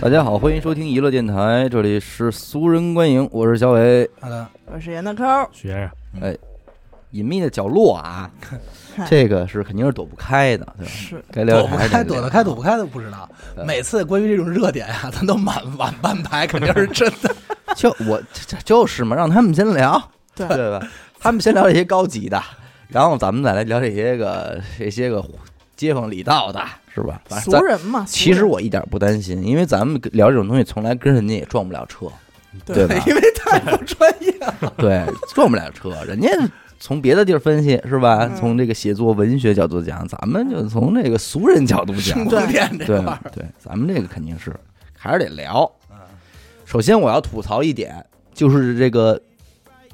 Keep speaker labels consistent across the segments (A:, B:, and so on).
A: 大家好，欢迎收听娱乐电台，这里是俗人观影，我是小伟。哎
B: 好的，
C: 我是闫大抠，
D: 学生，
A: 隐秘的角落啊，这个是肯定是躲不开的，对吧？
C: 是
A: 该聊的
B: 躲不
A: 还是啊
B: 开，
A: 得
B: 躲
A: 聊
B: 得开，躲不开的不知道。
A: 嗯
B: 每次关于这种热点啊，咱都满晚半拍，肯定是真的。
A: 就我这这就是嘛，让他们先聊，
C: 对
A: 对吧？他们先聊这些高级的，然后咱们再来聊这些个这些个街坊里道的，是吧？反正
C: 俗
A: 咱
C: 人嘛。俗
A: 其实
C: 人
A: 我一点不担心，因为咱们聊这种东西从来跟人家也撞不了车，对 吧
B: 因为太不专业了。
A: 对，撞不了车，人家从别的地儿分析是吧？
C: 嗯
A: 从这个写作文学角度讲，咱们就从这个俗人角度讲
B: 生，活点这
A: 对
B: 块儿，
A: 对，咱们这个肯定是还是得聊。首先我要吐槽一点，就是这个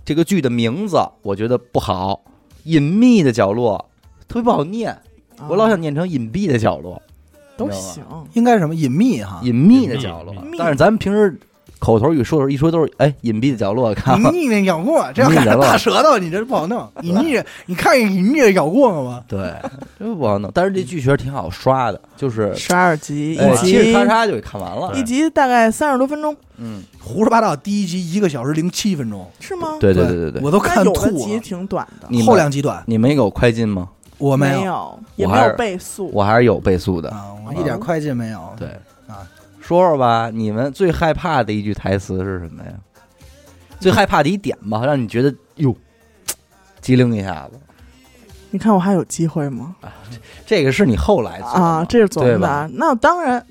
A: 这个剧的名字，我觉得不好，隐秘的角落特别不好念，
C: 啊
A: 我老想念成隐蔽的角落，
C: 都
A: 你知道吧
C: 行，
B: 应该是什么隐秘哈？
C: 啊
A: 隐秘的角落
D: 隐
C: 秘。
A: 但是咱们平时口头语说的时候一说都是哎，隐蔽的角落，看吧。
B: 隐秘咬过，这要
A: 隐
B: 赶
A: 秘咬
B: 上
A: 过
B: 大舌头，你这不好弄。隐秘，你看见隐秘的咬过吗？
A: 对，这不好弄。但是这剧确实挺好刷的，就是
C: 十二集，
A: 哎
C: 一
A: 嘁哩
C: 集
A: 咔嚓就给看完了。
C: 一集大概三十多分钟，
A: 嗯，
B: 胡说八道，第一集一个小时零七分钟，
C: 是吗？
A: 对对对对对，
B: 我都
C: 但
B: 看
C: 有
B: 吐
C: 的集
B: 了。
C: 挺短的，
A: 你们
B: 后两集短，
A: 你没给我快进吗？
B: 我
C: 没
B: 有
C: 有，也
A: 我
C: 没
A: 还
C: 有
A: 是
C: 倍速。
A: 我还是有倍速的。
B: 啊，我一点快进没有。
A: 对
B: 啊，
A: 说说吧，你们最害怕的一句台词是什么呀？最害怕的一点吧，让你觉得哟，机灵一下子。
C: 你看我还有机会吗？
A: 这个是你后来做的吗
C: 啊，这是琢
A: 对
C: 磨的
A: 吧？
C: 啊。那当然，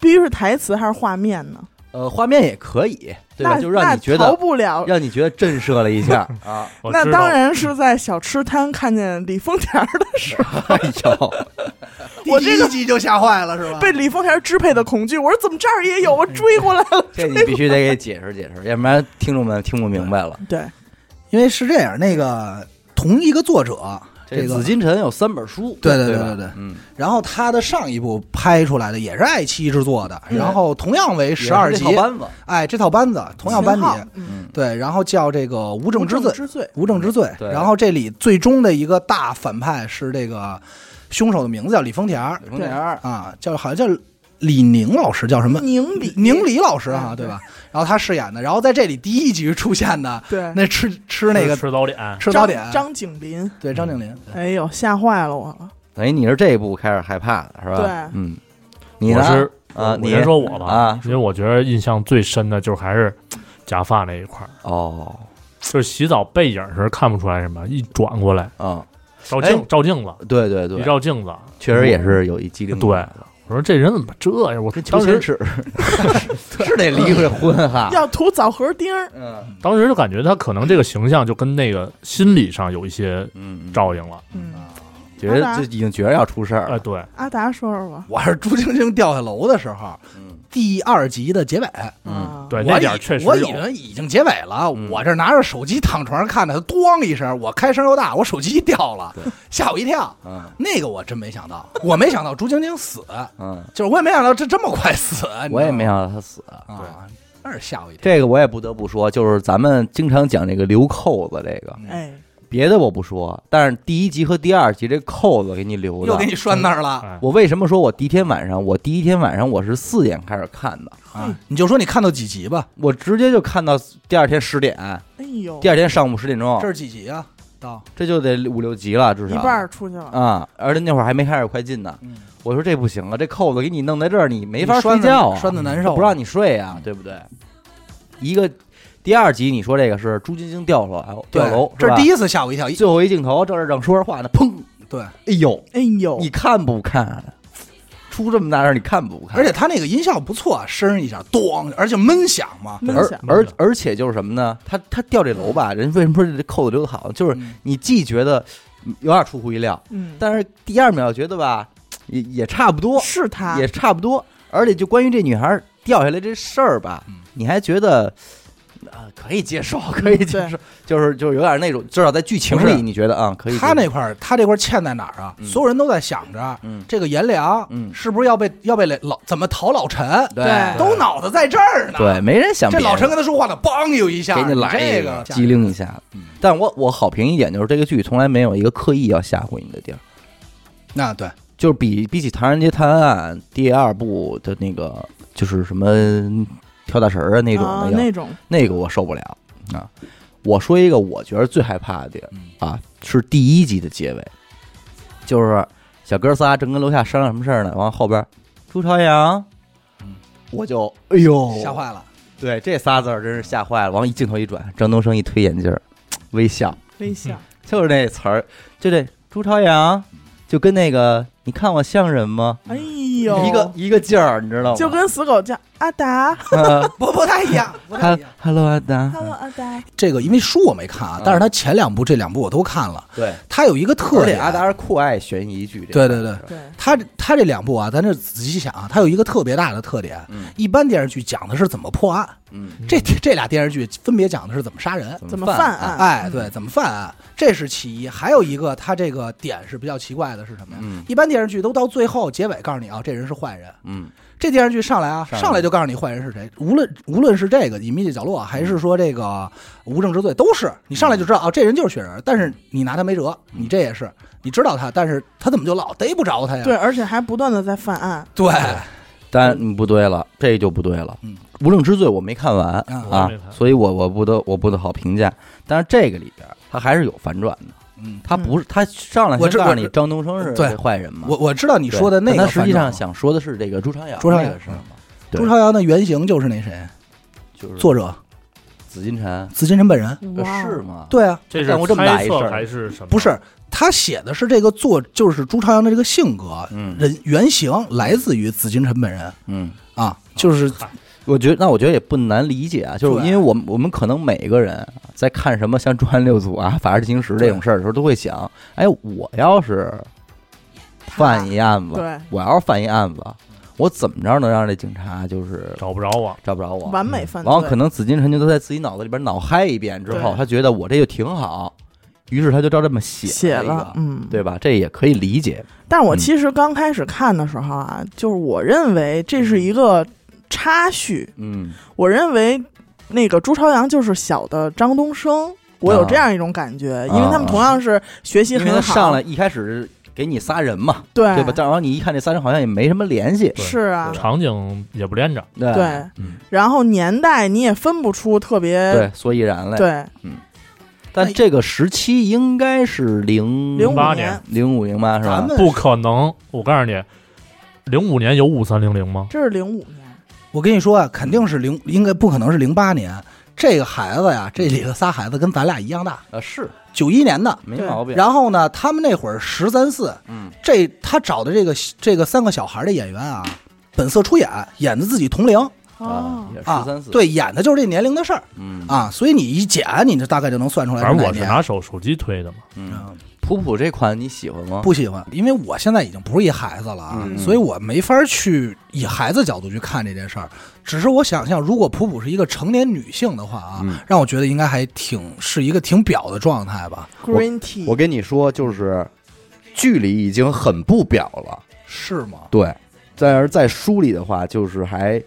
C: 必须是台词还是画面呢？
A: 呃，画面也可以，对吧？
C: 那
A: 就让你觉
C: 那逃
A: 得，
C: 不了。
A: 让你觉得震慑了一下啊！
D: 我
C: 那
D: 知道
C: 当然是在小吃摊看见李丰田儿的 时候，
A: 哎呦，
B: 我这一集就吓坏了，是吧？
C: 被李丰田儿支配的恐惧。我说怎么这儿也有？我追过来 了。
A: 这你必须得给解释解释，要不然听众们听不明白了。
C: 对，
B: 因为是这样，那个同一个作者，这个
A: 紫金陈有三本书，
B: 对对
A: 对
B: 对
A: 吧
B: 对对对
A: 嗯，
B: 然后他的上一部拍出来的也是爱奇艺制作的，
A: 嗯
B: 然后同样为十二
A: 也是
B: 集
A: 这，套班子，
B: 哎，这套班子同样班底
C: 秦，昊嗯
A: 嗯，
B: 对，然后叫这个无证之罪，
C: 之罪，
B: 无证之罪。
A: 对
B: 然后这里最终的一个大反派是这个凶手的名字叫李丰田儿
A: 李丰田儿
B: 啊，叫好像叫李宁老师，叫什么？
C: 宁理
B: 宁理老师啊，
C: 嗯
B: 对
C: 对
B: 吧？然后他饰演的，然后在这里第一集出现的
C: 对，
B: 那吃吃那个
D: 吃早点，
B: 吃
C: 张
B: 早点，
C: 嗯张景林，
B: 对张景林，
C: 哎呦，吓坏了我了。
A: 等于你是这一步开始害怕的是吧？
C: 对
A: 嗯，你
D: 我
A: 呢？
D: 是
A: 啊，
D: 我
A: 你
D: 先说我吧
A: 啊
D: 因为我觉得印象最深的就是还是假发那一块儿，
A: 哦，
D: 就是洗澡背影时看不出来什么，一转过来
A: 啊，
D: 照
A: 哎
D: 镜照镜子，
A: 对对
D: 一
A: 对，
D: 照镜子，
A: 确实也是有一机灵。
D: 对，我说这人怎么这样？我
A: 跟求
D: 当
A: 贤尺
D: 时
A: 是 得离回婚哈。
C: 啊要涂枣核钉儿，
A: 嗯
D: 当时就感觉他可能这个形象就跟那个心理上有一些
A: 嗯，
D: 照应了。
C: 嗯，
A: 觉得就已经觉得要出事儿
D: 哎，
A: 了。
D: 对，
C: 阿达说说吧。
B: 我是朱晶晶掉下楼的时候，
A: 嗯
B: 第二集的结尾，
A: 嗯
C: 啊，
D: 对
B: 我
D: 那
B: 已
D: 点儿确实
B: 我
D: 有
B: 已。经已经结尾了，
A: 嗯
B: 我这拿着手机躺床上看着，它咣一声，我开声又大，我手机掉了
A: 对，
B: 吓我一跳。
A: 嗯
B: 那个我真没想到，我没想到朱晶晶死，
A: 嗯，
B: 就是我也没想到这这么快死，你知道吗
A: 我也没想到他死。
B: 啊，那是吓我一跳。
A: 这个我也不得不说，就是咱们经常讲这个留扣子，这个
C: 哎，
A: 别的我不说，但是第一集和第二集这扣子给你留
B: 嗯又
A: 的
B: 给。你拴那儿了
D: 哎
A: 我为什么说我第一天晚上？我第一天晚上我是四点开始看的，
B: 啊！你就说你看到几集吧，
A: 我直接就看到第二天十点，
C: 哎呦，
A: 第二天上午十点钟，
B: 这是几集啊？到
A: 这就得五六集了，至少
C: 一半儿出去了。
A: 啊、而且那会儿还没开始快进呢，
B: 嗯
A: 我说这不行啊，这扣子给你弄在这儿，你没法
B: 你拴
A: 睡
B: 的
A: 觉啊，
B: 拴的难受啊，
A: 不让你睡啊，对不对？一个第二集你说这个是朱晶晶掉下来
B: 哎对
A: 掉楼，
B: 这是第
A: 一
B: 一次吓我一跳。一
A: 最后一镜头，正是正说着话呢，砰！
B: 对，哦
A: 哎呦，
C: 哎呦，
A: 你看不看？出这么大事儿，你看不看？
B: 而且他那个音效不错，啊声一下咚，而且闷响嘛，
C: 闷
A: 而
C: 响，
A: 而而且就是什么呢？他他掉这楼吧，人为什么说这扣子留的好？就是
B: 嗯
A: 你既觉得有点出乎意料，
C: 嗯，
A: 但是第二秒觉得吧，也也差不多，
C: 是他
A: 也差不多。而且就关于这女孩掉下来这事儿吧
B: 嗯，
A: 你还觉得啊可以接受，可以接受，就是就是有点那种，至少在剧情
B: 不
A: 里
B: 是
A: 你觉得啊可以接受。
B: 他那块儿，他这块儿欠在哪儿啊？
A: 嗯
B: 所有人都在想着，
A: 嗯
B: 这个颜良，
A: 嗯
B: 是不是要被要被老怎么讨老陈？
C: 对
B: 都脑子在这儿呢。
A: 对，，没人想
B: 这
A: 别的
B: 老陈跟他说话呢，梆又一下，
A: 给你来
B: 这
A: 一
B: 个
A: 机灵一下
B: 嗯。
A: 但我我好评一点就是这个剧从来没有一个刻意要吓唬你的地儿。
B: 那对，
A: 就是比比起《唐人街探案》第二部的那个，就是什么跳大神儿啊那种
C: 啊
A: 的，要
C: 那种
A: 那个我受不了啊！我说一个我觉得最害怕的地儿
B: 嗯
A: 啊，是第一集的结尾，就是小哥仨正跟楼下商量什么事儿呢，完后边儿朱朝阳
B: 嗯，
A: 我就哎呦
B: 吓坏了，
A: 对这仨字儿真是吓坏了。完一镜头一转，张东升一推眼镜儿，微笑，
C: 微笑，
A: 就是那词儿，就这朱朝阳，就跟那个你看我像人吗？
C: 哎呦，
A: 嗯一个一个劲儿，你知道吗？
C: 就跟死狗叫阿达
A: 呃
B: 不不太一样，不太
A: 哈
B: 一样。
A: ，Hello 阿达，
C: ，Hello 阿达，
B: 这个因为书我没看啊，但是他前两部这两部我都看了，
A: 对，
B: 他有一个
A: 而
B: 特
A: 且
B: 点，
A: 阿达是酷啊爱悬疑剧，
B: 对对对，
C: 对，
B: 他他这两部啊，咱这仔细想啊，他有一个特别大的特点，
A: 嗯
B: 一般电视剧讲的是怎么破案，
A: 嗯，
B: 这这俩电视剧分别讲的是怎么杀人，
C: 怎么
A: 办
C: 犯
A: 啊？
C: 案？
B: 哎，对，怎么犯案，这是其一。还有一个，他这个点是比较奇怪的是什么呀？
A: 嗯
B: 一般电视剧都到最后结尾告诉你啊，这人是坏人。
A: 嗯
B: 这电视剧上来啊，
A: 上来
B: 上来就告诉你坏人是谁。无论无论是这个隐秘的角落，还是说这个无证之罪，都是你上来就知道啊，这人就是雪人。但是你拿他没辙，你这也是你知道他，但是他怎么就老逮不着他呀？
C: 对，而且还不断的在犯案，
B: 对，
A: 但嗯不对了，这就不对了。
B: 嗯
A: 无证之罪我没看完
B: 嗯
D: 我也
A: 啊
D: 没，看
A: 所以我我不得我不得好评价。但是这个里边儿它还是有反转的，
B: 嗯，
A: 它不是它上来
B: 我
A: 先
B: 知
A: 告诉
B: 我
A: 你
B: 知
A: 张东升是
B: 对
A: 这坏人嘛？
B: 我我知道你
A: 对
B: 说的那
A: 但
B: 个
A: 他实
B: 反
A: 际
B: 转
A: 上
B: 嘛，
A: 想说的是这个朱朝阳，
B: 朱朝阳嗯
A: 是吗？对
B: 朱朝阳的原型就是那谁，
A: 就是
B: 作者
A: 紫金蝉，
B: 紫金陈本人。
A: 呃
C: 哇，
A: 是吗？
B: 对啊，
D: 这
A: 干过这
D: 是
A: 么大一
D: 猜
A: 事
D: 测
A: 儿
D: 还是什么？
B: 不是他写的是这个作，就是朱朝阳的这个性格，
A: 嗯
B: 人原型来自于紫金陈本人
A: 嗯，
B: 啊，就是
A: 我觉得那我觉得也不难理解啊，就是
B: 对
A: 因为我们我们可能每个人在看什么像《重案六组》啊、《法制进行时》这种事儿的时候，都会想，哎，我要是犯一案子，
C: 对，
A: 我要是犯一案子，我怎么着能让这警察就是
D: 找不着啊我，
A: 找不着我？
C: 完美犯
A: 然后可
C: 罪，
A: 能紫金陈就都在自己脑子里边脑嗨一遍之后，
C: 对
A: 他觉得我这就挺好，于是他就照这么写
C: 写
A: 了一个
C: 了，嗯，
A: 对吧？这也可以理解，
C: 但我
A: 嗯
C: 其实刚开始看的时候啊，就是我认为这是一个插叙，
A: 嗯
C: 我认为那个朱朝阳就是小的张东升，我有这样一种感觉，因为他们同样是学习
A: 啊因为他
C: 很好，
A: 上来一开始给你仨人嘛，
C: 对
A: 对吧？但然后你一看这仨人好像也没什么联系，
D: 对
C: 是啊
A: 对，
D: 场景也不连着，
A: 对
C: 对
D: 嗯，
C: 然后年代你也分不出特别
A: 对，所以然嘞。
C: 对
A: 呃但这个时期应该是零
C: 零
D: 08
C: 五
D: 年
A: 零五零八是
B: 咱
A: 吧？
B: 们
D: 不可能。我告诉你，零五年有五三零零吗？
C: 这是零五年，
B: 我跟你说啊，肯定是零，应该不可能是零八年。这个孩子呀，这里头仨孩子跟咱俩一样大，
A: 呃，是
B: 九一年的。
A: 没
C: 对
A: 毛病。
B: 然后呢，他们那会儿十三四，
A: 嗯，
B: 这他找的这个这个三个小孩的演员啊，本色出演，演的自己同龄
A: 啊
C: 哦，
A: 也十
B: 啊
A: 三四，，
B: 对，演的就是这年龄的事儿
A: 嗯，
B: 啊。所以你一剪，你就大概就能算出来
D: 反正
B: 哪
D: 我是
B: 年啊
D: 拿手手机推的嘛。
A: 嗯，
B: 嗯
A: 普普这款你喜欢吗？
B: 不喜欢，因为我现在已经不是一孩子了啊，
A: 嗯
B: 所以我没法去以孩子角度去看这件事儿。只是我想象，如果普普是一个成年女性的话啊，
A: 嗯
B: 让我觉得应该还挺是一个挺表的状态吧。
C: Green Tea，
A: 我跟你说，就是剧里已经很不表了，
B: 是吗？
A: 对。但是在书里的话，就是还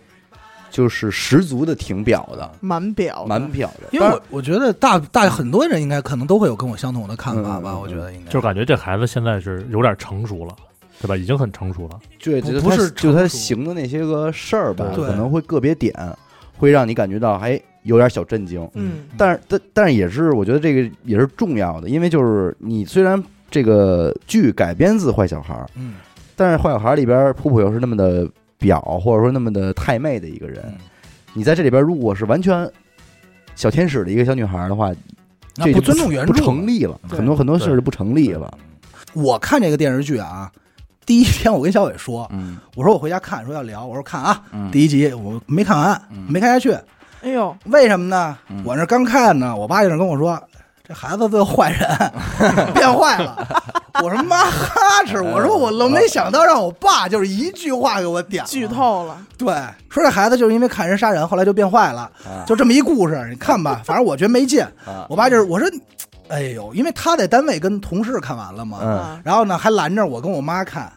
A: 就是十足的挺表的，
C: 满表的
A: 蛮表的。
B: 因为
A: 当然
B: 我我觉得大大很多人应该可能都会有跟我相同的看法吧，
A: 嗯嗯嗯
B: 我觉得应该
D: 就感觉这孩子现在是有点成熟了，对吧？已经很成熟了。
A: 对，
B: 不
A: 就是
B: 不
A: 他
B: 是
A: 就他
B: 成熟
A: 行的那些个事儿吧，
D: 对
A: 可能会个别点会让你感觉到，哎，有点小震惊。
C: 嗯
A: 但是但但是也是，我觉得这个也是重要的，因为就是你虽然这个剧改编自《坏小孩》，儿》，
B: 嗯，
A: 但是《坏小孩》儿里边儿普普又是那么的表，或者说那么的太妹的一个人，
B: 嗯
A: 你在这里边儿如果是完全小天使的一个小女孩儿的话，
B: 那
A: 这
B: 不
A: 就
B: 尊重原著
A: 不成立了，
C: 对
A: 很多很多事儿就不成立了。。
B: 我看这个电视剧啊，第一天我跟小伟说，
A: 嗯
B: 我说我回家看，说要聊，我说看啊，
A: 嗯
B: 第一集我没看完，
A: 嗯
B: 没看下去，
C: 哎呦，
B: 为什么呢
A: 嗯？
B: 我那刚看呢，我爸就那跟我说，这孩子最后坏人 变坏了。我说妈哈哧，
A: 嗯
B: 我说我都没想到让我爸就是一句话给我点了
A: 啊
C: 剧。透了，
B: 对，说这孩子就是因为看人杀人，后来就变坏了，
A: 啊
B: 就这么一故事。你看吧，反正我觉得没劲。
A: 啊
B: 我爸就是我说，哎呦，因为他在单位跟同事看完了嘛，
A: 嗯
C: 啊
B: 然后呢还拦着我跟我妈看，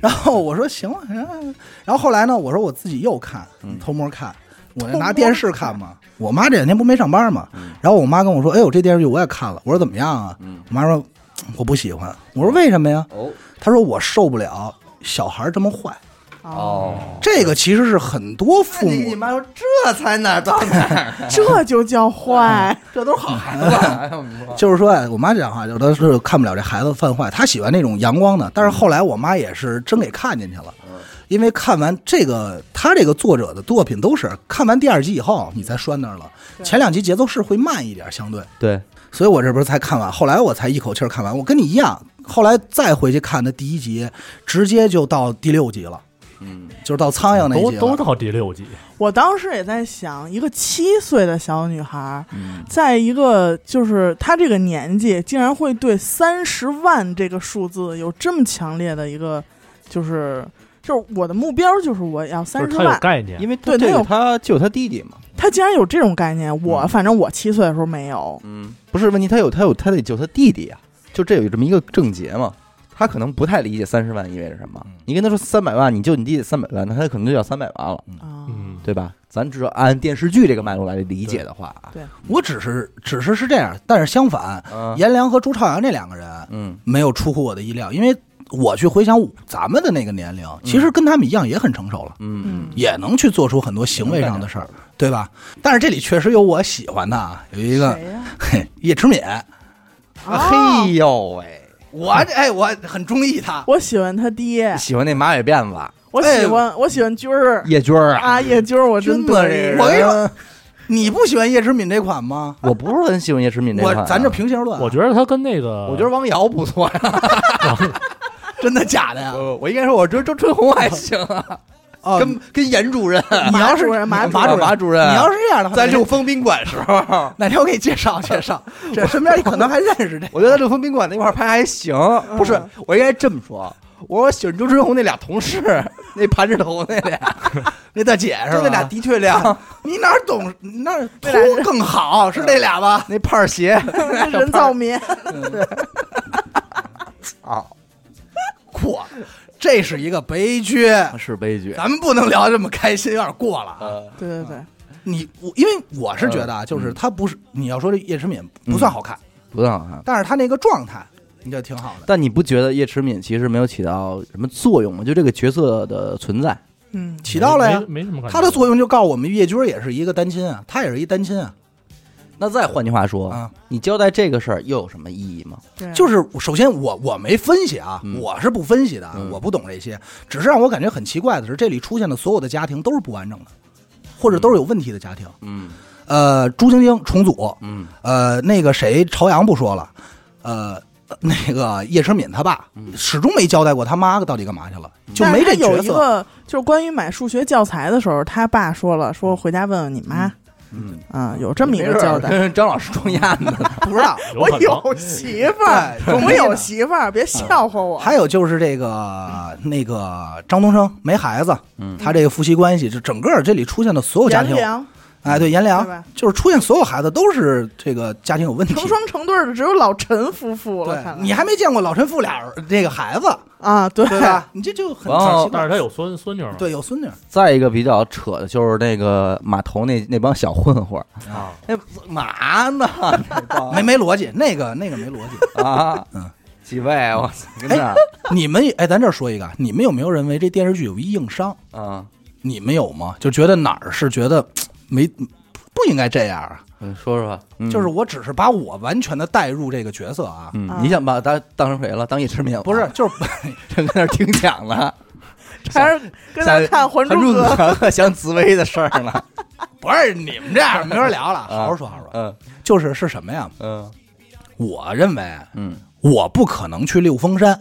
B: 然后我说行啊，嗯然后后来呢我说我自己又看
A: 嗯，
B: 偷摸看，我
C: 偷摸
B: 拿电视看嘛。我妈这两天不没上班嘛，然后我妈跟我说，哎呦这电视剧我也看了，我说怎么样啊？
A: 嗯
B: 我妈说我不喜欢，我说为什么呀？
A: 哦
B: 她说我受不了小孩这么坏，
A: 哦，
B: 这个其实是很多父
A: 你你
B: 母
A: 妈说这才哪儿到哪儿，
C: 这就叫坏。
A: 这都是好孩子。哎呦你说
B: 就是说啊，我妈讲话，有的时候看不了这孩子犯坏，她喜欢那种阳光的。但是后来我妈也是真给看进去了，因为看完这个，她这个作者的作品都是看完第二集以后你才拴那儿了，
C: 对
B: 前两集节奏是会慢一点，相对，
A: 对，
B: 所以我这不是才看完，后来我才一口气儿看完。我跟你一样，后来再回去看的第一集，直接就到第六集了，
A: 嗯，
B: 就是到苍蝇那一
D: 都
B: 集了
D: 都到第六集，
C: 我当时也在想，一个七岁的小女孩，
A: 嗯
C: 在一个就是她这个年纪，竟然会对三十万这个数字有这么强烈的一个，就是就是我的目标就是我要
D: 就
C: 三
D: 是
C: 十
D: 他有
C: 万。
D: 概念，
A: 因为
C: 对他有
A: 他就有他弟弟嘛，
C: 她竟然有这种概念，我
A: 嗯
C: 反正我七岁的时候没有。
A: 嗯，不是问题，他有他有他得救他弟弟啊，就这有这么一个症结嘛。他可能不太理解三十万意味着什么
B: 嗯。
A: 你跟他说三百万，你救你弟弟三百万，那他可能就要三百万了，
C: 啊，
D: 嗯，
A: 对吧？咱只要按电视剧这个脉络来理解的话啊，
B: 我只是只是是这样，但是相反，
A: 嗯
B: 颜良和朱朝阳这两个人
A: 嗯
B: 没有出乎我的意料，因为我去回想我咱们的那个年龄，其实跟他们一样也很成熟了。
A: 嗯
C: 嗯
B: 也能去做出很多行为上的事儿，对吧？但是这里确实有我喜欢的，啊，有一个
C: 谁呀？
B: 嘿叶知敏，
A: 嗯
C: 哦
A: 啊嘿呦喂，
B: 我这哎我很中意他，
C: 我喜欢他爹，
A: 喜欢那马尾辫子，
C: 我喜欢我喜欢军儿
A: 叶军儿啊，
C: 啊，叶军儿，我真
A: 真
C: 得
A: 的
C: 意
A: 这
B: 我跟你
A: 人
B: 说，你不喜欢叶知敏这款吗？
A: 我不是很喜欢叶诗敏这
B: 我
A: 款啊
B: 咱这平心而论啊，
D: 我觉得他跟那个，
A: 我觉得王瑶不错呀。
B: 真的假的呀？
A: 呃我应该说，我觉得周春红还行啊，
B: 哦，
A: 跟跟严主任，
B: 你要
C: 马
B: 是
C: 主任马
B: 你马主
A: 马主任
B: 你要是这样的话，
A: 啊在
B: 哪天
A: 六峰宾馆时 候，
B: 哪天我给你介绍 介绍，这身边可能还认识这。嗯
A: 我觉得在六峰宾馆那块儿拍还行。不是，我应该这么说，啊我说喜欢周春红那俩同事，那盘着头那 俩，
B: 那大姐是
A: 就
B: 吧？啊
A: 那俩的确亮，
B: 你哪儿懂？你那儿秃更好，是这俩吧？
A: 那胖儿鞋
C: 人造棉，
A: 啊，
B: 过，这是一个悲剧，
A: 是悲剧。
B: 咱们不能聊得这么开心，有点过了啊。
A: 呃，
C: 对对对，
B: 你我因为我是觉得啊，就是他不是你要说这叶诗敏不算好看，
A: 不算好看。
B: 但是他那个状态，你觉得挺好的。
A: 但你不觉得叶诗敏其实没有起到什么作用吗？就这个角色的存在，
C: 嗯，
B: 起到了呀
D: 没，没没什么感觉。
B: 他的作用就告诉我们，叶军也是一个单亲啊，他也是一单亲啊
A: 那再换句话说，
B: 啊。
A: 你交代这个事儿又有什么意义吗？
C: 对
B: 就是首先我我没分析啊，
A: 嗯
B: 我是不分析的啊，
A: 嗯
B: 我不懂这些，只是让我感觉很奇怪的是，这里出现的所有的家庭都是不完整的，或者都是有问题的家庭。
A: 嗯
B: 呃，朱晶晶重组，
A: 嗯
B: 呃，那个谁朝阳不说了，呃。那个叶诗敏他爸
A: 嗯
B: 始终没交代过他妈到底干嘛去了，就
C: 但
B: 没
C: 是
B: 这
C: 他有
B: 角
C: 一
B: 色。
C: 个就是关于买数学教材的时候，他爸说了，说回家问问你妈
A: 嗯，
C: 啊，有这么一个交代。
A: 跟张老师装样子，
B: 不知 道。
D: 有
C: 我
D: 可能
C: 有媳妇儿，
B: 对
C: 我
B: 中医哎的
C: 有媳妇儿，别笑话我。
B: 还有就是这个那个张东升没孩子，
A: 嗯
B: 他这个夫妻关系，就整个这里出现的所有家
C: 颜
B: 庭，
C: 良
B: 哎，对，颜良
C: 对吧
B: 就是出现所有孩子都是这个家庭有问题。
C: 成双成对儿的只有老陈夫妇了，看
B: 对，
C: 来
B: 你还没见过老陈父俩儿这个孩 子，
C: 啊？对
B: 对吧？你这就很
A: 然后
B: 奇
D: 但
B: 怪
D: 是。他有孙孙女嘛，
B: 对，有孙女
A: 再一个比较扯的就是那个码头那那帮小混混儿，
B: 啊，
A: 那嘛 呢？
B: 没没逻辑，那个那个没逻辑。
A: 啊，
B: 嗯，
A: 几位，我操，跟那儿
B: 你们哎，咱这儿说一个，你们有没有认为这电视剧有一硬伤？
A: 啊，
B: 你们有吗？就觉得哪儿是觉得没不不应该这样啊？
A: 嗯说说吧，嗯
B: 就是我只是把我完全的带入这个角色啊，
A: 嗯
C: 啊，
A: 你想把他当成谁了？当叶诗敏了
B: 不是，，就是
A: 正跟那儿听讲 呢，
C: 还是跟他看《还
A: 还
C: 珠
A: 珠
C: 格》
A: 格格》和 降紫薇的事儿呢。
B: 不是你们这样没法聊
D: 啊
B: 了，好好说好好说。
A: 嗯
B: 就是是什么呀？
A: 嗯
B: 我认为
A: 嗯，
B: 我不可能去六峰山，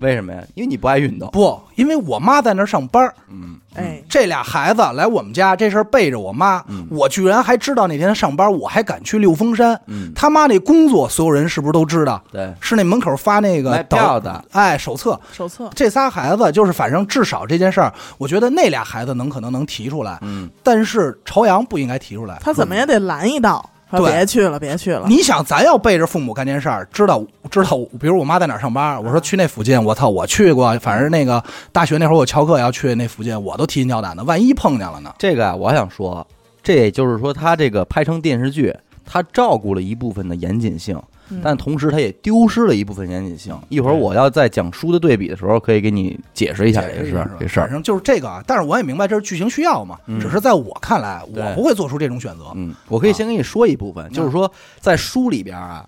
A: 为什么呀？因为你不爱运动。
B: 不，因为我妈在那儿上班儿。
A: 嗯，
C: 哎，
B: 这俩孩子来我们家，这事儿背着我妈，
A: 嗯
B: 我居然还知道那天上班，我还敢去六峰山。
A: 嗯
B: 他妈那工作，所有人是不是都知道？
A: 对，
B: 是那门口发那个
A: 卖
B: 导
A: 票的，
B: 哎，手册。
C: 手册
B: 这仨孩子就是，反正至少这件事儿，我觉得那俩孩子能可能能提出来，
A: 嗯
B: 但是朝阳不应该提出来。
C: 他怎么也得拦一道，说
B: 对
C: 别去了，别去了。
B: 你想，咱要背着父母干件事儿，知道知道，比如我妈在哪儿上班，我说去那附近，我操，我去过，反正那个大学那会儿我翘课要去那附近，我都提心吊胆的，万一碰见了呢？
A: 这个啊，我还想说，这也就是说，他这个拍成电视剧，他照顾了一部分的严谨性，
C: 嗯
A: 但同时它也丢失了一部分严谨性。一会儿我要在讲书的对比的时候，可以给你解释一下这个事儿，这事
B: 反
A: 儿。
B: 正就是这个啊。但是我也明白这是剧情需要嘛，
A: 嗯
B: 只是在我看来，
A: 对
B: 我不会做出这种选择。
A: 嗯，我可以先跟你说一部分，就是说在书里边啊，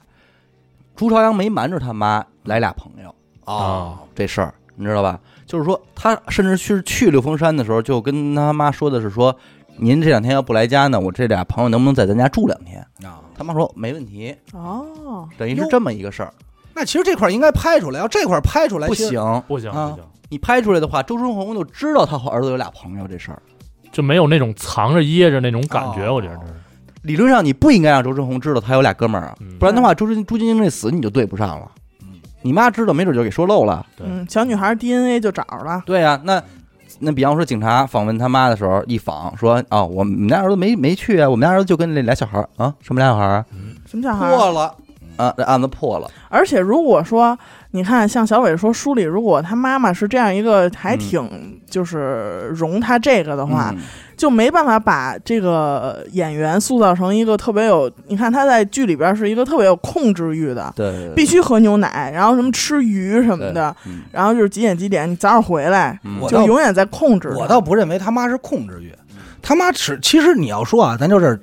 A: 朱朝阳没瞒着他妈来俩朋友
D: 哦
A: 这事儿，你知道吧？就是说他甚至去去六峰山的时候，就跟他妈说的是说，您这两天要不来家呢，我这俩朋友能不能在咱家住两天？
B: 啊，
A: 他妈说没问题，
C: 哦，
A: 等于是
B: 哟
A: 这么一个事儿。
B: 那其实这块儿应该拍出来，要这块儿拍出来
A: 不
B: 其实，
A: 行，
D: 不行
B: 啊
D: 不行，
A: 你拍出来的话，周春红就知道他和儿子有俩朋友这事儿。
D: 就没有那种藏着掖着那种感觉，
B: 哦
D: 我觉得是
A: 理论上你不应该让周春红知道他有俩哥们儿啊
D: 嗯，
A: 不然的话，周春朱晶晶这死你就对不上了
B: 嗯。
A: 你妈知道，没准就给说漏了。
D: 对
C: 嗯，小女孩 DNA 就找着了，
A: 对呀、那那比方说警察访问他妈的时候，一访说啊、我们家儿子没没去啊，我们家儿子就跟那俩小孩儿啊，什么俩小孩儿
C: 什么小孩儿？
B: 破了，
A: 啊，这案子破了，
C: 而且如果说你看，像小伟说书里，如果他妈妈是这样一个还
A: 嗯
C: 挺就是容他这个的话，
A: 嗯
C: 就没办法把这个演员塑造成一个特别有，你看他在剧里边是一个特别有控制欲的，
A: 对对对
C: 必须喝牛奶，然后什么吃鱼什么的，
A: 嗯
C: 然后就是几点几点你早点回来，
A: 嗯
B: 我
C: 就永远在控制。
B: 我倒不认为他妈是控制欲，他妈只其实你要说啊，咱就这儿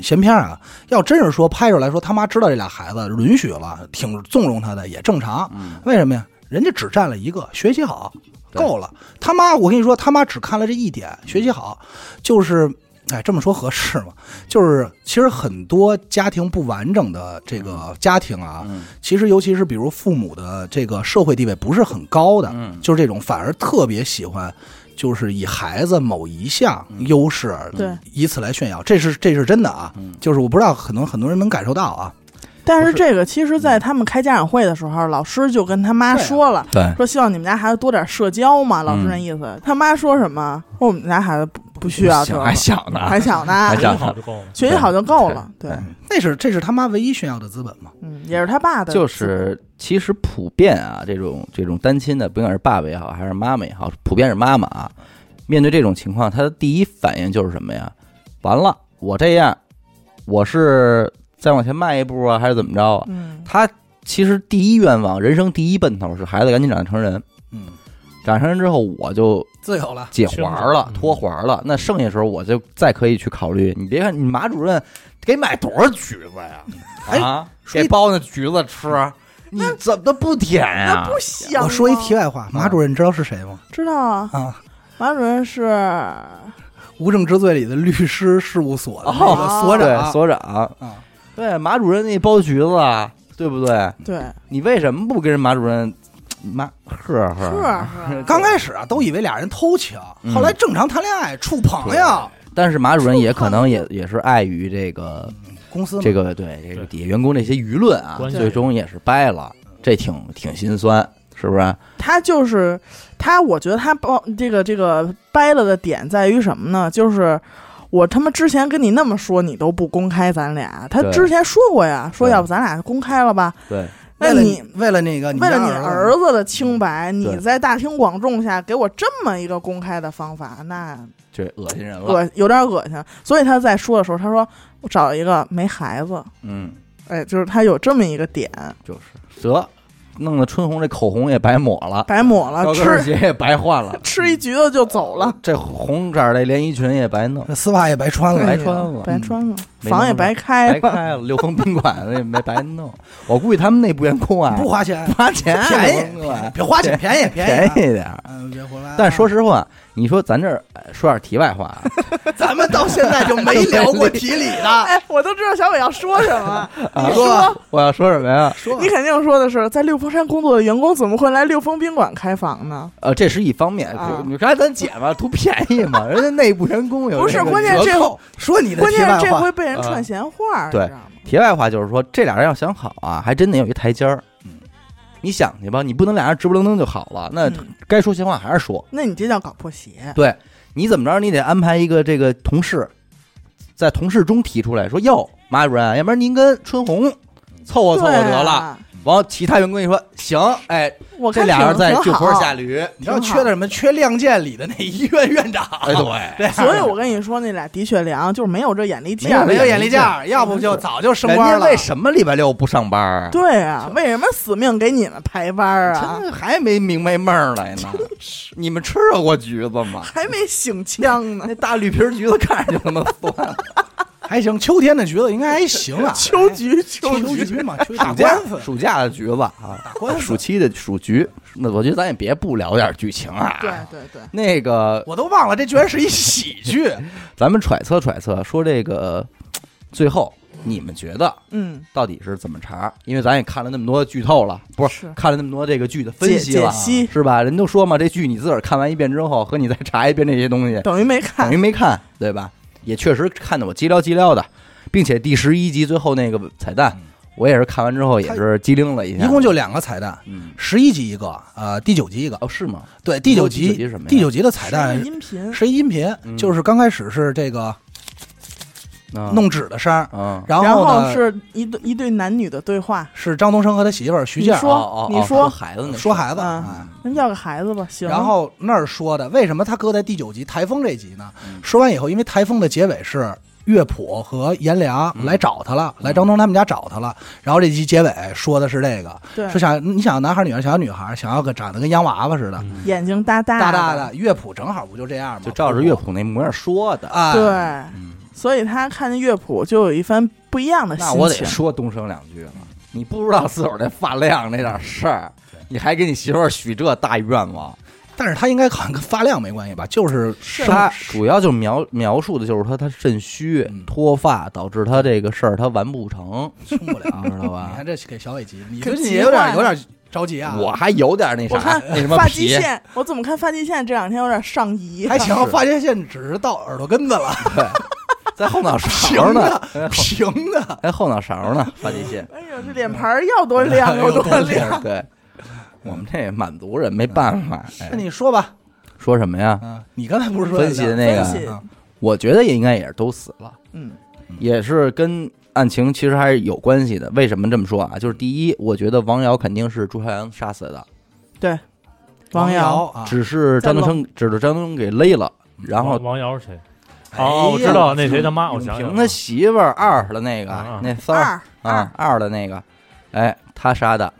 B: 闲篇儿啊，要真是说拍出来说他妈知道这俩孩子允许了，挺纵容他的也正常，
A: 嗯
B: 为什么呀？人家只占了一个，学习好
A: 对
B: 够了。他妈，我跟你说，他妈只看了这一点，学习好，就是。哎，这么说合适吗？就是其实很多家庭不完整的这个家庭啊，
A: 嗯
B: 其实尤其是比如父母的这个社会地位不是很高的，
A: 嗯
B: 就是这种反而特别喜欢，就是以孩子某一项优势，
C: 对，
B: 以此来炫耀，这是这是真的啊。
A: 嗯
B: 就是我不知道，可能很多人能感受到啊。
C: 但
A: 不
C: 是
A: 是
C: 这个其实，在他们开家长会的时候，老师就跟他妈
B: 对啊
C: 说了，
A: 对，
C: 说希望你们家孩子多点社交嘛，老师
A: 嗯
C: 那意思。他妈说什么？说我们家孩子不不需要这
A: 想
C: 个，
A: 还小呢，
C: 还小呢，
A: 还小
D: 正好就够了。
C: 学习好就够了。对，
A: 对
B: 那是这是他妈唯一炫耀的资本嘛？
C: 嗯，也是他爸的，
A: 就是其实普遍啊，这种这种单亲的，不管是爸爸也好，还是妈妈也好，普遍是妈妈啊。面对这种情况，他的第一反应就是什么呀？完了，我这样，我是再往前迈一步啊，还是怎么着啊？
C: 嗯，
A: 他其实第一愿望，人生第一奔头是孩子赶紧长大成人。
B: 嗯，
A: 长大成人之后，我就
B: 自由了。
A: 解环了，脱环了。那剩下时候，我就再可以去考虑。你别看你马主任给买多少橘子呀？
B: 哎
A: 啊，
B: 说一
A: 给包那橘子吃， 你怎么不舔哎呀
C: 那？不行。啊
B: 我说一题，外
A: 嗯
B: 话，马主任，你知道是谁吗？
C: 知道啊，
B: 啊，
C: 马主任是
B: 《无证之罪》里的律师事务
C: 啊
B: 所的那
C: 哦
B: 个所
A: 对，
B: 长
A: 所长，
B: 啊，
A: 嗯对马主任那包橘子啊，对不对？
C: 对，
A: 你为什么不跟人马主任妈呵
C: 是
A: 呵？
C: 是，
B: 刚开始啊都以为俩人偷情，
A: 嗯
B: 后来正常谈恋爱处朋友，
A: 但是马主任也可能也也是碍于这个
B: 公司嘛
A: 这个对这个底下员工这些舆论啊，
D: 关系
A: 最终也是掰了，这挺挺心酸，是啊不是？
C: 他就是他，我觉得他包这个这个掰了的点在于什么呢？就是。我他妈之前跟你那么说，你都不公开咱俩。他
A: 对
C: 之前说过呀，说
A: 对
C: 要不咱俩公开了吧？
A: 对，
C: 那
B: 为了
C: 你
B: 为了那个
C: 为了你
B: 家
C: 儿子的清白，你
A: 对
C: 在大庭广众下给我这么一个公开的方法，那
A: 这恶心人了。
C: 恶有点恶心。所以他在说的时候，他说我找一个没孩子，
A: 嗯，
C: 哎，就是他有这么一个点，
A: 就是得弄得春红这口红也白抹了，
C: 白抹了，
A: 高跟
C: 啊吃，
A: 鞋也白换了
C: 吃一橘子就走 了，
A: 这红色儿的连衣裙也白弄，
B: 那丝袜也白穿了，
A: 白穿了，
C: 白穿了，
A: 没
C: 房也
A: 弄
C: 白开
A: 白
C: 了，
A: 开了，六峰宾馆的也没白弄。我估计他们内部员工啊，
B: 不花钱，
A: 花钱啊，
B: 便宜
A: 我跟你说
B: 别花钱，便宜
A: 便
B: 便宜啊。
A: 宜点儿。
B: 嗯，别回来啊。
A: 但说实话，你说咱这儿呃说点题外话啊，
B: 咱们到现在就没聊过体理的，
C: 哎，我都知道小伟要说什么，
B: 你说
A: 我要说什么呀？
B: 说
C: 你肯定说的是在六峰山工作的员工怎么会来六峰宾馆开房呢？
A: 呃，这是一方面
C: 啊，
A: 你刚才咱姐嘛，图便宜嘛，人家内部员工有
C: 不是
A: 这个
C: 关键
A: 折
C: 这
A: 扣
B: 说你的
C: 关
B: 题
C: 键
B: 外
C: 是这
B: 话
C: 回，被人串闲话，你
A: 对
C: 知道吗？
A: 题外话就是说，这俩人要想好啊，还真得有一台阶儿。嗯你想去吧，你不能俩人直不愣登就好了，那
C: 嗯
A: 该说闲话还是说。
C: 那你这叫搞破鞋，
A: 对，你怎么着，你得安排一个这个同事，在同事中提出来说：“哟，马主任，要不然您跟春红凑合凑合得
C: 对
A: 了。
C: 啊
A: 完后其他员工一说行，哎，
C: 我
A: 这
C: 看
A: 俩人
C: 挺
A: 在
C: 挺
A: 就坡
C: 好
A: 下 驴，
B: 你要缺的什么？缺《亮剑》里的那医院院长。
A: 哎对，
C: 所以我跟你说，那俩的确凉，就是没有这眼力劲
B: 没有
C: 儿。
B: 没有眼
A: 力
B: 力
A: 劲
B: 劲
A: 儿
B: 儿，要不就早就升
A: 人
B: 官
A: 家
B: 了。
A: 为什么礼拜六不上班啊？
C: 对啊，为什么死命给你们排班儿啊？
A: 真还没明白闷儿来呢。 你们吃了过橘子吗？
C: 还没醒枪呢
A: 那，大绿皮儿橘子看着就他妈酸，
B: 还行，秋天的橘子应该还行啊。
C: 秋菊
B: 秋
C: 秋
B: 菊
C: 菊，
B: 橘嘛，秋
A: 暑假
B: 打官司，
A: 暑假的橘子啊，
B: 打官
A: 暑
B: 司。
A: 期的暑橘。那我觉得咱也别不聊点剧情啊。
C: 对，对对，
A: 那个
B: 我都忘了，这居然是一喜剧。
A: 咱们揣测揣测，说这个最后你们觉得
C: 嗯，
A: 到底是怎么查？因为咱也看了那么多剧透了，不是
C: 是
A: 看了那么多这个剧的分析
C: 解解
A: 了，
C: 析
A: 是吧？人都说嘛，这剧你自个儿看完一遍之后，和你再查一遍这些东西，
C: 等于没
A: 等
C: 看
A: 于。没看，对吧？也确实看得我鸡撩鸡撩的，并且第十一集最后那个彩蛋，我也是看完之后也是机灵了一下。
B: 嗯一共就两个彩蛋，
A: 嗯，
B: 十一集一个，呃，第九集一个。
A: 哦，是吗？
B: 对，第九
A: 第九集
B: 集
A: 是什么呀
B: 第九集的彩
C: 是
B: 蛋
C: 一个音频，
B: 是一音频，
A: 嗯
B: 就是刚开始是这个
A: 啊
B: 弄纸的声儿，
A: 啊，
B: 嗯然
C: 然
B: 后呢
C: 是一对一对男女的对话。
B: 是张东升和他媳妇儿徐
C: 你
B: 健
C: 说
A: 哦哦
C: 你
A: 哦
C: 说
A: 孩子呢？
B: 说孩子，
C: 啊
B: 哎
C: 那要个孩子吧，行。
B: 然后那儿说的，为什么他搁在第九集台风这集呢？
A: 嗯
B: 说完以后，因为台风的结尾是乐谱和颜良
A: 嗯
B: 来找他了，
A: 嗯
B: 来张东他们家找他了。然后这集结尾说的是这个，
C: 对
B: 说想你想要男孩儿女孩儿，想要女孩儿，想要个长得跟洋娃娃似的，
D: 嗯
C: 眼睛大大
B: 大大，的乐谱正好不就这样吗？
A: 就照着乐谱那模样说的。
B: 啊，
C: 对，
A: 嗯，
C: 所以他看见乐谱就有一番不一样的心
A: 那
C: 情。
A: 我得说东升两句了。你不知道自个儿那发量那点事儿，你还给你媳妇儿许这大愿望？
B: 但是他应该好像跟发量没关系吧？就是
C: 是
A: 他主要就是描描述的就是说他肾虚
B: 嗯
A: 脱发导致他这个事儿他完不成，
B: 生不了，
A: 你知道
B: 你
A: 吧？
B: 看这给小伟急，你
C: 可
B: 最近
C: 急
B: 也有
C: 坏
B: 点
C: 了
B: 有点着急啊，
A: 我还有点那
C: 我
A: 啥
C: 看
A: 那什么
C: 发际
A: 皮，
C: 线，我怎么看发际线这两天有点上移？。
B: 还行
A: 是，
B: 发际线只是到耳朵根子了，
A: 在后脑勺
B: 平
A: 呢
B: 的，
A: 在后
B: 平的。
A: 在后脑勺呢，发际线
C: 哎呦，这脸盘儿要多亮有 多亮！
A: 对，我们这满族人没办法。哎
B: 那你说吧，
A: 说什么呀？
B: 嗯，你刚才不是说
A: 分析的那
C: 分
A: 个，
C: 析，
B: 嗯
A: 我觉得也应该也是都死了，
C: 嗯，
A: 也是跟案情其实还是有关系的。为什么这么说啊？就是第一，我觉得王瑶肯定是朱朝阳杀死
C: 啊
A: 的，
C: 王
B: 瑶
C: 瑶
B: 啊，
A: 只是张东升，只是张东升给勒了，然后
D: 王王瑶是谁？
B: 哎呀
D: 哦，我知道那谁他妈，我
A: 永
D: 想起来
A: 平
D: 了
A: 他，媳妇儿二的那个，
D: 嗯嗯
A: 那三
C: 二
A: 啊，二的那个，哎，他杀的，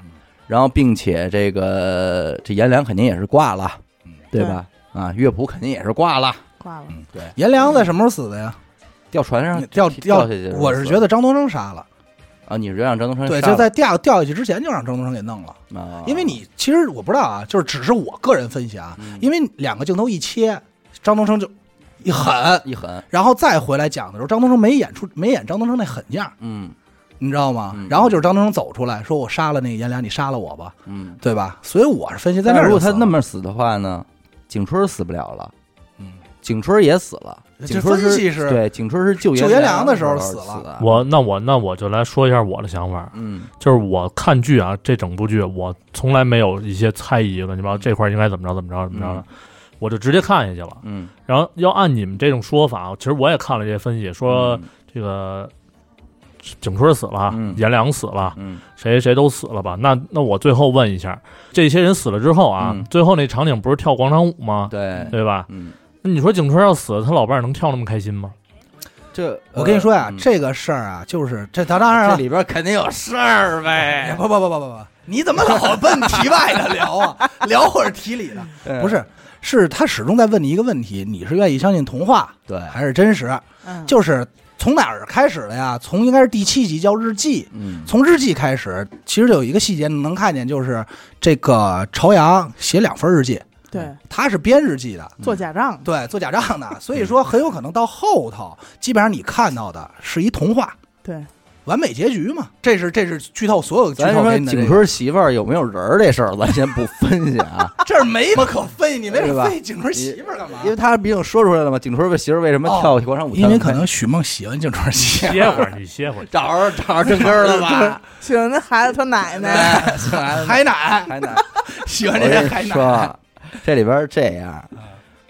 A: 然后并且这个这颜良肯定也是挂了
B: 嗯，
A: 对吧？啊，乐谱肯定也是挂了，
C: 挂了，
A: 对，
B: 颜良在什么时候死的呀？
A: 掉船上
B: 掉
A: 掉
B: 掉
A: 嗯下去的时候死了，
B: 我是觉得张东升杀了，
A: 啊，你是觉得让张东升
B: 对，
A: 杀
B: 就
A: 了
B: 在掉掉下去之前就让张东升给弄了。
A: 啊
B: 因为你其实我不知道啊，就是只是我个人分析啊，
A: 嗯
B: 因为两个镜头一切，张东升就一狠，
A: 一狠，
B: 然后再回来讲的时候，张东升没演出没演张东升那狠样儿，
A: 嗯
B: 你知道吗
A: 嗯？
B: 然后就是张东升走出来说：“我杀了那个颜良，你杀了我吧，
A: 嗯，
B: 对吧？”所以我是分析在
A: 但
B: 这
A: 是
B: 儿
A: 如果
B: 就死了。
A: 他那么死的话呢，景春死不了了，
B: 嗯
A: 景春也死了，
B: 这
A: 景春
B: 分析是
A: 对，景春是救
B: 救
A: 颜
B: 颜良的
A: 时
B: 时候
A: 死
B: 死了
A: 的，
D: 我那我那我就来说一下我的想法，
A: 嗯
D: 就是我看剧啊，这整部剧我从来没有一些猜疑乱七八糟这块儿应该怎么着怎么着怎么着的，我就直接看下去了。
A: 嗯，
D: 然后要按你们这种说法，其实我也看了这些分析，说
A: 嗯
D: 这个景春死了
A: 嗯，
D: 颜良死了，
A: 嗯
D: 谁谁都死了吧？那那我最后问一下，这些人死了之后啊
A: 嗯，
D: 最后那场景不是跳广场舞吗？
A: 对，
D: 对吧？
A: 嗯，
D: 那你说景春要死，他老伴儿能跳那么开 心吗？
A: 这
B: 我跟你说呀、
A: 嗯
B: 这个事儿啊，就是这当当然
A: 这
B: 了，哎
A: 里边肯定有事儿 呗。
B: 不不不不不不，你怎么 老奔题外的聊啊？聊会儿题里的，不是，是他始终在问你一个问题：你是愿意相信童话
A: 对，
B: 还是真实？
C: 嗯，
B: 就是从哪儿开始的呀？从应该是第七集叫日记，
A: 嗯，
B: 从日记开始，其实有一个细节能看见，就是这个朝阳写两份日记，
C: 对，
B: 他是编日记的，
C: 做假账，
B: 对，做假账的，所以说很有可能到后头，基本上你看到的是一童话。
C: 对，
B: 完美结局嘛，这是这是剧透所有剧
A: 咱
B: 透
A: 说
B: 给你的、这
A: 景
B: 个。
A: 春媳妇儿有没有人儿这事儿，咱先不分析 啊，
B: 这儿没什么可费，你为什
A: 对吧
B: 么费景春媳妇儿干嘛
A: 因？为他毕竟说出来了嘛。景春媳妇儿哦为什么跳广场舞？。
B: 因为可能许梦喜欢景春媳妇
D: 歇会儿，你歇会儿
A: 找着找着正根儿了吧？
C: 行，那孩子他奶
A: 嗯
C: 奶，
B: 儿， 海奶
A: 还难，
B: 喜
A: 我
B: 欢这
A: 跟
B: 些
A: 你
B: 海奶。
A: 说，啊这里边儿这样，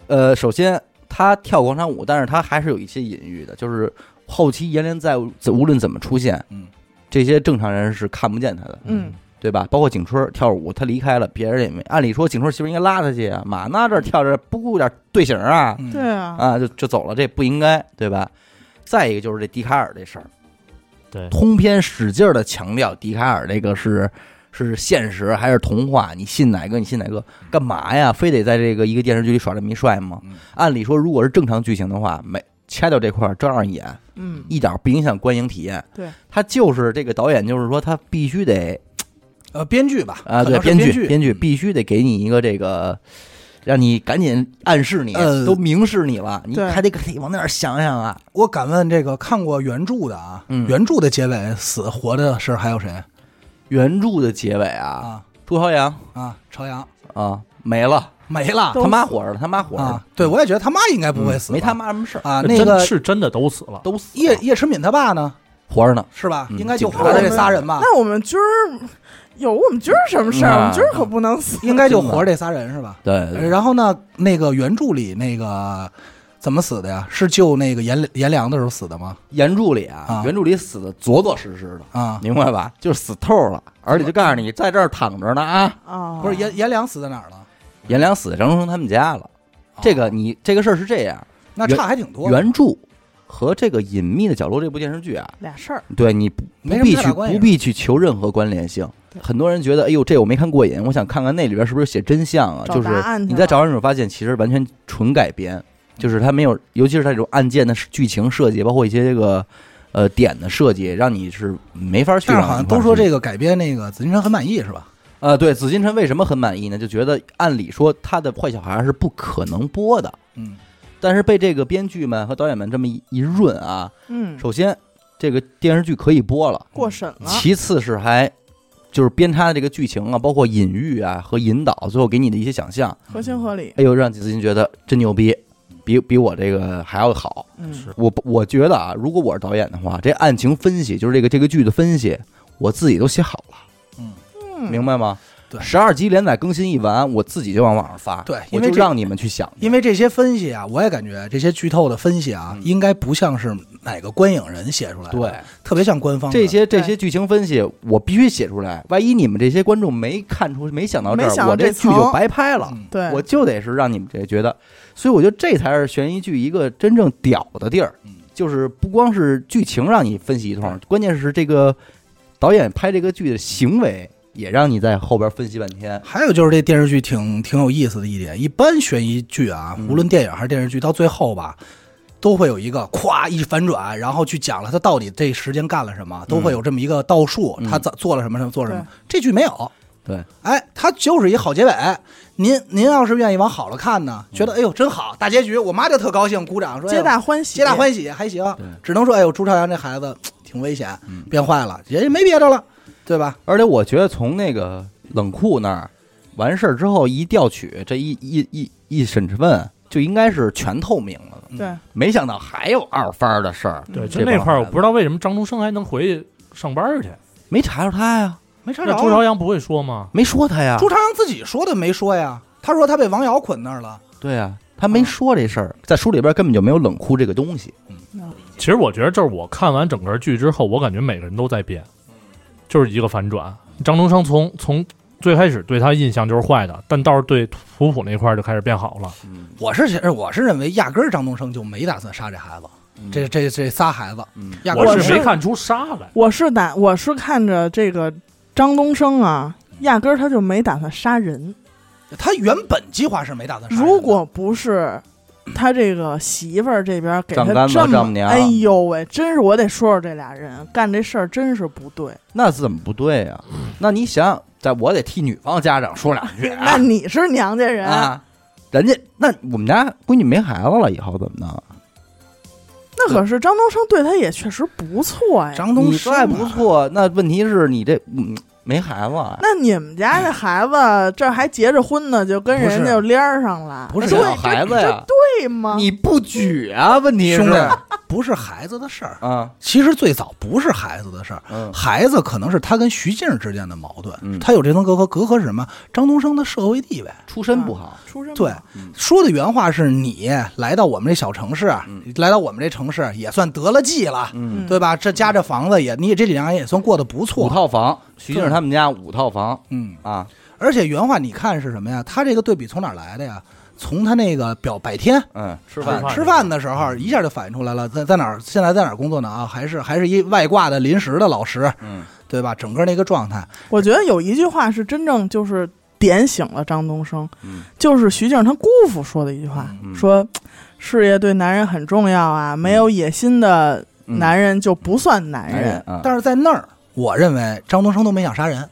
A: 呃，首先他跳广场舞，但是他还是有一些隐喻的，就是后期阎连在无论怎么出现，
B: 嗯，
A: 这些正常人是看不见他的。
C: 嗯，
A: 对吧？包括景春跳舞，他离开了，别人也没。按理说景春媳妇应该拉他去啊，嘛那这儿跳着不顾点队形啊，
B: 嗯
C: 对啊，
A: 啊就就走了，这不应该，对吧？再一个就是这笛卡尔这事儿，
D: 对
A: 通篇使劲的强调笛卡尔这个是是现实还是童话，你信哪个你信哪个，干嘛呀？非得在这个一个电视剧里耍这迷帅吗
B: 嗯？
A: 按理说，如果是正常剧情的话，没掐掉这块儿照样演，
C: 嗯，
A: 一点儿不影响观影体验。
C: 对，
A: 他就是这个导演，就是说他必须得
B: 呃，编剧吧，
A: 啊，
B: 可
A: 对，
B: 能是
A: 编
B: 编
A: 剧编剧必须得给你一个这个，让你赶紧暗示你，
B: 呃
A: 都明示你了，你
C: 对
A: 还得得往那儿想想啊。
B: 我敢问这个看过原著的啊，
A: 嗯
B: 原著的结尾死活的是还有谁
A: 原著的结尾啊，
B: 啊
A: 朱朝阳
B: 啊？朝阳
A: 啊没了，
B: 没了
C: 都
A: 他妈活着了，他妈活着
B: 啊
A: 了，！
B: 对，我也觉得他妈应该不会死
A: 嗯
B: 吧，
A: 没他妈什呃么事儿，
B: 啊。
D: 这
B: 那
D: 真
B: 个
D: 是真的都死了，
A: 都死
B: 叶
A: 了
B: 叶诗敏他爸呢，
A: 活着呢。
B: 是吧？
A: 嗯
B: 应该就
A: 警
B: 活
A: 察
B: 着这啊仨人吧？
C: 那我们今儿有我们今儿什么事儿？
A: 嗯啊
C: 我们今儿可不能死。
B: 嗯应该就活着这仨人是吧？
A: 对，对
B: 然后呢，那个原著里那个怎么死的呀？是救那个颜颜良的时候死的吗？
A: 原著里啊
B: 啊，
A: 原著里死的着着实实的，
B: 啊，
A: 明白吧？就是死透了，而且就告诉你在这儿躺着呢啊。
C: 啊，
B: 不是颜颜良死在哪儿了？哦
A: 颜良死在张成他们家了，
B: 啊
A: 这个你这个事儿是这样，
B: 那差还挺多。
A: 原啊著和这个《隐秘的角落》这部电视剧啊，
C: 俩事儿，
A: 对你不
B: 没
A: 不
B: 什么
A: 必
B: 太
A: 去
B: 大关系
A: 不必去求任何关联性。很多人觉得，哎呦，这我没看过瘾，我想看看那里边是不是写真相啊？
C: 找
A: 就是
C: 答案去
A: 你在
C: 了
A: 找案的时候发现，其实完全纯改编，就是它没有，尤其是它这种案件的剧情设计，包括一些这个呃点的设计，让你是没法去
B: 但
A: 往
B: 是
A: 那块
B: 好
A: 儿
B: 像
A: 去。
B: 都说这个改编那个紫金山很满意是吧？
A: 呃，对，紫禁城为什么很满意呢？就觉得按理说他的坏小孩是不可能播的，
B: 嗯，
A: 但是被这个编剧们和导演们这么一一润啊，
C: 嗯，
A: 首先，这个电视剧可以播了；
C: 过审
B: 啊
C: 了，
A: 其次是还就是编插的这个剧情啊，包括隐喻啊和引导，最后给你的一些想象，
C: 合情合理。
A: 哎呦，让子金觉得真牛逼，比比我这个还要好。
C: 嗯，
D: 是
A: 我我觉得啊，如果我是导演的话，这案情分析就是这个这个剧的分析，我自己都写好了，
C: 嗯
A: 明白吗？
B: 对
A: 十二集连载更新一完，我自己就往网上发，
B: 对
A: 我
B: 因为
A: 就
B: 这
A: 让你们去想去，
B: 因为这些分析啊，我也感觉这些剧透的分析啊，应该不像是哪个观影人写出来
A: 嗯
B: 的，
A: 对，。
B: 特别像官方的
A: 这些这
C: 对
A: 些剧情分析，我必须写出来。万一你们这些观众没看出、没想到这
C: 没想
A: 儿，
C: 到
A: 我
C: 这
A: 剧
C: 层
A: 就白拍了。
B: 嗯
C: 对，
A: 我就得是让你们这觉得，所以我觉得这才是悬疑剧一个真正屌的地儿
B: 嗯，
A: 就是不光是剧情让你分析一通，关键是这个导演拍这个剧的行为也让你在后边分析半天。
B: 还有就是这电视剧挺挺有意思的一点，一般悬疑剧啊，
A: 嗯
B: 无论电影还是电视剧，到最后吧，都会有一个咵一反转，然后去讲了他到底这时间干了什么，都会有这么一个倒数，
A: 嗯
B: 他做做了什么什么做了什么。这剧没有，
A: 对，
B: 哎，它就是一好结尾。您您要是愿意往好了看呢，觉得哎呦真好，大结局，我妈就特高兴，鼓掌说哎
C: 皆大欢喜，
B: 皆大欢喜还行
A: 对，
B: 只能说哎呦朱朝阳这孩子挺危险
A: 嗯，
B: 变坏了，人家没别的了，对吧？
A: 而且我觉得从那个冷库那儿完事儿之后一调取，这一一一一审问就应该是全透明了。
C: 对，
A: 没想到还有二番的事儿，
D: 对，
C: 嗯
D: 就
A: 这
D: 那
A: 帮
D: 块儿，
A: 孩
D: 我
A: 子
D: 不知道为什么张东升还能回去上班去。
A: 没查着他呀，
B: 没查着
D: 那
B: 啊。
D: 朱朝阳不会说吗？
A: 没说他呀，
B: 朱朝阳自己说的没说呀，他说他被王瑶捆那儿了。
A: 对呀、他没说这事儿，在书里边根本就没有冷库这个东西。
D: 其实我觉得，这是我看完整个剧之后，我感觉每个人都在变，就是一个反转。张东升从从最开始对他印象就是坏的，但倒是对普普那块儿就开始变好了。
B: 我是觉我是认为压根儿张东升就没打算杀这孩子，这这这仨孩子
A: 嗯，
B: 压根
D: 我
B: 儿
C: 是
D: 是没看出杀来，
C: 我是打，我是看着这个张东升啊，压根儿他就没打算杀人。
B: 他原本计划是没打算杀人的。
C: 如果不是他这个媳妇儿这边给
A: 丈杆
C: 他
A: 子
C: 这
A: 丈母
C: 么，
A: 娘
C: 哎呦喂，真是我得说说这俩人干这事儿真是不对。
A: 那怎么不对呀、那你想想，在我得替女方家长说两句
C: 那你是娘家人，
A: 啊，人家那我们家闺女没孩子了，以后怎么弄？
C: 那可是张东升对他也确实不错呀。
B: 张东
A: 你
B: 升
A: 再
B: 啊
A: 不，错，那问题是你这嗯没孩子啊，
C: 那你们家这孩子这还结着婚呢，就跟
B: 不是
C: 人家就连儿上了，
B: 不是
A: 想要孩子呀，
C: 对吗？
A: 你不举啊？问题是
B: 兄弟，不是孩子的事儿。
A: 啊，
B: 其实最早不是孩子的事儿，
A: 嗯
B: 孩子可能是他跟徐静之间的矛盾，
A: 嗯
B: 他有这层隔阂，隔阂是什么？张东升的社会地位。
A: 出身不好，
C: 出身不
B: 对
C: 好，
A: 嗯
B: 说的原话是你来到我们这小城市，来到我们这城市也算得了计了，
A: 嗯，
C: 嗯
B: 对吧？这家这房子也，你也这几年也算过得不
A: 五
B: 错，
A: 套房，徐静他们家五套房
B: 嗯。
A: 啊，
B: 而且原话你看是什么呀？他这个对比从哪儿来的呀？从他那个表白天啊
A: 嗯，吃
D: 饭
A: 饭
B: 吃饭的时候，一下就反映出来了，在在哪儿现在在哪儿工作呢？啊，还是还是一外挂的临时的老师，
A: 嗯，
B: 对吧？整个那个状态，
C: 我觉得有一句话是真正就是点醒了张东升，
A: 嗯
C: 就是徐静她姑父说的一句话，
A: 嗯
C: 说事业对男人很重要啊，没有野心的
A: 嗯
C: 男人就不算男
A: 男人
C: 人。
A: 啊，
B: 但是在那儿，我认为张东升都没想杀人，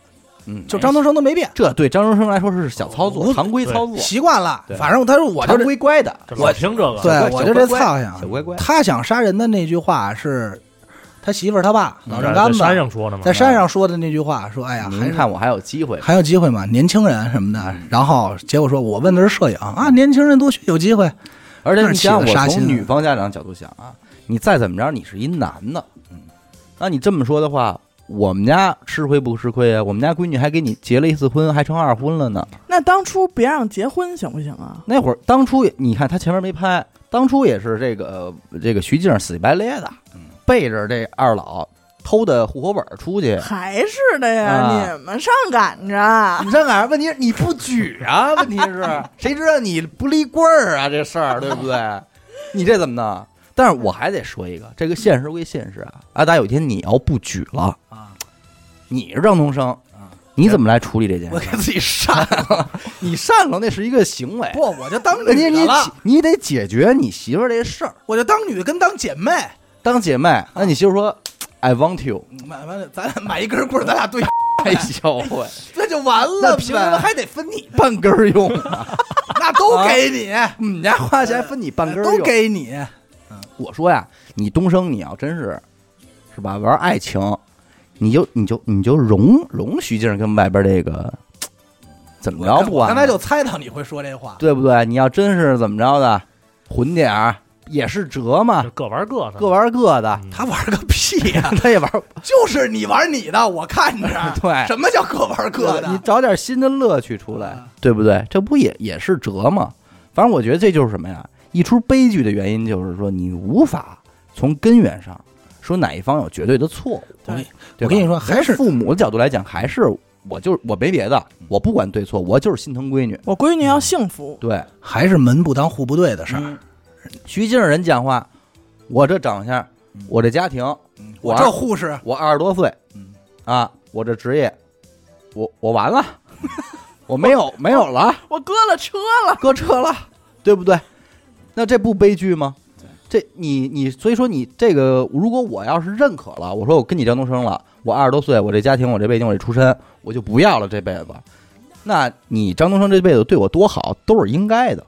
A: 嗯，
B: 就张东升都没变，
A: 这对张荣生来说是小操作，
B: 无
A: 常规操作，
B: 习惯了
A: 对。
B: 反正他说我就
A: 常
B: 这，
A: 规乖的，
D: 这
B: 我
D: 老听这个，
B: 对
A: 小乖
B: 我就这
A: 小乖
B: 操性
A: 小乖乖，
B: 他想杀人的那句话是他媳妇儿他爸
A: 嗯
B: 老丈
D: 在
B: 杆子
D: 山上说的嘛
B: 在，山上说的那句话，说哎呀，还
A: 您
B: 是
A: 看我嗯还有机会，
B: 还有机会吗？年轻人什么的，然后结果说我问的是摄影啊，年轻人多有机 会，
A: 而且
B: 那
A: 你
B: 是
A: 想，
B: 起了杀
A: 我
B: 心
A: 从
B: 了
A: 女方家长角度想啊，你再怎么着，你是一男的，嗯，那你这么说的话，我们家吃亏不吃亏啊？我们家闺女还给你结了一次婚，还成二婚了呢。
C: 那当初别让结婚行不行啊？
A: 那会儿当初也你看她前面没拍，当初也是这个呃这个徐静死乞白赖的，嗯背着这二老偷的户口本儿出去。
C: 还是的呀，
A: 啊
C: 你们上赶着。
A: 你上哪儿？问题是你不举啊？问题是谁知道你不立棍儿啊？这事儿对不对？你这怎么弄？但是我还得说一个，这个现实归现实啊，阿达，有一天你要不举了
B: 啊，
A: 你是张东升，你怎么来处理这件
B: 我
A: 事？
B: 给自己杀了，
A: 你赡了那是一个行为，
B: 不， 我就当
A: 人
B: 女
A: 家
B: 的
A: 你
B: 了，
A: 你得解决你媳妇儿这事儿。
B: 我就当女跟当姐妹，
A: 当姐妹，那你媳妇说 I want you，
B: 买完了咱俩买一根棍儿，咱俩 对，
A: 哎呦喂，
B: 这就完
A: 那
B: 了
A: 凭什么
B: 呗，
A: 还得分你啊半根儿 用啊？
B: 那都 给你，
A: 我们家花钱分你半根儿用
B: 都，给你，
A: 我说呀，你东升，你要真是是吧，玩爱情，你就你就你就容容徐静跟外边这个怎么着不啊
B: 我
A: 完了？
B: 刚才就猜到你会说这话，
A: 对不对？你要真是怎么着的，混点儿也是折嘛
D: 就，各玩各的，
A: 各玩各的，
B: 啊
D: 嗯
B: 他玩个屁 呀，
A: 他也玩，
B: 就是你玩你的，我看着
A: 对
B: 什么叫各玩各
A: 你
B: 的？
A: 找点新的乐趣出来
B: 啊，
A: 对不对？这不也也是折吗？反正我觉得这就是什么呀？一出悲剧的原因就是说，你无法从根源上说哪一方有绝对的错误。哎
B: 我跟
A: 对吧
B: 我跟你说，还是嗯
A: 父母的角度来讲，还是我就是我没别的，我不管对错，我就是心疼闺女。
C: 我闺女要幸福，
A: 对，
B: 还是门不当户不对的事儿，
A: 嗯徐静人讲话，我这长相，
B: 嗯
A: 我这家庭，
B: 我
A: 我
B: 这护士
A: 我二十多岁
B: 嗯，
A: 啊，我这职业，我我完 了，我没有没有了，
C: 我割了车了。
A: 搁车了，对不对？那这不悲剧吗？这你你所以说你这个，如果我要是认可了，我说我跟你张东升了，我二十多岁，我这家庭，我这背景，我这出身，我就不要了这辈子。那你张东升这辈子对我多好，都是应该的，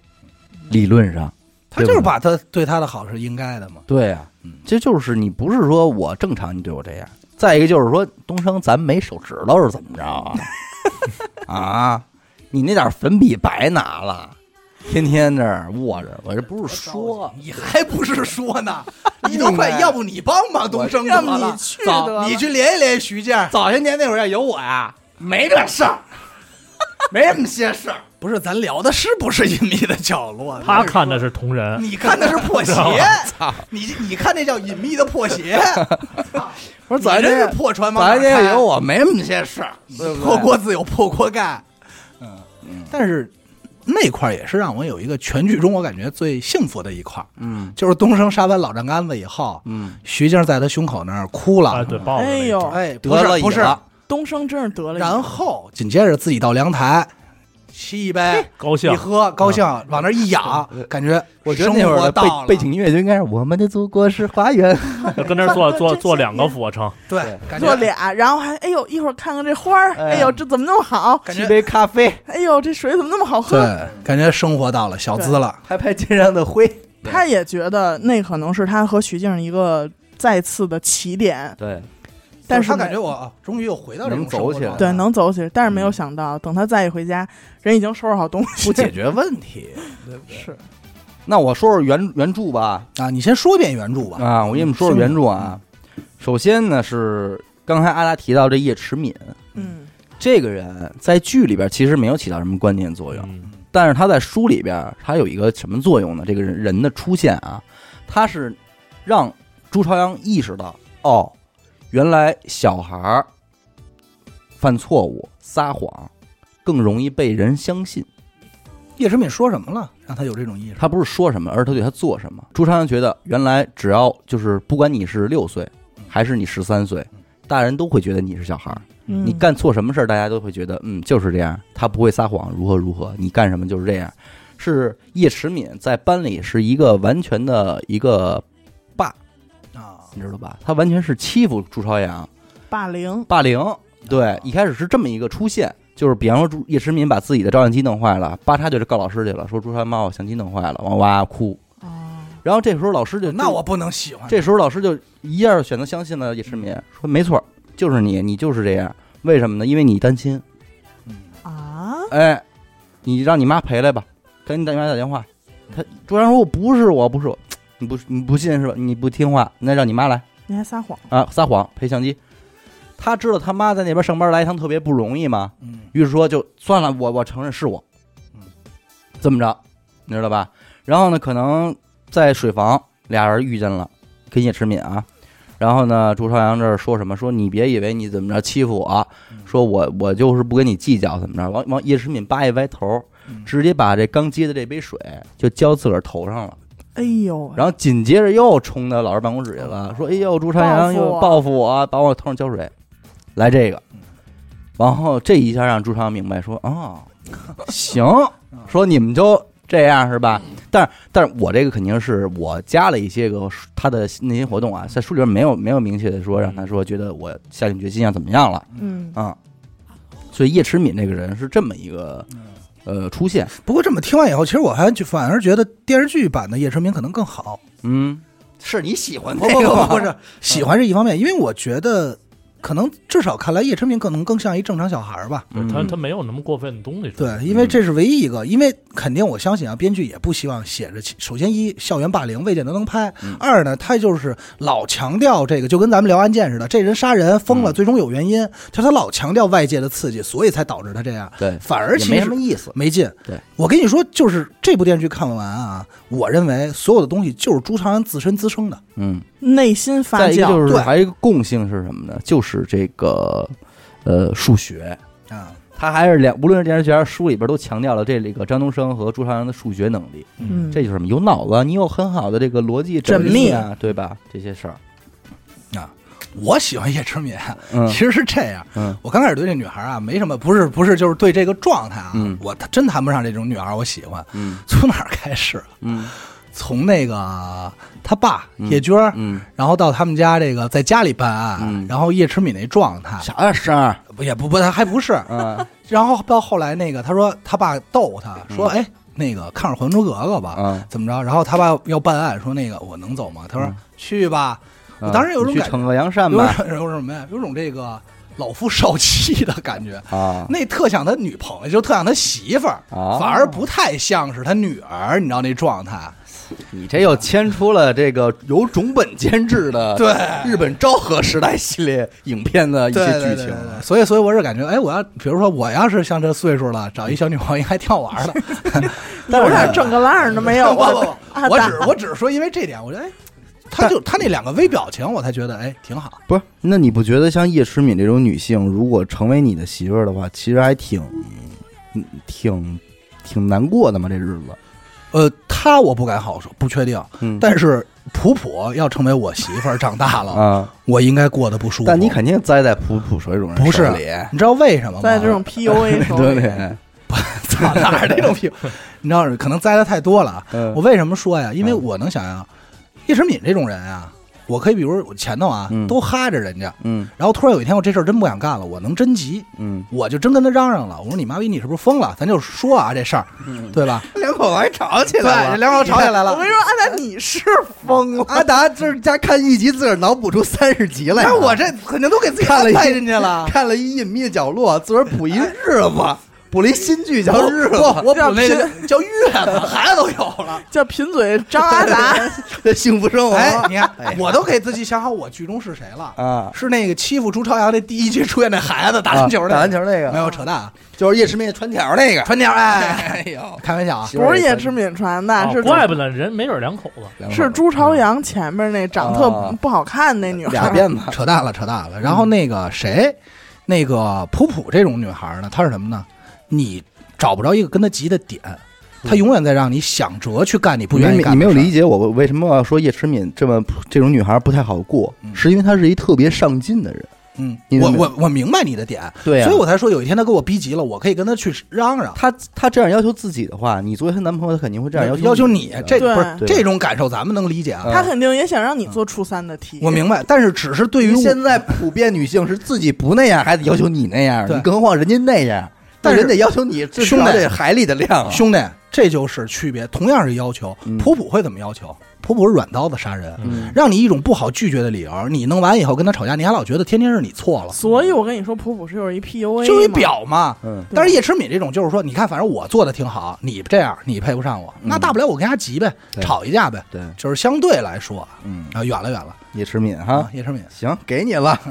A: 理论上。
B: 他就是把他对他的好是应该的嘛。
A: 对呀、
B: 嗯
A: 这就是你不是说我正常，你对我这样。再一个就是说，东升，咱没手指头是怎么着啊？啊，你那点粉笔白拿了，天天这儿握着，我这不是说，
B: 你还不是说 呢？你都
A: 应该
B: 快，要不你帮帮东升得
C: 让你
B: 了，
C: 去
A: 走
C: 得了
B: 你去联系联系徐静。
A: 早些年那会儿要有我呀，没这事儿， 没这么些事儿。
B: 不是，咱聊的是不是隐秘的角落？
D: 他看的是同人，
B: 你看的是 破鞋
A: 操，
B: 你你看那叫隐秘的 破鞋，
A: 不是
B: 你
A: 早些
B: 真是
A: 年，
B: 破船往
A: 早
B: 哪
A: 些
B: 儿
A: 年
B: 开
A: 有？我没那么些事儿，对不
B: 破
A: 对
B: 锅自有破锅盖。嗯，但是那块儿也是让我有一个全剧中我感觉最幸福的一块儿，
A: 嗯
B: 就是东升杀完老丈杆子以后，
A: 嗯，
B: 徐静在他胸口那儿哭了。
A: 啊
D: 哎，对，抱着那
C: 哎
D: 种
C: 呦，
B: 哎，不
A: 得了
B: 是
A: 瘾
B: 不是，
A: 了，
C: 东升真是得了一个。
B: 然后紧接着自己到凉台沏一杯，
D: 高兴
B: 一，喝高兴，往那儿 一仰，感觉
A: 啊我觉得那会
B: 生
A: 儿
B: 活
A: 的背
B: 到了
A: 背景音乐就应该是我们的祖国是花 园。
D: 跟那儿做做做两个俯卧撑，
B: 对，感
C: 做
B: 觉
C: 俩，然后还哎呦，一会儿看看这花儿，
A: 哎
C: 哎呦，这怎么那么好？
B: 感
A: 沏
B: 觉
A: 杯咖啡，
C: 哎呦，这水怎么那么好 喝？
B: 对，感觉生活到了小资了。
A: 拍拍肩上的灰。
C: 他也觉得那可能是他和徐静一个再次的起点，
A: 对，
C: 但
B: 就是他感
C: 没
B: 觉嗯我啊终于又回到这种
A: 能走
B: 生活
A: 起
B: 状
A: 来
C: 对
B: 态
C: 能走起来，但是没有想到，等他再一回家，人已经收拾好东西，
A: 决问题。
C: 是
A: 那我说说原原著吧，
B: 啊，你先说一遍原著吧。
A: 啊，我给你们说说原著啊。首先呢是刚才阿达提到这叶迟敏
C: 嗯
A: 这个人，在剧里边其实没有起到什么关键作用，
D: 嗯
A: 但是他在书里边他有一个什么作用呢？这个人人的出现啊，他是让朱朝阳意识到，哦，原来小孩儿犯错误、撒谎更容易被人相信。
B: 叶诗敏说什么了，让他有这种意识？
A: 他不是说什么，而是他对他做什么。朱朝阳觉得，原来只要就是不管你是六岁，还是你十三岁，大人都会觉得你是小孩儿。
C: 嗯，
A: 你干错什么事儿，大家都会觉得，嗯，就是这样，他不会撒谎，如何如何，你干什么就是这样。是叶迟敏在班里是一个完全的一个，
B: 啊，
A: 你知道吧？他完全是欺负朱朝阳，
C: 霸凌，
A: 霸凌。对，一开始是这么一个出现，就是比方说朱叶迟敏把自己的照相机弄坏了，八叉就去告老师去了，说朱朝阳把我相机弄坏了，哇哇哭。
C: 哦，
A: 然后这时候老师就
B: 那我不能喜欢。
A: 这时候老师就一下选择相信了叶诗敏，说没错，就是你，你就是这样。为什么呢？因为你单亲，
B: 嗯
C: 啊，
A: 哎，你让你妈陪来吧，赶紧给你妈打电话。他朱然说我不是我不是我，你不你不信是吧？你不听话，那让你妈来
C: 你还撒谎，
A: 啊，撒谎赔相机。他知道他妈在那边上班来一趟特别不容易嘛，
B: 嗯
A: 于是说就算了，我我承认是我
B: 嗯，
A: 这么着，你知道吧？然后呢，可能在水房俩人遇见了，跟叶迟敏啊，然后呢，朱朝阳这儿说什么？说你别以为你怎么着欺负我
B: 嗯，
A: 说我我就是不跟你计较，怎么着？往往叶迟敏扒一歪头，
B: 嗯
A: 直接把这刚接的这杯水就浇自个儿头上了，
C: 哎呦喂，
A: 然后紧接着又冲到老师办公室去了，说：“哎呦，朱朝阳又报
C: 报
A: 复我，把我头上浇水，来这个。”然后这一下让朱朝阳明白说：“哦， 行，说你们就这样是吧？”但是，但是我这个肯定是我加了一些个他的内心活动啊，在书里边没有没有明确的说让他说觉得我下定决心要怎么样了
C: 嗯，
A: 啊、所以叶迟敏这个人是这么一个呃出现，
B: 不过这么听完以后，其实我还就反而觉得电视剧版的叶诗敏可能更 好。
A: 嗯，是你喜欢
B: 不
A: 这
B: 不
A: 个
B: 不
A: 吗
B: 不是喜欢是一方面，因为我觉得可能至少看来叶诗敏可能更像一正常小孩儿吧。
A: 嗯
D: 他他没有那么过分的东西出来。
B: 对，因为这是唯一一个，因为肯定我相信啊，编剧也不希望写着其。首先一，校园霸凌未见得能拍；
A: 嗯
B: 二呢，他就是老强调这个，就跟咱们聊案件似的，这人杀人疯了，
A: 嗯
B: 最终有原因，就他老强调外界的刺激，所以才导致他这样。
A: 对，
B: 反而
A: 也
B: 其
A: 没
B: 实
A: 什么意思。
B: 没劲。
A: 对，
B: 我跟你说，就是这部电视剧看完啊，我认为所有的东西就是朱朝阳自身滋生的。
A: 嗯，
C: 内心发
A: 再一个
C: 酵，
A: 就是
B: 对
A: 还有一个共性是什么呢？就是这个呃数学，
B: 啊，
A: 他还是两无论是电视剧还是书里边都强调了这里个张东升和朱朝阳的数学能力，
C: 嗯，
A: 这就是什么有脑子，你有很好的这个逻辑
C: 缜
A: 密
C: 密
A: 啊，对吧？这些事儿，
B: 我喜欢叶之敏，
A: 嗯
B: 其实是这样。
A: 嗯
B: 我刚开始对这女孩啊没什么，不是不是，就是对这个状态啊，
A: 嗯
B: 我真谈不上这种女孩我喜欢。
A: 嗯
B: 从哪儿开始啊？
A: 嗯
B: 从那个他爸
A: 嗯
B: 叶娟儿，
A: 嗯，
B: 然后到他们家这个在家里办案，
A: 嗯
B: 然后叶迟敏那状态，
A: 啥呀声儿？
B: 不也不不，他还不是。
A: 啊
B: 然后到后来那个，他说他爸逗他说，
A: 嗯
B: 哎，那个看着《还珠格格》吧，
A: 啊！
B: 怎么着？然后他爸要办案，说那个我能走吗？他说、
A: 嗯
B: 去吧，我当时有种
A: 你去
B: 感觉
A: 惩恶扬善
B: 有
A: 吧
B: 种有种什么呀？有种这个老夫少妻的感觉。
A: 啊
B: 那特像他女朋友，就特像他媳妇儿，反
A: 啊！
B: 而不太像是他女儿，你知道那状态？
A: 你这又牵出了这个由种本监制的
B: 对
A: 日本昭和时代系列影片的一
B: 对
A: 些
B: 对
A: 剧
B: 对
A: 情
B: 对
A: 了
B: 对。所以，所以我是感觉，哎，我要比如说我要是像这岁数了，找一小女朋友应该挺好玩的。
C: 有点正个浪儿都没有，
B: 不不不，
C: 啊
B: 我
C: 大
B: 只我只是说，因为这点，我觉得，哎，他就他那两个微表情，我才觉得，哎，挺好。
A: 不是，那你不觉得像叶诗敏这种女性，如果成为你的媳妇儿的话，其实还挺，嗯挺，挺难过的吗？这日子，
B: 呃，他我不敢好说，不确定。
A: 嗯
B: 但是普普要成为我媳妇儿，长大了，
A: 啊，
B: 我应该过得不舒服。
A: 但你肯定栽在普普水种人
B: 不是
A: 手里，
B: 你知道为什么吗？
C: 在这种 PUA 手
A: 对不
C: 里，
A: 对？
B: 操哪儿那种 屁股，你知道可能栽的太多了啊。
A: 嗯
B: 我为什么说呀？因为
A: 嗯
B: 我能想象叶诗敏这种人啊，我可以比如我前头啊
A: 嗯
B: 都哈着人家，
A: 嗯
B: 然后突然有一天我这事儿真不想干了，我能真急，
A: 嗯，
B: 我就真跟他嚷嚷了，我说你妈逼你是不是疯了？咱就说啊这事儿，
A: 嗯
B: 对吧？
A: 两口子还吵起
B: 对，这两口吵起来
C: 我跟
B: 了
C: 你。说，阿达你是疯了，
A: 阿达这家看一集，自个儿脑补出三十集来。啊
B: 那我这肯定都给自己
A: 看了
B: 安
A: 一
B: 排进去了，
A: 看了一隐秘角落，自个儿补一日子， 补了一新剧叫
B: 不
A: 日
B: 不，
A: 子，
B: 我补那个叫月 子，孩子都有了。
C: 叫贫嘴张阿达，
A: 这幸福生活
B: 哎，你
A: 哎
B: 看，我都给自己想好我剧中是谁了，
A: 啊，
B: 是那个欺负朱朝阳那第一集出现那孩子打篮球
A: 啊
B: 的，
A: 打篮球那
B: 没
A: 个，
B: 有扯淡，啊，
A: 就是叶诗密传条那个，
B: 传条 哎，开玩笑啊，
C: 不是叶之敏传的，
D: 哦
C: 啊是
D: 怪不得人没准两口子。
C: 是朱朝阳前面那长特
A: 啊
C: 不好看那女
A: 嗯俩
C: 孩，
A: 辫子，
B: 扯淡了，扯淡了。然后那个谁，那个普普这种女孩呢，她是什么呢？你找不着一个跟她急的点，她永远在让你想辙去干你不
A: 嗯
B: 愿意
A: 你没
B: 干
A: 你没有
B: 的事儿
A: 理解我我为什么要说叶诗敏这么这种女孩不太好过，
B: 嗯
A: 是因为她是一特别上进的人。
B: 嗯
A: 你，
B: 我
A: 没
B: 我我明白你的点，
A: 对啊呀
B: 所以我才说有一天她给我逼急了，我可以跟她去嚷嚷。
A: 她她这样要求自己的话，你作为她男朋友，她肯定会这样
B: 要
A: 求
B: 求
A: 你
B: 你
A: 的。
B: 这
C: 对
B: 不是
A: 对
B: 这种感受，咱们能理解啊。
A: 嗯
C: 他肯定也想让你做初三的题。
B: 我明白，但是只是对于
A: 因为
B: 我
A: 现在普遍女性是自己不那样，还得要求你那样，
B: 对
A: 你更何况人家那样，
B: 但是
A: 人得要求你至少
B: 兄弟
A: 得海里的量啊。
B: 兄弟，这就是区别。同样是要求
A: 嗯，
B: 普普会怎么要求？普普是软刀子杀人，
A: 嗯，
B: 让你一种不好拒绝的理由。你弄完以后跟他吵架，你还老觉得天天是你错了，
C: 所以我跟你说，普普是就是一 PUA，
B: 就是一
C: 嘛
B: 表嘛。
A: 嗯，
B: 但是叶诗敏这种就是说，你看，反正我做的挺好，你这样你配不上
C: 嗯
B: 我，那大不了我跟他急呗，
A: 对
B: 吵一架呗，
A: 对，
B: 就是相对来说
A: 嗯，
B: 啊，远了远了啊
A: 叶诗敏
C: 啊
A: 哈，，
B: 叶诗敏，
A: 行，给你了。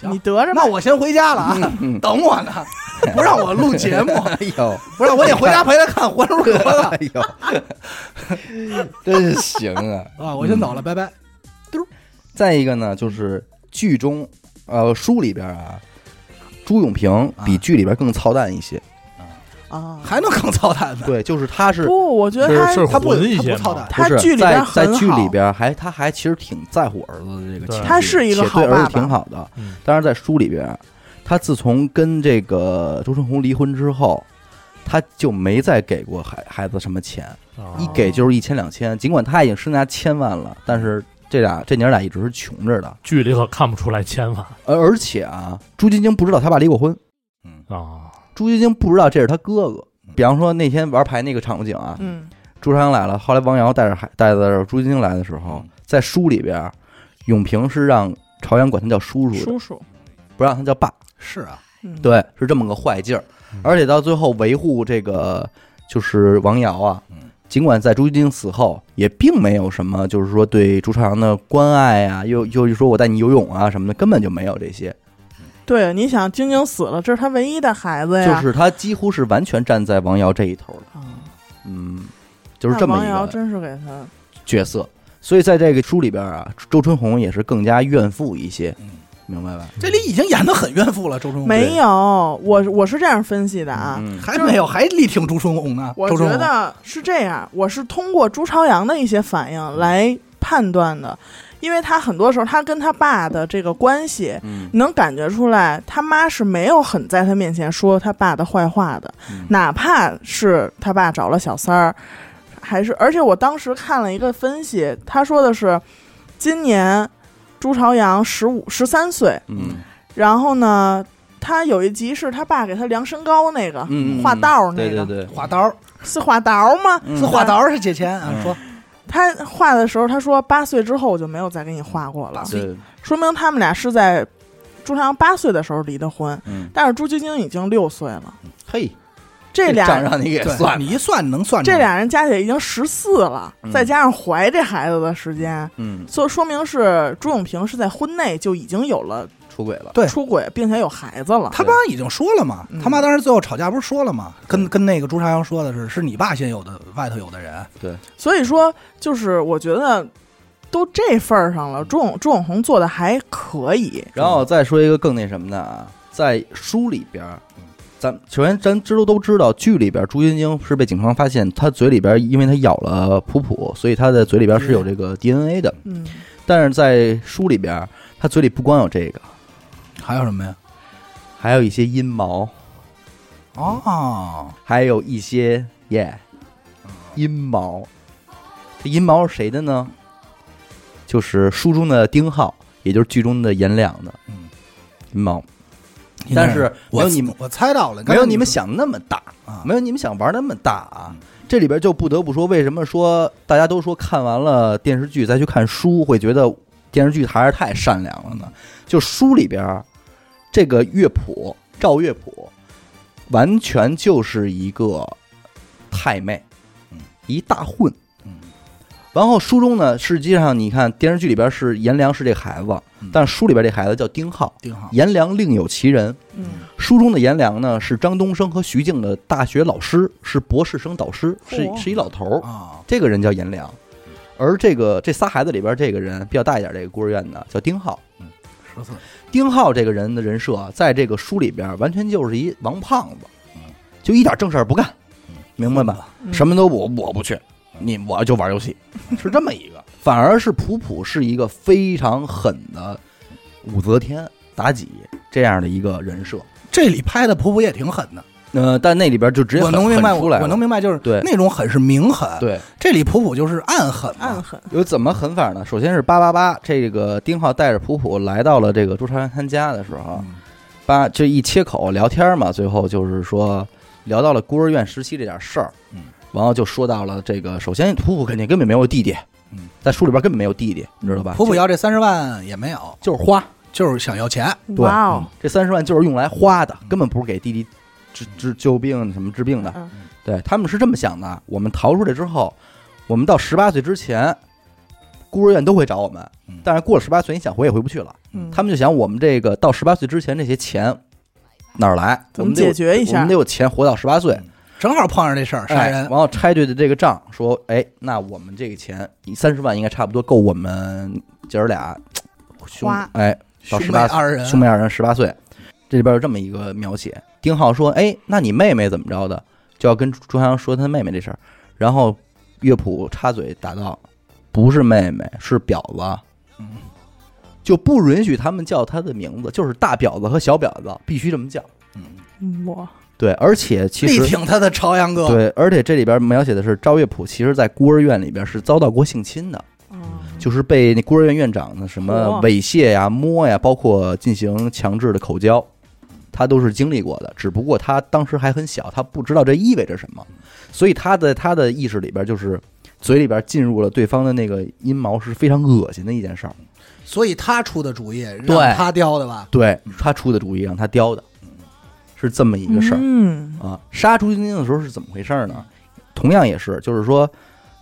B: 行
C: 你得着吧
B: 那我先回家了啊，
A: 嗯
B: 等我 呢，不让我录节目，
A: 哎呦，
B: 不让我得回家陪他看《还珠格格》
A: 哎呦， 真是行啊！
B: 啊，我先
C: 嗯
B: 走了，拜拜。
A: 再一个呢，就是剧中，呃，书里边啊，朱永平比剧里边更操蛋一些。
C: 啊，
B: 还能更操蛋的，
A: 对，就是他是
C: 不，我觉得他
D: 是
B: 他不
D: 混一
B: 他
D: 些
B: 不操
D: 嘛
B: 蛋，
A: 不
C: 他
A: 是
C: 剧里边
A: 在在
C: 很
A: 剧
C: 好
A: 里边还他还其实挺在乎儿子的这个
D: 对
A: 情绪，
D: 他
C: 是一个
A: 且
C: 好
A: 对
C: 爸
A: 儿
C: 爸
A: 子挺好的
D: 嗯。
A: 当然，在书里边，啊他自从跟这个周春红离婚之后。他就没再给过孩孩子什么钱，
C: 哦
D: 啊
A: 一给就是一千两千。尽管他已经身家千万了，但是这俩这娘俩一直是穷着的。
D: 剧里可看不出来千万
A: 而而且啊，朱晶晶不知道他爸离过婚，嗯
D: 啊，
A: 朱晶晶不知道这是他哥哥
B: 嗯。
A: 比方说那天玩牌那个场景啊，
C: 嗯，
A: 朱朝阳来了，后来王瑶带着孩带着朱晶晶来的时候
B: 嗯，
A: 在书里边，永平是让朝阳管他叫叔叔的，
C: 叔叔，
A: 不让他叫爸。
B: 是啊，
C: 嗯，
A: 嗯对，是这么个坏劲儿
D: 嗯。
A: 而且到最后维护这个就是王瑶啊
B: 嗯，
A: 尽管在朱晶晶死后也并没有什么，就是说对朱朝阳的关爱啊，又又说我带你游泳啊什么的，根本就没有这些。
C: 对，你想晶晶死了，这是他唯一的孩子
A: 就
C: 呀，
A: 是他几乎是完全站在王瑶这一头的。
C: 啊
A: 嗯，就是这么
C: 那
A: 一
C: 王瑶
A: 个嗯
C: 真是给他，
A: 角色。所以在这个书里边啊，周春红也是更加怨妇一些
B: 嗯，
A: 明白吧？
B: 这里已经演的很怨妇了，周春红
C: 没有，我我是这样分析的啊，
A: 嗯，
B: 还没有，还力挺朱春红呢。
C: 我
B: 周
C: 觉
B: 春红
C: 得是这样，我是通过朱朝阳的一些反应来判断的，因为他很多时候他跟他爸的这个关系。
A: 嗯
C: 能感觉出来，他妈是没有很在他面前说他爸的坏话的，
A: 嗯
C: 哪怕是他爸找了小三儿，还是而且我当时看了一个分析，他说的是今年朱朝阳十五十三岁，
A: 嗯
C: 然后呢，他有一集是他爸给他量身高那个、
A: 嗯，
C: 画道儿那
A: 对
C: 个
A: 对对，
B: 画刀儿
C: 是画道儿吗？
A: 嗯
B: 是画刀儿是借钱啊
A: 嗯，
B: 说
C: 他画的时候他说八岁之后我就没有再给你画过了，
A: 对，
C: 说明他们俩是在朱朝阳八岁的时候离的婚，
A: 嗯，
C: 但是朱晶晶已经六岁了。
A: 嘿，
C: 这
A: 账
C: 俩
A: 让你给
B: 对
A: 算了，
B: 你一算能算出来
C: 这俩人加起来已经十四了，
A: 嗯
C: 再加上怀这孩子的时间，
A: 嗯，
C: 所以说明是朱永平是在婚内就已经有了
A: 出轨了，
B: 对
C: 出轨，并且有孩子了。
B: 他妈已经说了嘛
C: 嗯，
B: 他妈当时最后吵架不是说了嘛，跟跟那个朱朝阳说的是，是你爸先有的，外头有的人，
C: 所以说，就是我觉得都这份儿上了，朱永朱永红做的还可以。
A: 然后我再说一个更那什么的啊，在书里边儿，咱首先咱知道都知道，剧里边儿朱晶晶是被警方发现，她嘴里边儿因为她咬了普普，所以她的嘴里边儿是有这个 DNA 的。
C: 嗯，
A: 但是在书里边儿，她嘴里不光有这个，
B: 还有什么呀？
A: 还有一些阴毛，
B: 哦，
A: 还有一些耶阴毛。这阴毛是谁的呢？就是书中的丁浩，也就是剧中的颜良的
B: 嗯
A: 阴毛，但是没有
B: 我
A: 你们
B: 我猜到了，
A: 没
B: 刚才
A: 有你们
B: 说
A: 想那么大。
B: 啊，
A: 没有你们想玩那么大啊
B: 嗯。
A: 这里边就不得不说，为什么说大家都说看完了电视剧再去看书，会觉得电视剧还是太善良了呢？就书里边这个乐谱赵乐谱，完全就是一个太妹
B: 嗯，
A: 一大混。
B: 嗯
A: 然后书中呢，实际上你看电视剧里边是颜良是这孩子
B: 嗯，
A: 但书里边这孩子叫丁浩，
B: 挺好。
A: 颜良另有其人。
C: 嗯，
A: 书中的颜良呢是张东升和徐静的大学老师，是博士生导师，是
B: 哦
C: 嚯
A: 是一老头儿。
B: 啊，
A: 这个人叫颜良，而这个这仨孩子里边这个人比较大一点，这个孤儿院的叫丁浩。
B: 十四，
A: 丁浩这个人的人设啊，在这个书里边完全就是一王胖子
B: 嗯，
A: 就一点正事儿不干，明白吧？
C: 嗯
A: 什么都我我不去，你我就玩游戏，是这么一个。反而是普普是一个非常狠的武则天妲己这样的一个人设，
B: 这里拍的婆婆也挺狠的，
A: 呃，但那里边就直接
B: 我
A: 狠
B: 能明白，
A: 狠出
B: 我
A: 来了
B: 我能明白，就是
A: 对
B: 那种狠是明狠，
A: 对。
B: 这里普普就是暗
A: 嗯
B: 狠嘛，
C: 暗狠，
A: 有怎么狠法呢？首先是八八八，这个丁浩带着普普来到了这个朱朝阳他家的时候，
B: 嗯
A: 八这一切口聊天嘛，最后就是说聊到了孤儿院时期这点事儿，
B: 嗯，
A: 然后就说到了这个，首先普普肯定根本没有弟弟，
B: 嗯，
A: 在书里边根本没有弟弟，你知道吧？
B: 普普要这三十万也没有，
A: 就是花，
B: 就是想要钱，
A: 对
C: 哇哦，
A: 这三十万就是用来花的，根本不是给弟弟
B: 嗯
A: 治治救病什么治病的，
C: 嗯
A: 对他们是这么想的：我们逃出来之后，我们到十八岁之前，孤儿院都会找我们
B: 嗯，
A: 但是过了十八岁，你想回也回不去了。
C: 嗯，
A: 他们就想，我们这个到十八岁之前这些钱哪儿来？
C: 怎
A: 我
C: 么
A: 们得有
C: 解决一下
A: 我们得有钱活到十八岁
B: 嗯。正好碰上这事儿，杀
A: 哎，
B: 人
A: 然，后拆对的这个账，说，哎，那我们这个钱，三十万应该差不多够我们姐儿俩兄
C: 花
A: 哎到
B: 兄
A: 十
B: 妹
A: 八
B: 二人，
A: 兄妹二人十八岁，这里边有这么一个描写。丁浩说：“哎，那你妹妹怎么着的？”就要跟朱朝阳说他妹妹这事儿，然后乐谱插嘴打道：“不是妹妹，是婊子。
B: 嗯”
A: 就不允许他们叫他的名字，就是大婊子和小婊子必须这么叫。
B: 嗯
C: 哇，
A: 对，而且其
B: 力
A: 实
B: 挺他的朝阳哥，
A: 对，而且这里边描写的是赵乐谱，其实在孤儿院里边是遭到过性侵的。
C: 嗯
A: 就是被那孤儿院院长的什么
C: 嚯
A: 猥亵呀、摸呀，包括进行强制的口交，他都是经历过的。只不过他当时还很小，他不知道这意味着什么，所以他的他的意识里边就是嘴里边进入了对方的那个阴毛，是非常恶心的一件事儿。
B: 所以他出的主意，
A: 对
B: 让他叼的吧，
A: 对他出的主意让他叼的，嗯是这么一个事儿。
C: 嗯
A: 啊，杀朱晶晶的时候是怎么回事呢？同样也是，就是说，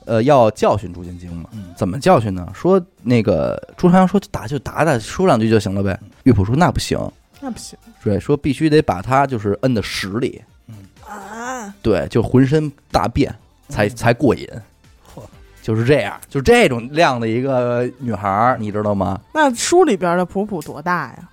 A: 呃，要教训朱晶晶嘛
B: 嗯。
A: 怎么教训呢？说那个朱朝阳说打就打打，说两句就行了
B: 嗯
A: 呗。玉璞说那不行，
C: 那不行
A: 对，说必须得把他就是摁到屎里，
C: 啊，
A: 对，就浑身大便才才过瘾
B: 嗯嚯。
A: 就是这样，就这种量的一个女孩儿，你知道吗？
C: 那书里边的普普多大呀？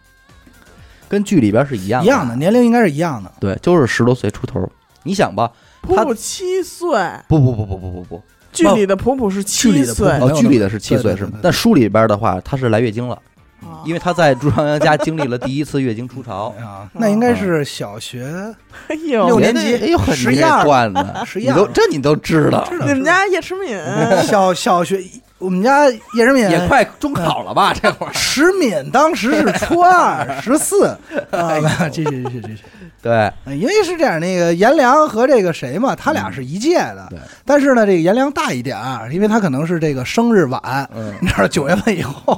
A: 跟剧里边是一样
B: 一样的，年龄应该是一样的，
A: 对，就是十多岁出头。你想吧，
C: 普
A: 他
C: 普七岁，
A: 不不不不不不不，
C: 剧里的普普是
B: 剧里
C: 七
B: 的
C: 岁
B: 普
A: 哦
B: 哎没，有
A: 剧
B: 那
A: 里
B: 么
A: 的是七
B: 对
A: 岁
B: 对
A: 是
B: 对
A: 吗
B: 对？
A: 但书里边的话，她是来月经了，
C: 啊
A: 因为她在朱朝阳家经历了第一次月经初 潮，
B: 啊，那
A: 嗯
B: 应该是小学，
C: 哎
B: 六
C: 呦，
B: 年级
A: 哎呦，很
B: 十一二
A: 惯的，
B: 十一
A: 你
B: 二
A: 都这你都知道，
B: 知道
C: 你们家叶诗敏
B: 小小学，我们家叶诗敏
A: 也快 嗯中考了吧？这会儿
B: 石敏当时是 初二，十四
A: 哎
B: 啊，继续继续继续，嗯
A: 对，
B: 因为是这样，那个颜良和这个谁嘛，他俩是一届的，
A: 嗯对
B: 但是呢，这个颜良大一点儿，啊因为他可能是这个生日晚，
A: 嗯，
B: 你知道九月份以后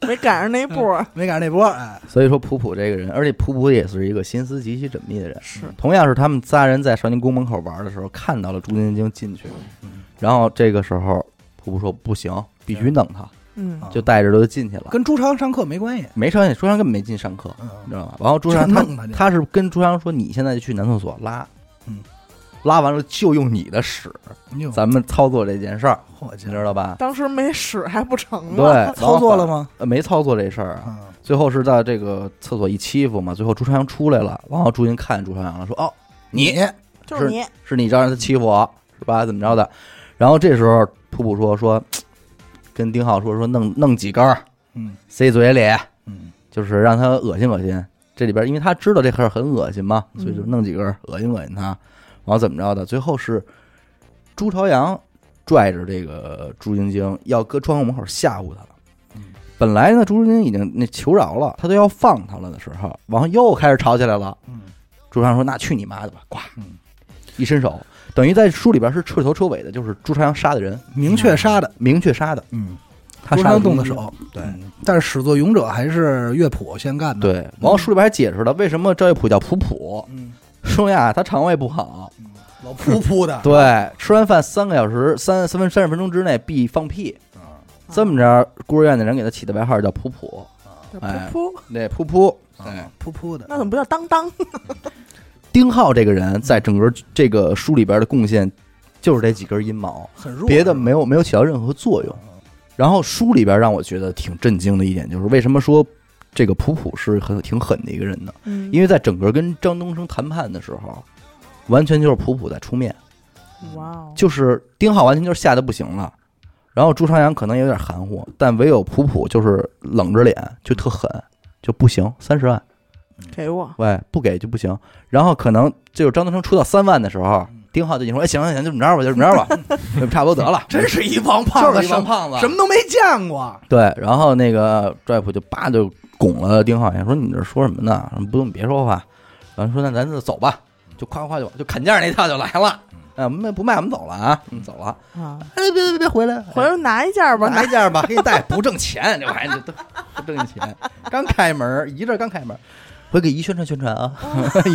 C: 没赶上那一波儿，
B: 没赶上那波，哎，
A: 所以说普普这个人，而且普普也是一个心思极其缜密的人。
C: 是
A: 同样是他们仨人在少年宫门口玩的时候，看到了朱晶晶进去，然后这个时候普普说不行，必须弄他，
C: 嗯
B: 啊
A: 就带着都进去了。
B: 跟朱朝阳上课没关系，
A: 没上去，朱朝阳根本没进上课，你
B: 嗯，
A: 知道吗？然后朱朝阳他
B: 全弄他这
A: 他是跟朱朝阳说，你现在就去男厕所拉，
B: 嗯，哦
A: 拉完了就用你的屎，
B: 你有
A: 咱们操作这件事儿，
B: 伙计
A: 你，知道吧？
C: 当时没使还不成
A: 对，
C: 吗？
A: 然后
B: 操作了吗？
A: 呃没操作这事儿啊，
B: 啊，
A: 最后是在这个厕所一欺负嘛，最后朱朝阳出来了，然后朱茵看见朱朝阳了，说哦，你
C: 就是你，
A: 是你让他欺负我是吧？怎么着的？然后这时候普普说说，跟丁浩说说弄弄几根儿
B: 嗯
A: 塞嘴里，
B: 嗯，
A: 就是让他恶心恶心。这里边，因为他知道这事儿很恶心嘛，所以就
C: 嗯
A: 弄几根儿恶心恶心他，然后怎么着的？最后是朱朝阳拽着这个朱晶晶要搁窗户门口吓唬他了
B: 嗯。
A: 本来呢，朱晶晶已经那求饶了，他都要放他了的时候，然后又开始吵起来了。
B: 嗯
A: 朱朝阳说：“那去你妈的吧！”呱
B: 嗯，
A: 一伸手，等于在书里边是彻头彻尾的，就是朱朝阳杀的人，
B: 明确杀的，
A: 明确杀的，
B: 嗯，
A: 他
B: 朱
A: 杀
B: 朝
A: 的
B: 阳动的
A: 朱晶晶
B: 手，
A: 对
B: 嗯，但是始作俑者还是乐谱先干的，
A: 对。然后书里边还解释了为什么赵月普叫普普，
B: 嗯，
A: 说呀，他肠胃不好，
B: 老噗噗 的，
A: 对，吃完饭三个小时三三分三十分钟之内必放屁。
B: 啊
A: 这么着，孤儿院的人给他起的外号叫“噗噗哎
C: 啊噗噗，”，
A: 那噗噗。
B: 啊，噗噗的，
C: 那怎么不叫当当？
A: 丁浩这个人在整个这个书里边的贡献，就是这几根阴毛，
B: 很弱？
A: 别的没有没有起到任何作用。然后书里边让我觉得挺震惊的一点就是，为什么说这个普普是很挺狠的一个人呢？
C: 嗯
A: 因为在整个跟张东升谈判的时候，完全就是普普在出面，
C: 哇哦，
A: 就是丁浩完全就是吓得不行了，然后朱朝阳可能有点含糊，但唯有普普就是冷着脸，就特狠，就不行，三十万，
C: 给我，
A: 喂，不给就不行。然后可能就是张东升出到三万的时候
B: 嗯，
A: 丁浩就已经说，哎，行行行，就这么着吧，就这么着吧， 就差不多得了，
B: 真是一帮胖
A: 就
B: 子，
A: 是一帮
B: 什
A: 胖子，
B: 什么都没见过，
A: 对，然后那个拽普就叭就拱了丁浩一哎下，说你这说什么呢？不用别说话，然后说那咱就走吧，就夸夸就就砍价那套就来了，啊，卖不卖我们走了啊，嗯，走了，
C: 啊，
A: 哎，别别别别回来，哎
C: 回头拿一件吧，
A: 拿
C: 拿
A: 一件吧，给你带不挣钱，这玩意儿都不挣钱，刚开门一阵刚开门，回给姨宣传宣传啊，
C: 哦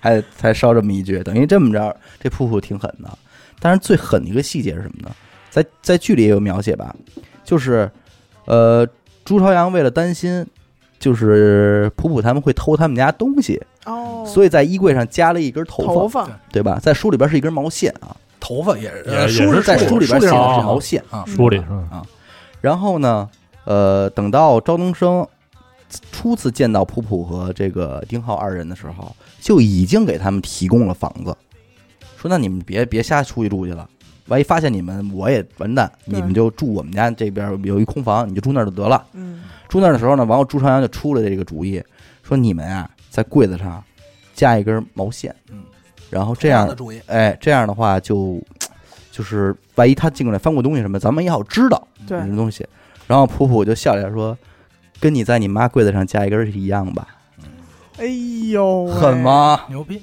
A: 还才捎这么一句，等于这么着，这瀑布挺狠的。但是最狠的一个细节是什么呢？在在剧里也有描写吧，就是呃，朱朝阳为了担心。就是普普他们会偷他们家东西，
C: 哦，
A: 所以在衣柜上加了一根头发，
C: 头发
A: 对吧？在书里边是一根毛线啊，
B: 头发也
D: 也
B: 是，
D: 也
B: 书
D: 是
A: 在
B: 书
A: 书里边写的
B: 上
A: 是
B: 有
A: 毛线，
D: 书里是
A: 嗯
D: 吧？
A: 然后呢，呃，等到赵东升初次见到普普和这个丁浩二人的时候，就已经给他们提供了房子，说那你们别别瞎出去住去了，万一发现你们我也完蛋，
C: 对
A: 你们就住我们家这边有一空房，你就住那儿就得了。
C: 嗯，
A: 住那儿的时候呢，完后朱朝阳就出了这个主意，说你们啊在柜子上架一根毛线，
B: 嗯，
A: 然后这
B: 同
A: 样
B: 的主意，
A: 哎，这样的话就就是万一他进过来翻过东西什么，咱们也好知道
C: 对
A: 什么东西。然后普普就笑了一下说：“跟你在你妈柜子上加一根儿是一样吧？
C: 哎呦，
A: 狠？吗？
B: 牛逼，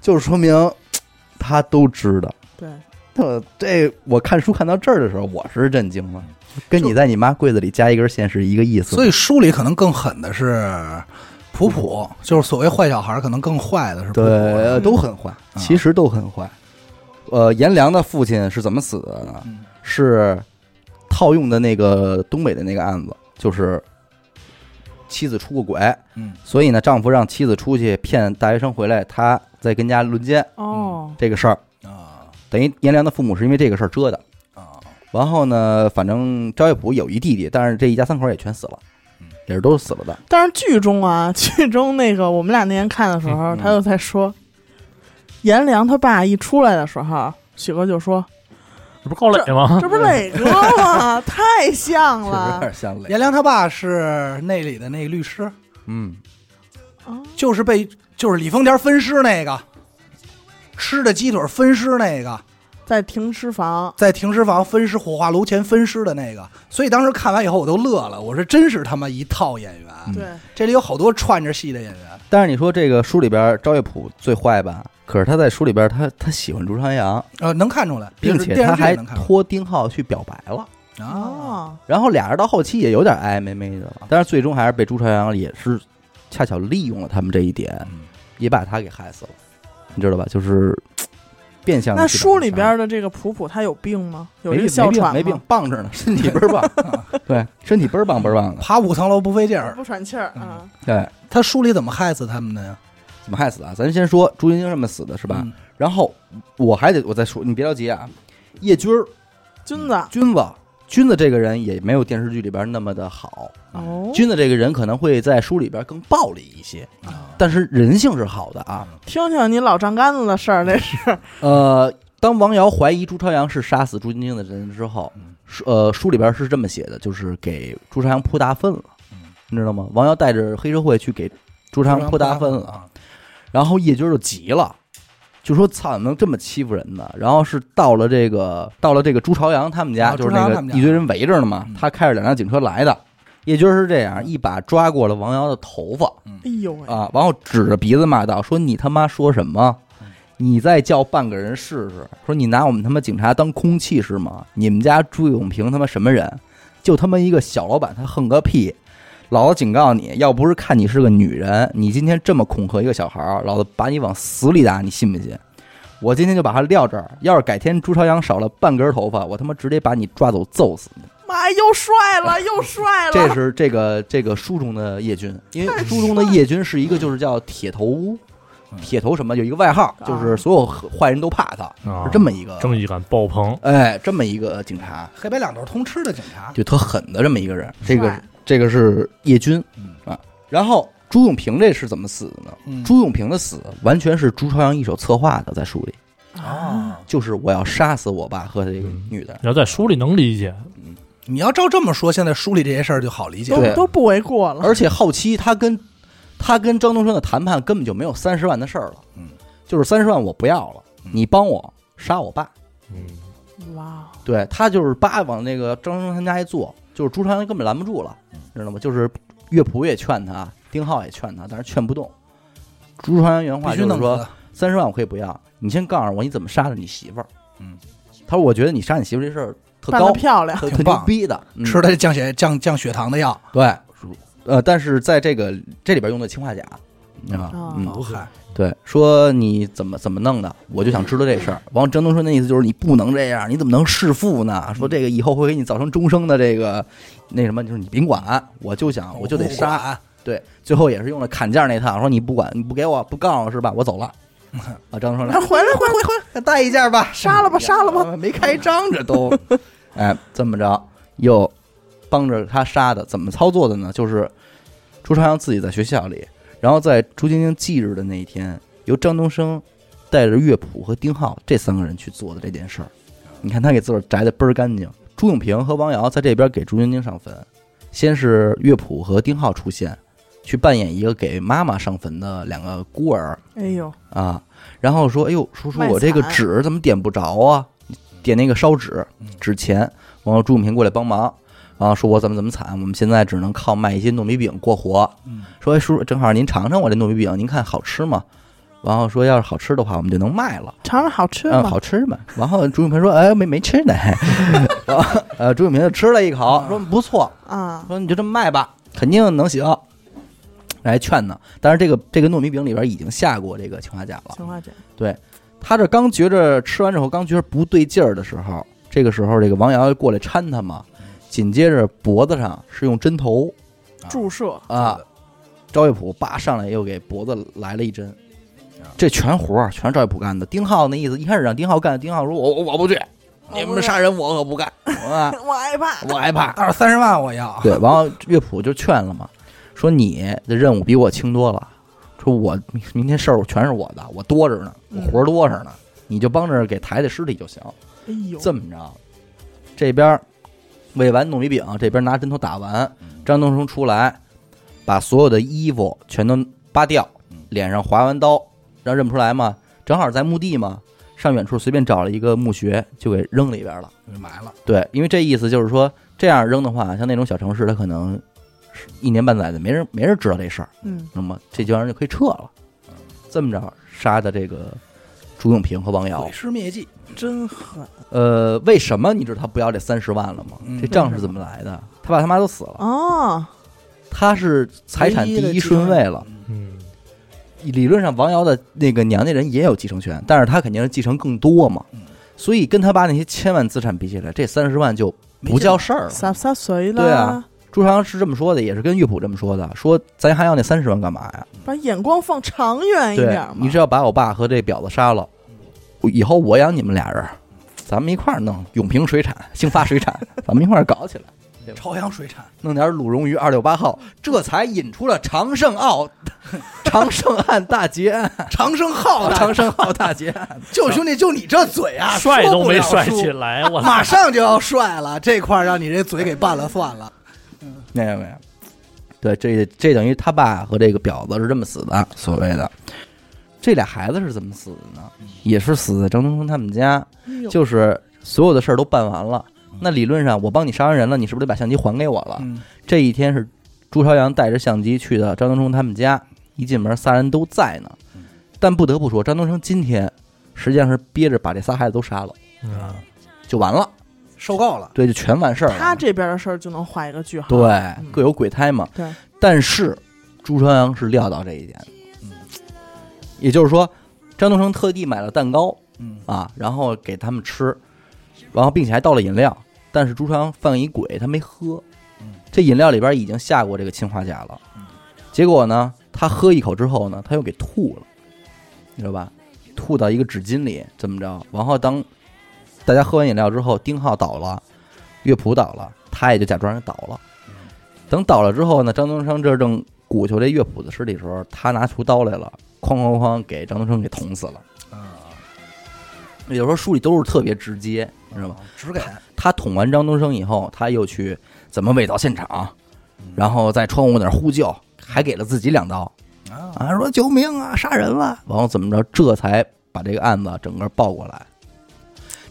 A: 就是说明他都知道。
C: 对，
A: 呃，这我看书看到这儿的时候，我是震惊了，跟
B: 就
A: 你在你妈柜子里加一根线是一个意思。
B: 所以书里可能更狠的是普普，就是所谓坏小孩儿，可能更坏的是普
A: 对，
B: 普。
A: 呃都很坏，
B: 嗯
A: 其实都很坏。呃，颜良的父亲是怎么死的呢？
B: 嗯
A: 是套用的那个东北的那个案子，就是妻子出过轨，
B: 嗯，
A: 所以呢，丈夫让妻子出去骗大学生回来，他在跟家轮奸
C: 哦，
A: 这个事儿，
B: 啊
A: 等于颜良的父母是因为这个事儿遮的。
B: 啊，
A: 然后呢，反正赵月普有一弟弟，但是这一家三口也全死了
B: 嗯，
A: 也是都死 了的。
C: 但是剧中啊， 剧中那个我们俩那天看的时候，
A: 嗯嗯
C: 他就在说，颜良他爸一出来的时候，许哥就说
D: 这不是高磊
A: 嗯
D: 吗：“？
C: 这不是磊哥 吗？太像
A: 确实有
C: 了
A: 点像雷。
B: 颜良他爸是那里的那个律师，
A: 嗯，
C: 啊！
B: 就是被就是李丰田分尸那个，吃的鸡腿分尸那个，
C: 在停尸房，
B: 在停尸房分尸火化炉前分尸的那个。所以当时看完以后我都乐了，我说真是他妈一套演员，
A: 嗯
C: 对，
B: 这里有好多串着戏的演员。
A: 但是你说这个书里边赵月普最坏吧？可是他在书里边他他喜欢朱朝阳，
B: 呃，能看出来，
A: 并
B: 就是
A: 且
B: 电
A: 他
B: 视剧
A: 还
B: 也能看出
A: 托丁浩去表白了。
B: 来啊，
C: 哦，
A: 然后俩人到后期也有点暧昧昧的了，但是最终还是被朱朝阳也是恰巧利用了他们这一点，也把他给害死了，你知道吧？就是变相地
C: 那
A: 去把
C: 书
A: 他
C: 里
A: 杀
C: 边的这个普普他有病吗？有
A: 没
C: 这个
A: 病
C: 哮喘吗？
A: 没病，没病，棒着呢，身体倍儿 棒， 对，身体倍儿棒倍儿棒的，
B: 爬五层楼不费劲
C: 我
B: 儿。
C: 不喘气
A: 嗯
C: 儿啊！
A: 对，
B: 他书里怎么害死他们的呀？嗯
A: 怎么害死的啊？咱先说朱晶晶这么死的是
B: 是
C: 嗯
A: 吧？？然后我还得我再说，你别着急啊，叶军儿
C: 君子
A: 君子。君子这个人也没有电视剧里边那么的好，
C: 哦，
A: 君子这个人可能会在书里边更暴力一些，
B: 啊，
A: 但是人性是好的啊。
C: 听听你老丈杆子的事儿，这是
A: 呃，当王瑶怀疑朱朝阳是杀死朱晶晶的人之后，
B: 嗯
A: 书呃，书里边是这么写的，就是给朱朝阳泼大粪了
B: 嗯，
A: 你知道吗？王瑶带着黑社会去给朱朝阳泼大粪了，
B: 啊！
A: 然后叶军就急了。就说操，能这么欺负人呢？然后是到了这个，到了这个朱朝阳他们家，
B: 啊
A: 就是
B: 朱朝
A: 那
B: 阳
A: 个
B: 他们家
A: 一堆人围着呢嘛。
B: 嗯
A: 他开着两辆警车来的。叶军是这样，一把抓过了王瑶的头发，
C: 哎呦喂，
A: 啊，然后指着鼻子骂道：“说你他妈说什么？你再叫半个人试试！说你拿我们他妈警察当空气是吗？你们家朱永平他妈什么人？就他妈一个小老板，他横个屁！老子警告你，要不是看你是个女人，你今天这么恐吓一个小孩儿，老子把你往死里打，你信不信？我今天就把他撂这儿。要是改天朱朝阳少了半根头发，我他妈直接把你抓走揍死你！
C: 妈又帅了，又帅了，
A: 这是这个这个书中的叶军，因为书中的叶军是一个就是叫铁头屋
B: 嗯，
A: 铁头什么有一个外号，
C: 啊
A: 就是所有坏人都怕他，
D: 啊
A: 是这么一个
D: 正义感爆棚，
A: 哎这么一个警察，
B: 黑白两道通吃的警察，
A: 就特狠的这么一个人。这个
C: 帅
A: 这个是叶军
B: 嗯
A: 啊，然后朱永平这是怎么死的呢？
B: 嗯
A: 朱永平的死完全是朱朝阳一手策划的，在书里
B: 啊，
A: 就是哦我要杀死我爸和这个
B: 嗯
A: 女的，
D: 你要在书里能理解，
B: 你要照这么说，现在梳理这些事儿就好理解了。
A: 对
C: 都都不为过了。
A: 而且后期他跟他跟张东升的谈判根本就没有三十万的事儿了，
B: 嗯，
A: 就是三十万我不要了，你帮我杀我爸。
D: 嗯，
C: 哇，哦
A: 对他就是叭往那个张东升他家一坐，就是朱朝阳根本拦不住了，
B: 嗯
A: 知道吗？就是乐谱也劝他，丁浩也劝他，但是劝不动。朱朝阳原话
B: 必
A: 就
B: 须
A: 是
B: 弄
A: 说，
B: 死
A: 三十万我可以不要，你先告诉我你怎么杀的你媳妇儿。
B: 嗯，
A: 他说我觉得你杀你媳妇儿这事儿特
C: 办得
A: 高，
C: 漂亮，
A: 特
B: 挺
A: 特牛
B: 棒
A: 逼的，嗯
B: 吃他降血降降血糖的药，
A: 对，呃，但是在这个这里边用的氰化钾啊
C: 哦，
A: 嗯，
B: 无害。
A: 对，说你怎么怎么弄的，我就想知道这事儿。完，张东升的意思就是你不能这样，你怎么能弑父呢？说这个以后会给你造成终生的这个那什么，就是你甭管，我就想我就得杀。
B: 杀，
A: 对，最后也是用了砍价那套，说你不管，你不给我，不告诉是吧？我走了。 啊，张东升来
C: 哎回来回来回来，
A: 那 带一件吧，哎
C: 杀了吧杀了吧，
A: 没开张这都， 哎，这么着又帮着他杀的，怎么操作的呢？就是朱朝阳自己在学校里，然后在朱晶晶忌日的那一天，由张东升带着乐谱和丁浩这三个人去做的这件事儿。你看他给自个儿摘的倍儿干净。朱永平和王瑶在这边给朱晶晶上坟，先是乐谱和丁浩出现，去扮演一个给妈妈上坟的两个孤儿，
C: 哎呦，
A: 啊，然后说：“哎呦，叔叔，
C: 卖
A: 我这个
C: 惨
A: 纸怎么点不着啊？点那个烧纸
B: 嗯，
A: 纸钱。”然后朱永平过来帮忙，然后说：“我怎么怎么惨，我们现在只能靠卖一些糯米饼过活。
B: 嗯”
A: 说：“哎，叔，正好您尝尝我这糯米饼，您看好吃吗？”然后说：“要是好吃的话，我们就能卖了。”
C: 尝尝好吃
A: 嗯，
C: 吗？
A: 好吃吗？然后朱永平说：“哎，没没吃呢。” 然后呃，朱永平就吃了一口，说：“不错。”
C: 啊，
A: 说你就这么卖吧，肯定能行。来劝呢，但是这个这个糯米饼里边已经下过这个氰化钾了。
C: 情话讲，
A: 他这刚觉着吃完之后，刚觉着不对劲儿的时候，这个时候这个王瑶过来搀他嘛，紧接着脖子上是用针头
C: 注射
A: 啊，赵月普叭上来又给脖子来了一针，这全活儿全是赵月普干的。丁浩那意思一开始让丁浩干，丁浩说我我我不去，你们杀人我可不干，啊，
C: 我害怕，
A: 我害怕。
B: 二三十万我要。
A: 对，然后乐谱就劝了嘛，说你的任务比我轻多了，说我明明天事儿全是我的，我多着呢，我活儿多着呢，你就帮着给抬抬尸体就行。
C: 哎呦，
A: 这么着，这边儿喂完糯米饼，这边拿针头打完，张东升出来，把所有的衣服全都扒掉，脸上划完刀，让认不出来嘛，正好在墓地嘛，上远处随便找了一个墓穴就给扔里边了。
B: 给埋了，
A: 对，因为这意思就是说，这样扔的话，像那种小城市，它可能是一年半载的没人没人知道这事儿，
C: 嗯，
A: 那么这帮人就可以撤了。这么着杀的这个朱永平和王瑶
B: 毁，尸灭迹。
C: 真狠
A: 呃，为什么你知道他不要这三十万了吗？
B: 嗯
A: 这账是怎么来的？他爸他妈都死了，
C: 啊！
A: 他是财产第一顺位了。
D: 嗯，
A: 理论上，王瑶的那个娘家人也有继承权，但是他肯定是继承更多嘛
B: 嗯。
A: 所以跟他爸那些千万资产比起来，这三十万就不叫事儿了。
C: 撒不撒水了？
A: 对啊，朱朝阳是这么说的，也是跟乐谱这么说的，说咱还要那三十万干嘛呀？
C: 把眼光放长远一
A: 对
C: 哎点，嘛。
A: 你是要把我爸和这婊子杀了，我以后我养你们俩人儿，咱们一块儿弄永平水产、兴发水产， 咱们一块儿搞起来，
B: 朝阳水产，
A: 弄点鲁荣鱼二六八号，这才引出了长盛 澳、长盛案大劫 案、
B: 长生浩 大，
A: 长盛澳大劫案。
B: 就兄弟，就你这嘴啊，
D: 帅
B: 说
D: 都
B: 不
D: 没
B: 了
D: 帅
B: 书
D: 起来，我
B: 马上就要帅了，这块儿让你这嘴给办了算了。
A: 没有没有，对，这这等于他爸和这个婊子是这么死的，所谓的。这俩孩子是怎么死的呢？也是死在张东升他们家。
C: 哎呦
A: 就是所有的事儿都办完了。那理论上，我帮你杀完人了，你是不是得把相机还给我了？
B: 嗯，
A: 这一天是朱朝阳带着相机去的张东升他们家，一进门，仨人都在呢
B: 嗯。
A: 但不得不说，张东升今天实际上是憋着把这仨孩子都杀了，
D: 嗯
A: 就完了。
B: 受够了，
A: 对，就全完事儿了。
C: 他这边的事儿就能画一个句号。
A: 对
C: 嗯
A: 各有鬼胎嘛。
C: 对，
A: 但是朱朝阳是料到这一点的
B: 嗯，
A: 也就是说，张东升特地买了蛋糕
B: 嗯
A: 啊，然后给他们吃，然后并且还倒了饮料，但是朱朝阳犯一鬼，他没喝
B: 嗯，
A: 这饮料里边已经下过这个氰化钾了
B: 嗯，
A: 结果呢，他喝一口之后呢，他又给吐了，你知道吧？吐到一个纸巾里，怎么着？然后当大家喝完饮料之后，丁浩倒了，乐谱倒了，他也就假装倒了。等倒了之后呢，张东升这正鼓求这乐谱的尸体的时候，他拿出刀来了，哐哐哐给张东升给捅死了。
B: 啊，
A: 也就是说，书里都是特别直接，你知道吗？
B: 啊？只给
A: 他捅完张东升以后，他又去怎么伪造现场，然后在窗户那儿呼救，还给了自己两刀
B: 啊，
A: 啊，说救命啊，杀人了，然后怎么着，这才把这个案子整个报过来。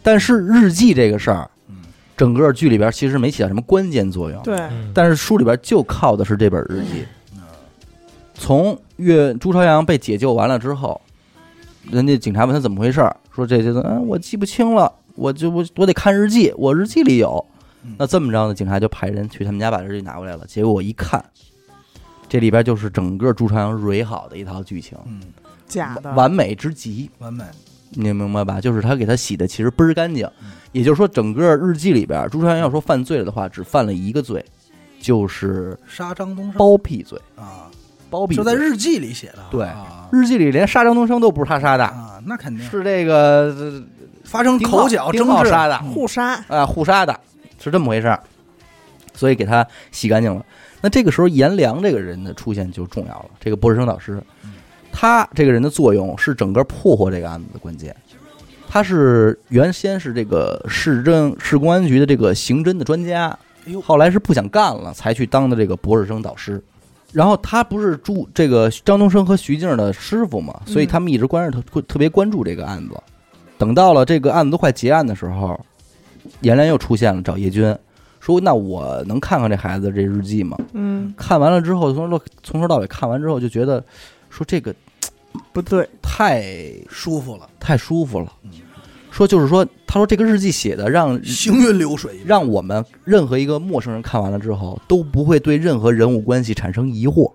A: 但是日记这个事儿
B: 嗯，
A: 整个剧里边其实没起到什么关键作用，
C: 对，
D: 嗯
A: 但是书里边就靠的是这本日记。从岳朱朝阳被解救完了之后，人家警察问他怎么回事儿，说这这，嗯，我记不清了，我就我我得看日记，我日记里有
B: 嗯。
A: 那这么着呢，警察就派人去他们家把日记拿过来了。结果我一看，这里边就是整个朱朝阳蕊好的一套剧情，
B: 嗯，
C: 假的，
A: 完美之极。
B: 完美，
A: 你明白吧？就是他给他洗的其实倍儿干净
B: 嗯，
A: 也就是说，整个日记里边，朱朝阳要说犯罪了的话，只犯了一个罪，就是
B: 杀张东升
A: 包庇罪。
B: 啊，
A: 包庇
B: 就
A: 罪
B: 在日记里写的，
A: 对
B: 啊
A: 日记里连杀张东升都不是他杀的，
B: 啊，那肯定
A: 是这个
B: 发生
A: 丁浩
B: 口角
A: 丁
B: 争
A: 浩
B: 执嗯
A: 杀的
C: 互杀。
A: 呃啊互杀的，是这么回事儿。所以给他洗干净了。那这个时候，颜良这个人的出现就重要了。这个博士生导师
B: 嗯，
A: 他这个人的作用是整个破获这个案子的关键。他是原先是这个市政市公安局的这个刑侦的专家，
B: 哎呦，
A: 后来是不想干了，才去当的这个博士生导师。然后他不是朱这个张东升和徐静的师傅嘛，所以他们一直关注特特别关注这个案子。等到了这个案子都快结案的时候，颜良又出现了，找叶军说：“那我能看看这孩子这日记吗
C: 嗯？”，
A: 看完了之后，从头到从头到尾看完之后，就觉得说这个
C: 不对，
A: 太
B: 舒服了，
A: 太舒服了
B: 嗯。
A: 说就是说，他说这个日记写的让
B: 行云流水一般，
A: 让我们任何一个陌生人看完了之后，都不会对任何人物关系产生疑惑，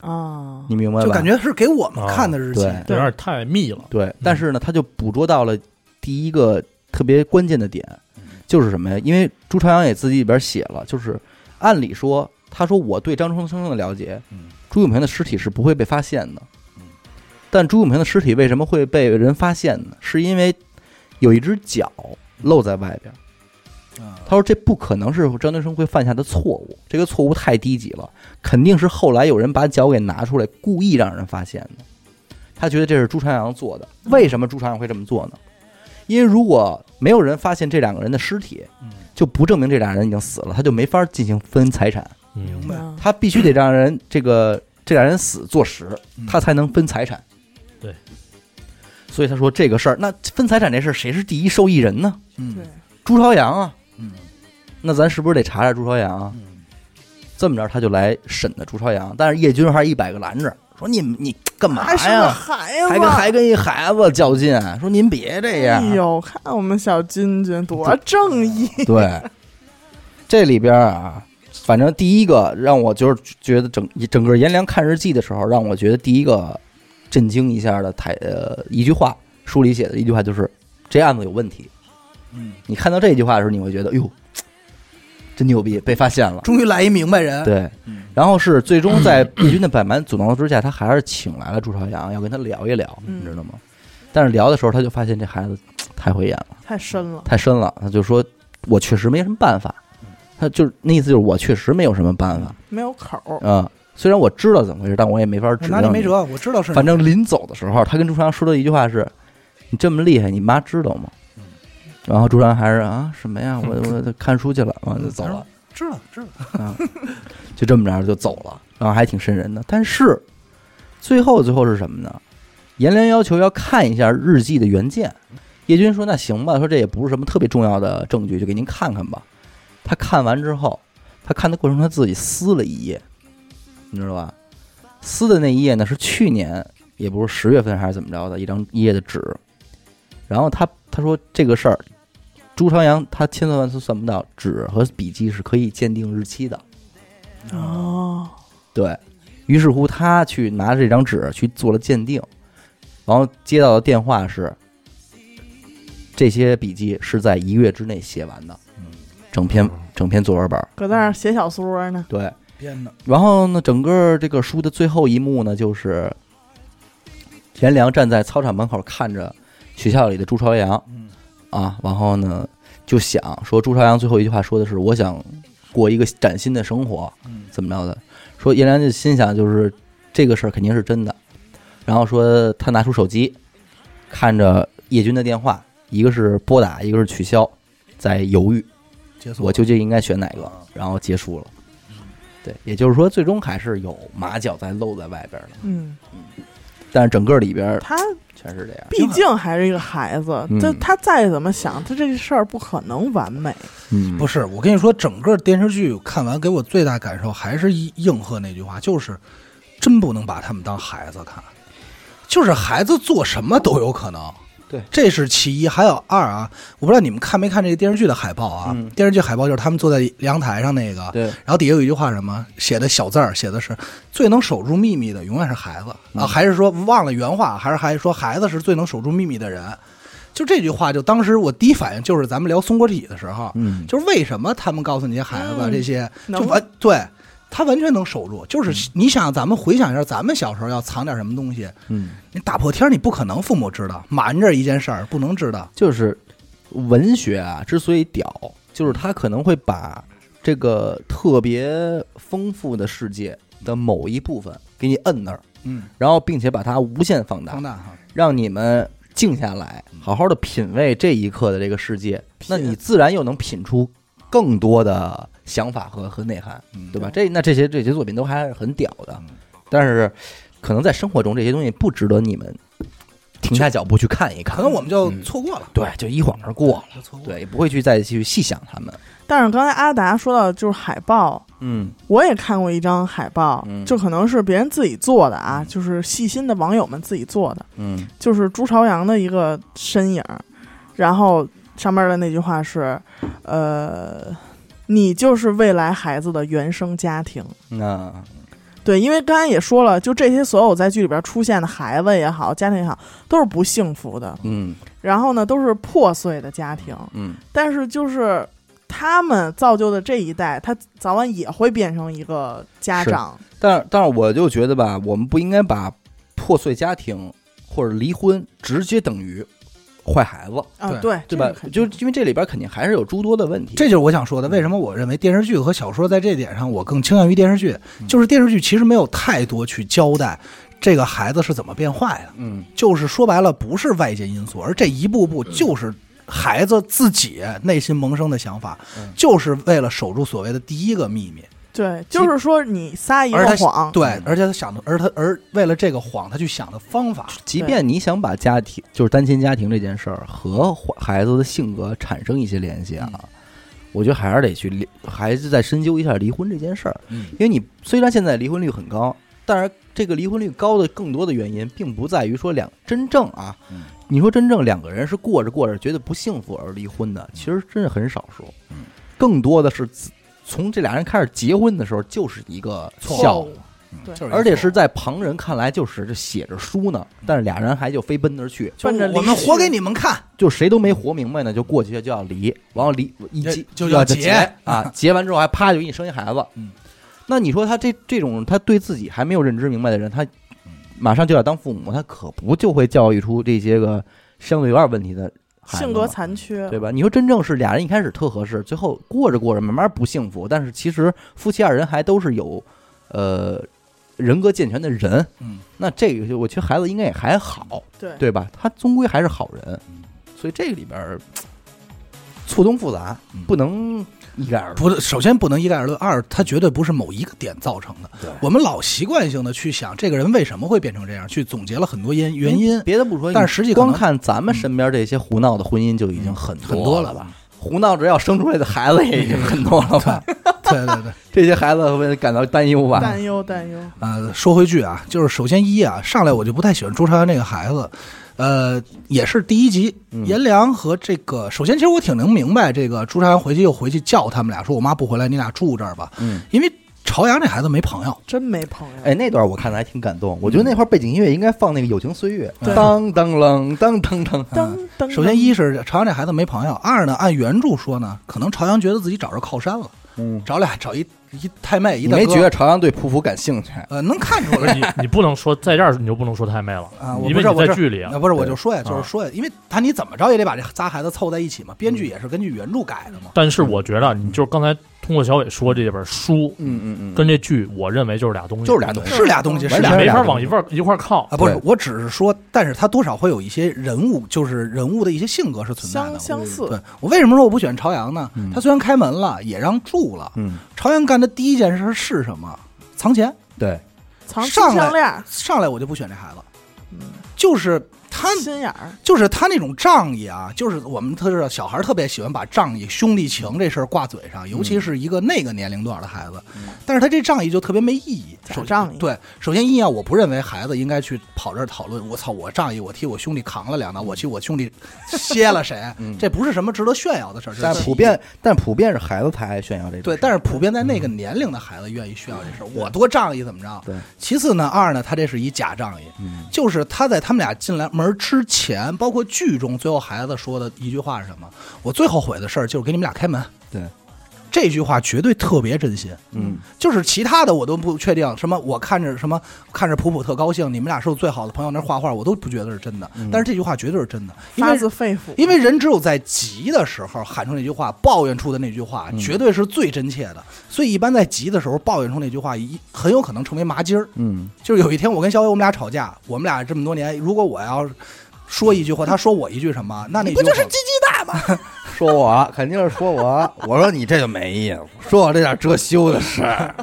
C: 啊，
A: 你明白吧？
B: 就感觉是给我们看的日记，
A: 对
D: 有点太密了。
A: 对，但是呢，他就捕捉到了第一个特别关键的点，就是什么呀？因为朱朝阳也自己里边写了，就是按理说，他说我对张春生的了解，
B: 嗯
A: 朱永平的尸体是不会被发现的
B: 嗯。
A: 但朱永平的尸体为什么会被人发现呢？是因为有一只脚露在外边。
B: 啊
A: 他说这不可能是张德生会犯下的错误，这个错误太低级了，肯定是后来有人把脚给拿出来，故意让人发现的。他觉得这是朱朝阳做的，为什么朱朝阳会这么做呢？因为如果没有人发现这两个人的尸体，
B: 嗯
A: 就不证明这俩人已经死了，他就没法进行分财产，
B: 明
D: 嗯，
B: 白，
C: 啊
A: 他必须得让人这个这俩人死坐实，
B: 嗯
A: 他才能分财产。
C: 嗯
D: 对，
A: 所以他说这个事儿，那分财产这事儿谁是第一受益人呢？
B: 嗯
C: 对，
A: 朱朝阳啊，
B: 嗯
A: 那咱是不是得查查朱朝阳啊？
B: 嗯
A: 这么着他就来审的朱朝阳，但是叶军还是一百个拦着，说你你干嘛
C: 还是个
A: 呀？
C: 孩
A: 还
C: 子，
A: 跟还跟一孩子较劲，说您别这样。
C: 哎呦，看我们小君君多正义，
A: 对，这里边啊，反正第一个让我就是觉得整整个颜良看日记的时候，让我觉得第一个震惊一下的台呃一句话，书里写的一句话就是这案子有问题。
B: 嗯，
A: 你看到这句话的时候，你会觉得哟，真牛逼，被发现了。
B: 终于来一明白人，
A: 对，
B: 嗯，
A: 然后是最终在义军的百蛮阻挠之下，他还是请来了朱朝阳，要跟他聊一聊，
C: 嗯
A: 你知道吗？但是聊的时候，他就发现这孩子太会演了，
C: 太深了，
A: 太深了。他就说：“我确实没什么办法。”
B: 嗯
A: 他就是那意思，就是我确实没有什么办法
C: 没有口儿，
A: 啊、嗯虽然我知道怎么回事，但我也没法
B: 我
A: 指
B: 拿
A: 证
B: 你
A: 你
B: 没。辙，我知道是你，
A: 反正临走的时候，他跟朱朝阳说的一句话是：“你这么厉害，你妈知道吗？”
B: 嗯
A: 然后朱朝阳还是啊什么 呀，我我看书去了，完了就走了。
B: 知道知道，
A: 就这么着就走了，然后还挺瘆人的。但是最后最后是什么呢？颜良要求要看一下日记的原件，叶军说：“那行吧，说这也不是什么特别重要的证据，就给您看看吧。”他看完之后，他看的过程中他自己撕了一页，你知道吧？撕的那一页呢是去年，也不是十月份还是怎么着的一张一页的纸。然后他他说这个事儿朱朝阳他千算万算算不到，纸和笔记是可以鉴定日期的。嗯
C: 哦，
A: 对于是乎，他去拿着这张纸去做了鉴定，然后接到的电话是，这些笔记是在一月之内写完的，
B: 嗯
A: 整篇整篇作文本儿。
C: 搁那儿写小说呢，
A: 对，
B: 编的，
A: 然后呢，整个这个书的最后一幕呢，就是田良站在操场门口看着学校里的朱朝阳
B: 嗯
A: 啊，然后呢就想说，朱朝阳最后一句话说的是：“我想过一个崭新的生活。”
B: 嗯
A: 怎么着的，说颜良就心想就是这个事儿肯定是真的，然后说他拿出手机，看着叶军的电话，一个是拨打，一个是取消，在犹豫
B: 解锁
A: 我究竟应该选哪个
B: 啊，
A: 然后结束了。对，也就是说最终还是有马脚在露在外边的，
C: 嗯，
A: 但是整个里边
C: 他
A: 全是这样。
C: 毕竟还是一个孩子，
A: 嗯
C: 这他再怎么想，他这事儿不可能完美。
A: 嗯，
B: 不
A: 是，
B: 是，我跟你说，整个电视剧看完给我最大感受还是一应和那句话，就是真不能把他们当孩子看，就是孩子做什么都有可能。
A: 对
B: 这是其一，还有二啊，我不知道你们看没看这个电视剧的海报啊？
A: 嗯
B: 电视剧海报就是他们坐在阳台上那个，
A: 对，
B: 然后底下有一句话什么写的小字儿，写的是最能守住秘密的永远是孩子啊，
A: 嗯
B: 还是说忘了原话，还是还说孩子是最能守住秘密的人？就这句话，就当时我第一反应就是咱们聊松果体的时候，
A: 嗯，
B: 就是为什么他们告诉那些孩子
C: 嗯
B: 这些，
C: 能
B: 就完对他完全能守住。就是你想，咱们回想一下，咱们小时候要藏点什么东西，
A: 嗯，
B: 你打破天儿你不可能父母知道，瞒着一件事儿不能知道。
A: 就是文学啊，之所以屌，就是它可能会把这个特别丰富的世界的某一部分给你摁那儿，
B: 嗯，
A: 然后并且把它无限放
B: 放
A: 大，
B: 大哈，
A: 让你们静下来，好好的品味这一刻的这个世界，那你自然又能品出更多的想法和和内涵，
B: 嗯
A: 对吧？这那这些这些作品都还是很屌的
B: 嗯，
A: 但是可能在生活中这些东西不值得你们停下脚步去看一看，
B: 可能我们就
A: 嗯
B: 错过了，
A: 对，就一晃而过了。
C: 嗯
B: 就错过了。
A: 对，也不会去再去细想他们。
C: 但是刚才阿达说到就是海报，
A: 嗯
C: 我也看过一张海报，
A: 嗯
C: 就可能是别人自己做的啊，就是细心的网友们自己做的，
A: 嗯
C: 就是朱朝阳的一个身影儿，然后上面的那句话是，呃，你就是未来孩子的原生家庭。
A: 那
C: 对，因为刚才也说了，就这些所有在剧里边出现的孩子也好，家庭也好，都是不幸福的，
A: 嗯
C: 然后呢，都是破碎的家庭。
A: 嗯
C: 但是就是他们造就的这一代，他早晚也会变成一个家
A: 是
C: 长。
A: 但是但是我就觉得吧，我们不应该把破碎家庭或者离婚直接等于坏孩子，
C: 啊，
B: 对
C: 对，
A: 对吧
C: 这个？肯
A: 就
C: 定
A: 因为这里边肯定还是有诸多的问题。
B: 这就是我想说的，为什么我认为电视剧和小说在这点上，我更倾向于电视剧。
A: 嗯
B: 就是电视剧其实没有太多去交代这个孩子是怎么变坏的，
A: 嗯
B: 就是说白了不是外界因素，而这一步步就是孩子自己内心萌生的想法，
A: 嗯
B: 就是为了守住所谓的第一个秘密。
C: 对，就是说你撒一
B: 而
C: 个
B: 他
C: 谎，
B: 对
A: 嗯，
B: 而且他想的，而他而为了这个谎，他去想的方法。
A: 即便你想把家庭，就是单亲家庭这件事儿和孩子的性格产生一些联系啊，我觉得还是得去理，还是再深究一下离婚这件事儿。
B: 嗯
A: 因为你虽然现在离婚率很高，但是这个离婚率高的更多的原因，并不在于说两真正啊，
B: 嗯
A: 你说真正两个人是过着过着觉得不幸福而离婚的，其实真是很少数。
B: 嗯
A: 更多的是自从这俩人开始结婚的时候，就是一个
C: 错
A: 笑
C: 误
A: 话，
C: 对
B: 就
A: 嗯
B: 是
A: 而且是在旁人看来就是这写着书呢，但是俩人还就飞奔而去，
B: 就
C: 奔着
B: 我
C: 离
B: 们活
C: 去
B: 给你们看，
A: 就谁都没活明白呢，就过去就要离，然后离一
B: 就
A: 结
B: 就
A: 要
B: 要
A: 结
B: 结
A: 啊，结完之后还啪就给你生一孩子。
B: 嗯，
A: 那你说他这这种他对自己还没有认知明白的人，他马上就要当父母，他可不就会教育出这些个相对有点问题的孩子
C: 性格
A: 吗
C: 残缺，
A: 对吧？你说真正是俩人一开始特合适，最后过着过着慢慢不幸福，但是其实夫妻二人还都是有，呃，人格健全的人。
B: 嗯，
A: 那这个就我觉得孩子应该也还好，
C: 对
A: 对吧？他终归还是好人
B: 嗯，
A: 所以这里边儿错综复杂
B: 嗯，
A: 不能一概而论。
B: 不是，首先不能一概而论。二，它绝对不是某一个点造成的。
A: 对
B: 我们老习惯性的去想这个人为什么会变成这样，去总结了很多因
A: 嗯
B: 原因。
A: 别的不说，
B: 但是实际可
A: 光
B: 能
A: 看咱们身边这些胡闹的婚姻就已经嗯很
B: 很多
A: 了
B: 了
A: 吧
B: 吧？
A: 胡闹着要生出来的孩子也已经很多了吧？
B: 对 对对，
A: 这些孩子会感到担忧吧？
C: 担忧担忧，
B: 呃，说回剧啊，就是首先一啊，上来我就不太喜欢朱朝阳这个孩子，呃，也是第一集，
A: 嗯
B: 颜良和这个，首先其实我挺能明白，这个朱朝阳回去又回去叫他们俩，说我妈不回来，你俩住这儿吧，
A: 嗯，
B: 因为朝阳这孩子没朋友，
C: 真没朋友。
A: 哎，那段我看的还挺感动，我觉得那块背景音乐应该放那个《友情岁月》，
C: 对
A: 当当啷当当当，
C: 噔噔，
B: 嗯首先一是朝阳这孩子没朋友，二呢，按原著说呢，可能朝阳觉得自己找着靠山了，
A: 嗯，
B: 找俩找一一太妹一
A: 你
B: 大
A: 没
B: 哥
A: 觉得朝阳对匍匐感兴趣？
B: 呃，能看出
D: 不是
B: 来。
D: 你，你不能说在这儿你就不能说太妹了
B: 啊我
D: 因
B: 不
D: 为
B: 是
D: 你
B: 我
D: 在
B: 是
D: 剧里啊
B: 那不是，我就说呀，
D: 嗯
B: 就是说呀，因为他你怎么着也得把这仨孩子凑在一起嘛。编
D: 嗯
B: 剧也是根据原著改的嘛。
D: 但是我觉得，啊你就是刚才通过小伟说这本书
A: 嗯嗯嗯，
D: 跟这剧，我认为就是俩东西，
A: 就是俩东西
B: 是俩东西，是
A: 完
D: 你
A: 俩
B: 俩
D: 没
A: 俩
D: 法
A: 东西
D: 往一块儿一块儿靠
B: 啊，。不是
A: 对，
B: 我只是说，但是他多少会有一些人物，就是人物的一些性格是存在
C: 相
B: 的。
C: 相似，
B: 对我为什么说我不喜欢朝阳呢
A: 嗯？
B: 他虽然开门了，也让住了。
A: 嗯，
B: 朝阳干的第一件事是什么？藏钱。
A: 对，
C: 藏金
B: 上来
C: 项链儿，
B: 上来我就不选这孩子，
C: 嗯
B: 就是他
C: 心眼儿，
B: 就是他那种仗义啊，就是我们特是小孩儿特别喜欢把仗义、兄弟情这事儿挂嘴上，尤其是一个那个年龄段的孩子。
A: 嗯
B: 但是他这仗义就特别没意义。
C: 假
B: 首先
C: 仗义
B: 对，首先一啊，我不认为孩子应该去跑这儿讨论。我操，我仗义，我替我兄弟扛了两刀，我替我兄弟歇了谁，
A: 嗯
B: 这不是什么值得炫耀的事儿。这
A: 但
B: 是
A: 普遍，但普遍是孩子才爱炫耀这种事儿，
B: 对，但是普遍在那个年龄的孩子愿意炫耀这事儿，我多仗义怎么着？
A: 嗯对
B: 其次呢，二呢，他这是一假仗义，
A: 嗯
B: 就是他在他们俩进来门之前，包括剧中最后孩子说的一句话是什么？我最后悔的事儿就是给你们俩开门。
A: 对，
B: 这句话绝对特别真心。
A: 嗯
B: 就是其他的我都不确定，什么我看着什么看着普普特高兴，你们俩是我最好的朋友，那儿画画我都不觉得是真的，但是这句话绝对是真的，因
C: 发
B: 为
C: 自肺腑。
B: 因为人只有在急的时候喊出那句话，抱怨出的那句话，绝对是最真切的。所以一般在急的时候抱怨出那句话，一很有可能成为麻筋儿。
A: 嗯
B: 就是有一天我跟小伟我们俩吵架，我们俩这么多年，如果我要说一句话，他说我一句什么，那那句
C: 不就是
B: 话
C: 鸡鸡大吗？
A: 说我肯定是说我， 我说你这就没意思，说我这点遮羞的事儿，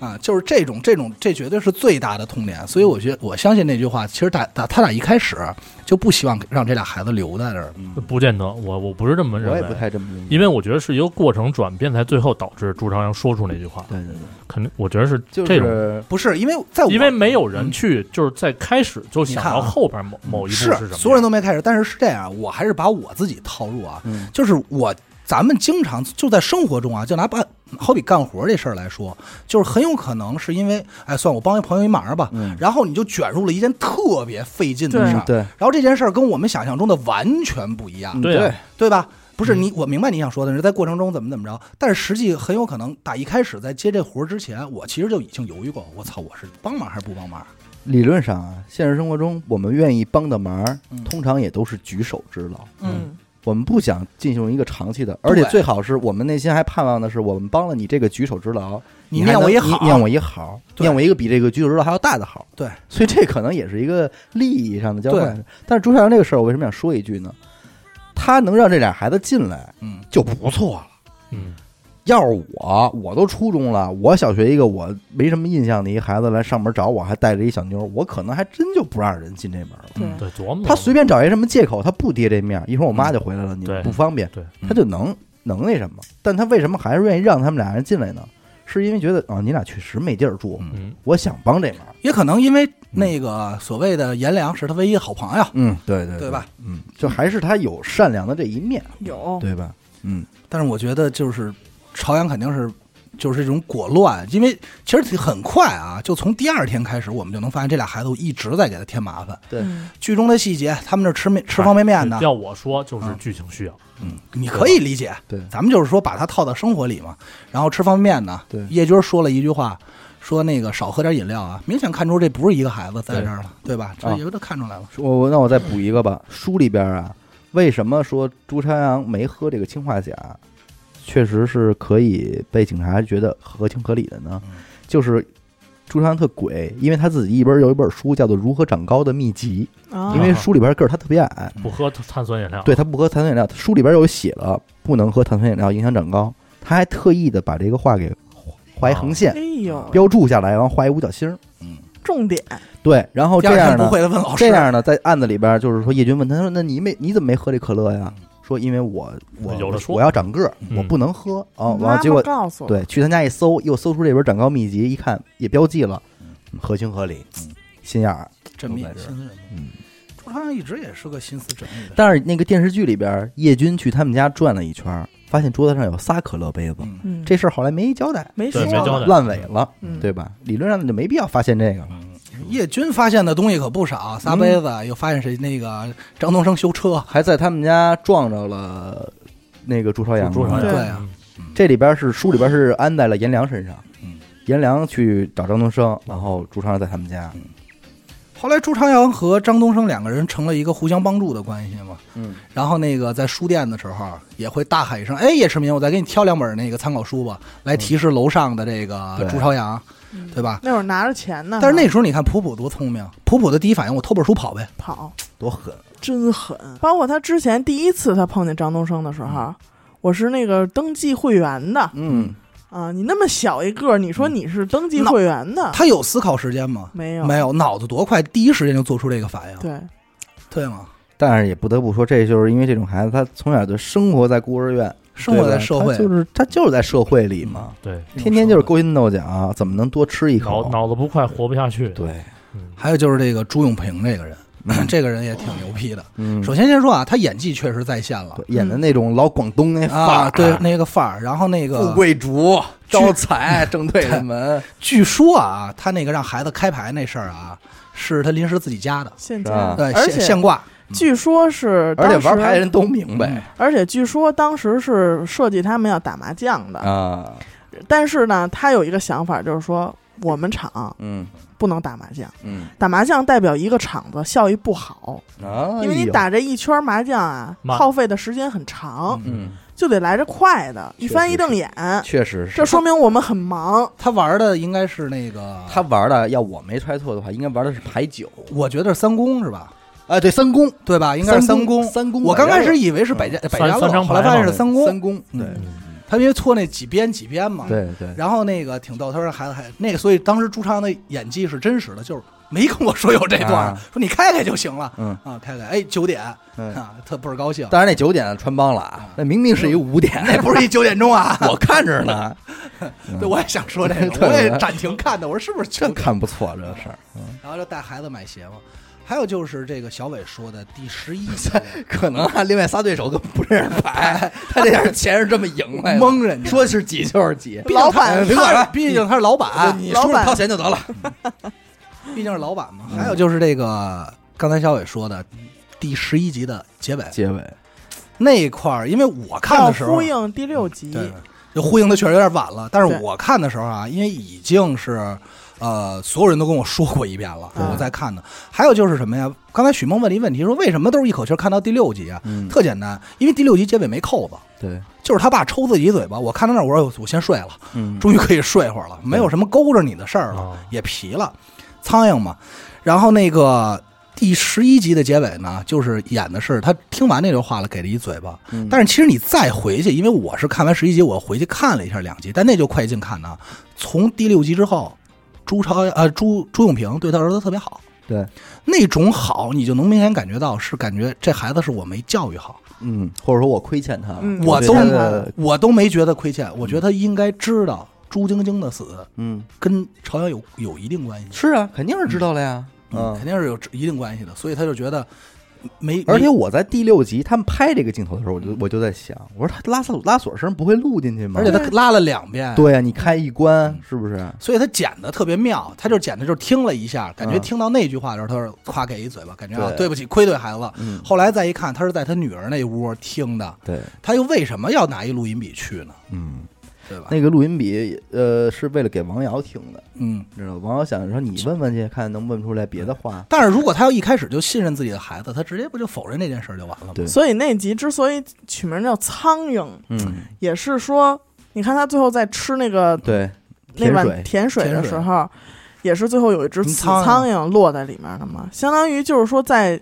B: 啊，就是这种这种这绝对是最大的痛点。所以我觉得我相信那句话，其实打打他俩一开始就不希望让这俩孩子留在这儿。
D: 不见得，我我不是这么认
A: 我
D: 为，
A: 也不太这么啊认为。
D: 因为我觉得是一个过程转变，才最后导致朱朝阳说出那句话。
A: 对对对，
D: 肯定，我觉得是
A: 就
D: 这种，
A: 是
B: 不是因为在我
D: 因为没有人去，就是在开始就想
B: 你看啊
D: 到后边某某一步
B: 是
D: 什么，
B: 所有人都没开始，但是是这样，我还是把我自己套路啊，
A: 嗯
B: 就是我咱们经常就在生活中啊，就拿办好比干活这事儿来说，就是很有可能是因为哎，算我帮一朋友一忙吧，
A: 嗯
B: 然后你就卷入了一件特别费劲的
C: 对
B: 事儿，
A: 对
B: 然后这件事儿跟我们想象中的完全不一样，
A: 嗯
D: 对啊
B: 对吧？不是你，我明白你想说的是在过程中怎么怎么着，但是实际很有可能打一开始在接这活儿之前，我其实就已经犹豫过，我操，我是帮忙还是不帮忙？
A: 理论上啊，现实生活中我们愿意帮的忙
B: 嗯，
A: 通常也都是举手之劳。
C: 嗯，
A: 我们不想进行一个长期的，而且
B: 对
A: 最好是我们内心还盼望的是，我们帮了你这个举手之劳，
B: 你
A: 还
B: 念
A: 能
B: 我一
A: 你
B: 好
A: 念我一好，
B: 对
A: 念我一个比这个举手之劳还要大的好。
B: 对，
A: 所以这可能也是一个利益上的交换
B: 对。
A: 但是朱朝阳这个事儿，我为什么想说一句呢？他能让这俩孩子进来
B: 嗯，
A: 就不错了。
D: 嗯，
A: 要是我，我都初中了，我小学一个我没什么印象的一孩子来上门找我，还带着一小妞，我可能还真就不让人进这门了。
C: 对
B: 嗯
D: 对，琢磨
A: 他随便找一什么借口，他不跌这面，一会儿我妈就回来了，你
D: 对
A: 不方便，
D: 对，
A: 他就能能那什么。但他为什么还是愿意让他们俩人进来呢？是因为觉得啊、你俩确实没地儿住，
B: 嗯
D: 嗯，
A: 我想帮这忙。
B: 也可能因为那个所谓的颜良是他唯一的好朋友，
A: 嗯，对对
B: 对吧？
A: 嗯，就还是他有善良的这一面，
C: 有
A: 对吧？嗯，
B: 但是我觉得就是朝阳肯定是就是这种裹乱，因为其实很快啊，就从第二天开始，我们就能发现这俩孩子一直在给他添麻烦。
A: 对
C: 嗯
B: 剧中的细节，他们这儿吃面吃方便面呢，
D: 要我说就是
B: 嗯
D: 剧情需要，
B: 嗯，你可以理解，
A: 对
B: 咱们就是说把它套到生活里嘛。然后吃方便面呢，
A: 对
B: 叶军说了一句话，说那个少喝点饮料啊，明显看出这不是一个孩子在这儿了，对吧？这
A: 啊
B: 也都看出来了，
A: 我我那我再补一个吧。书里边啊，为什么说朱朝阳没喝这个氰化钾，确实是可以被警察觉得合情合理的呢？
B: 嗯
A: 就是朱朝阳特鬼，因为他自己一本有一本书叫做《如何长高的秘籍》，
B: 哦
C: 啊
A: 因，为书里边个儿他特别矮，
D: 不喝碳酸饮料，
A: 对他不喝碳酸饮料，书里边有写了不能喝碳酸饮料影响长高，他还特意的把这个话给画一横线
C: 哎
B: 哦
C: 呦，
A: 标注下来，然后画一五角星儿，
C: 重点
A: 对，然后
B: 第
A: 哦这
B: 二
A: 样
B: 天不
A: 呢，
B: 会的问
D: 哦
B: 老师，
A: 这样呢，在案子里边，就是说叶军问他说：“那你没你怎么没喝这可乐呀？”说：“因为我我
D: 有的说
A: 我要长个儿，
D: 嗯
A: 我不能喝啊。”
B: 哦
C: 妈
A: 然
C: 妈
A: 后结果
C: 告诉我，
A: 对去他家一搜，又搜出这本长高秘籍，一
D: 嗯
A: 看也标记了，合情合理，心眼儿。
B: 缜密
A: 都在，这儿
B: 心思缜密。
A: 嗯，
C: 朱
B: 普好像一直也是个心思缜密的人。
A: 但是那个电视剧里边，叶军去他们家转了一圈，发现桌子上有仨可乐杯子，
B: 嗯
C: 嗯，
A: 这事儿后来没交代，
C: 没
D: 对
C: 说
D: 没交代嗯
A: 烂尾了，
C: 嗯
A: 对吧？理论上就没必要发现这个了。
B: 嗯叶军发现的东西可不少，仨
A: 嗯
B: 杯子，又发现谁那个张东升修车，
A: 还在他们家撞着了那个朱朝阳，
D: 朱朝阳嗯
B: 对
C: 对
B: 啊，
A: 这里边是书里边是安在了颜良身上
B: 嗯，
A: 颜良去找张东升，然后朱朝阳在他们家，
B: 嗯后来朱朝阳和张东升两个人成了一个互相帮助的关系嘛。
A: 嗯，
B: 然后那个在书店的时候也会大喊一声：“哎，叶世民，我再给你挑两本那个参考书吧，来提示楼上的这个
A: 对
B: 朱朝阳，
C: 嗯
B: 对吧
C: 那会儿拿着钱呢？”，
B: 但是那时候你看普普多聪明，普普的第一反应我偷本书跑呗，
C: 跑
A: 多狠！
B: 啊
C: 真狠。包括他之前第一次他碰见张东升的时候，我是那个登记会员的
A: 嗯，
C: 啊，你那么小一个，你说你是登记会员的，
B: 他有思考时间吗？
C: 啊没有
B: 没有，脑子多快，第一时间就做出这个反应，对
C: 对，
B: 吗？
A: 但是也不得不说，这就是因为这种孩子，他从小就生活在孤儿院，
B: 生活
A: 对吧
B: 在社会嗯
A: 他，就是他就是在社会里嘛，
D: 对，
A: 天天就是勾心斗角，怎么能多吃一
D: 脑
A: 口？
D: 脑子不快活不下去。
A: 对，
D: 嗯，
B: 还有就是这个朱永平这个人， 这个人也挺牛逼的。
A: 嗯，
B: 首先先说啊，他演技确实在线了
A: 对演的那种老广东 那范
B: 啊，
A: 儿，
B: 对啊那个范儿。然后那
A: 富
B: 个，
A: 贵竹、招财、正对着 门，
B: 据说啊，他那个让孩子开牌那事儿啊，是他临时自己加的，
C: 现
A: 是吧
C: 在，
B: 对，
C: 而
B: 现
C: 且
B: 现嗯挂。
C: 据说是
A: 而
C: 当
A: 且
C: 时
A: 玩牌的人都明白
C: 而且据说当时是设计他们要打麻将
B: 嗯
C: 的，
A: 啊，
C: 但是呢，他有一个想法，就是说我们厂
A: 嗯
C: 不能打麻将，
A: 嗯
C: 打麻将代表一个厂子效益不好，
A: 啊，
C: 因为
A: 哎
C: 你
A: 呦
C: 打这一圈麻将啊，
D: 慢
C: 耗费的时间很长，
A: 嗯，
C: 就得来这快的，一翻一瞪眼，
A: 确实是
C: 这说明我们很忙。
B: 他玩的应该是那个，
A: 他玩的，要我没猜错的话，应该玩的是牌九，
B: 我觉得是三公是吧？
A: 哎，对，三公，
B: 对吧？应该是
A: 三
B: 公。
A: 三公，
B: 我刚开始以
A: 嗯
B: 为是百家百家
D: 三
B: 乐，
D: 张牌
B: 后来发现是三公。
A: 三公，嗯对
B: 他因为搓那几边几边嘛。。
A: 对对，
B: 然后那个挺逗，他说孩子还那个，所以当时朱朝阳的演技是真实的，就是没跟我说有这段儿，
A: 啊
B: 说你开开就行了。
A: 嗯
B: 啊，开开，哎，九点
A: 嗯，
B: 啊，特倍儿高兴。
A: 当然那九点穿帮了啊，那明明是一五点，，
B: 那 不是一九点钟啊
A: 我看着呢，
B: 对，我也想说这个，
A: 对
B: 我也暂停看的，我说是不是
A: 这
B: 九点？
A: 看不错这事儿，
B: 然后就带孩子买鞋嘛。还有就是这个小伟说的第十一 集
A: 可能啊，另外仨对手都不认识 牌，他这点钱是这么赢来的，
B: 蒙人家，
A: 哎说是几就是 几，
B: 毕竟他
C: 老板
B: 毕竟
A: 他
B: 他毕竟他是老
A: 啊，
B: 板，
A: 你
C: 老
A: 叔叔
C: 板
A: 掏钱就得了，
B: 毕竟是老板嘛。
A: 嗯
B: 还有就是这个刚才小伟说的第十一集的结尾
A: 结尾，
B: 那一块儿，因为我看
C: 要
B: 的时候
C: 呼应第六集，
B: 对，就呼应的确实有点晚了。但是
C: 对
B: 我看的时候啊，因为已经是呃，所有人都跟我说过一遍了，
C: 对
B: 我在看呢。还有就是什么呀？刚才许梦问了一问题，说为什么都是一口气儿看到第六集啊？
A: 嗯，
B: 特简单，因为第六集结尾没扣子，
A: 对，
B: 就是他爸抽自己一嘴巴。我看到那儿，我说我先睡了，
A: 嗯，
B: 终于可以睡会儿了，没有什么勾着你的事儿了，
D: 啊，
B: 也皮了，苍蝇嘛。然后那个。第十一集的结尾呢，就是演的是他听完那句话了，给了一嘴巴，
A: 嗯
B: 但是其实你再回去，因为我是看完十一集，我回去看了一下两集，但那就快进看的啊。从第六集之后，朱朝呃朱朱永平对他儿子特别好，
A: 对，
B: 那种好你就能明显感觉到是感觉这孩子是我没教育好，
A: 嗯，或者说我亏欠他了，
C: 嗯
B: 我
A: 对
B: 都
A: 他的，
B: 我都没觉得亏欠，我觉得他应该知道朱晶晶的死
A: 嗯，
B: 跟朝阳有有一定关系，
A: 是啊，肯定是知道了呀，嗯
B: 肯，定是有一定关系的，所以他就觉得没
A: 而且
B: 没
A: 我在第六集他们拍这个镜头的时候，我就我就在想，我说他拉锁拉锁声不会录进去吗？
B: 而且他拉了两遍，
A: 对啊呀，你开一关是不是？
B: 所以他剪的特别妙，他就剪的就是听了一下，感觉
A: 嗯
B: 听到那句话的时候，他是夸给一嘴巴，感觉啊
A: 对
B: 对不起，亏对孩子了。
A: 嗯，
B: 后来再一看，他是在他女儿那屋听的，
A: 对，
B: 他又为什么要拿一录音笔去呢？
A: 嗯，
B: 对吧？
A: 那个录音笔呃是为了给王瑶听的，
B: 嗯，
A: 你知道吗？王瑶想说你问问去，看能问出来别的话。
B: 但是如果他要一开始就信任自己的孩子，他直接不就否认这件事儿就完了吗？
A: 对
C: 所以那集之所以取名叫《苍蝇》，
A: 嗯，
C: 也是说，你看他最后在吃那个
A: 对，
C: 那
A: 甜
C: 碗
A: 水
C: 甜水
B: 甜
C: 的
B: 水
C: 时候，也是最后有一只
B: 嗯
C: 死
B: 苍蝇
C: 苍蝇落在里面了嘛，相当于就是说，在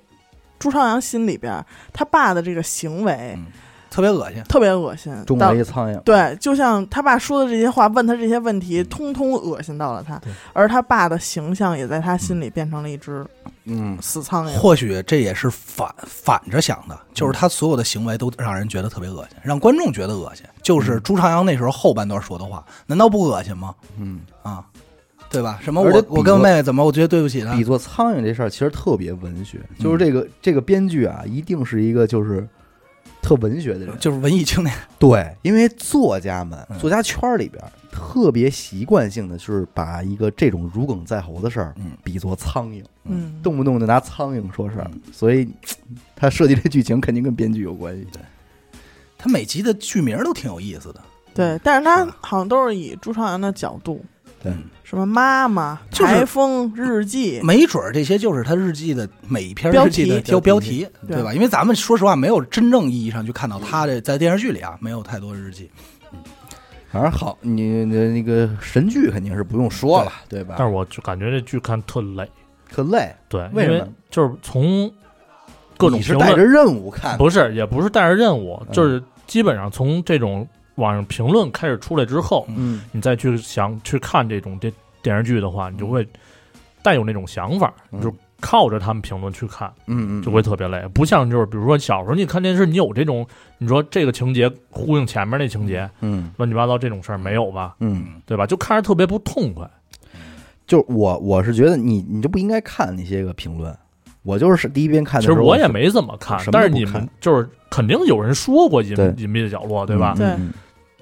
C: 朱朝阳心里边，他爸的这个行为
B: 嗯特别恶心。
C: 特别恶心，
A: 中
C: 到
A: 了一苍蝇。，
C: 对，就像他爸说的这些话，问他这些问
B: 嗯
C: 题，通通恶心到了他
D: 对，
C: 而他爸的形象也在他心里变成了一只
A: 嗯，
C: 死苍蝇。
B: 或许这也是反反着想的，
A: 嗯
B: 就是他所有的行为都让人觉得特别恶心，让观众觉
A: 嗯
B: 得恶心。就是朱朝阳那时候后半段说的话，难道不恶心吗？
A: 嗯
B: 啊，对吧？什么
A: 而且
B: 我
A: 比
B: 我跟
A: 作
B: 我妹妹怎么，我觉得对不起她
A: 比，作苍蝇这事儿其实特别文学，就是这个这个编剧啊，一定是一个就是特文学的人。
B: 就是文艺青年，
A: 对，因为作家们
B: 嗯、
A: 作家圈儿里边儿特别习惯性的就是把一个这种如鲠在喉的事儿
B: 嗯
A: 比作苍蝇，
C: 嗯，
A: 动不动就拿苍蝇说事儿
B: 嗯，
A: 所以他设计这剧情肯定跟编剧有关系。
B: 她每集的剧名都挺有意思的，
C: 对，但是他
B: 是吧
C: 好像都是以朱朝阳的角度，
A: 对
B: 嗯
C: 什么妈妈、
B: 就是
C: 台风、日记，
B: 没准儿这些就是他日记的每一篇日记的
C: 标题
B: 标标题，
C: 对
B: 对吧？因为咱们说实话，没有真正意义上去看到他的在电视剧里啊，没有太多日记。
A: 反正好，你你那个神剧肯定是不用说了，对吧？
D: 但是我就感觉这剧看特累，
A: 特累，
D: 对，
A: 为
D: 因
A: 什
D: 为
A: 么
D: 就是从各种
A: 你是
D: 评
A: 带
D: 论
A: 着，任务看的，
D: 不是也不是带着任务，
A: 嗯
D: 就是基本上从这种网上评论开始出来之后，
A: 嗯，
D: 你再去想去看这种电电视剧的话，你就会带有那种想法，
A: 嗯
D: 你就靠着他们评论去看，
A: 嗯嗯，
D: 就会特别累。不像就是比如说小时候你看电视，你有这种你说这个情节呼应前面那情节，
A: 嗯
D: 乱七八糟这种事儿没有吧？
A: 嗯。
D: 对吧？就看着特别不痛快。
A: 就是我我是觉得你你就不应该看那些个评论，我就是第一遍看
D: 其
A: 的时
D: 实
A: 候，
D: 我也没怎么看
A: 什么，都
D: 但是你
A: 不看
D: 们就是肯定有人说过隐
A: 对
D: 隐秘的角落，
A: 我
D: 对吧？
C: 嗯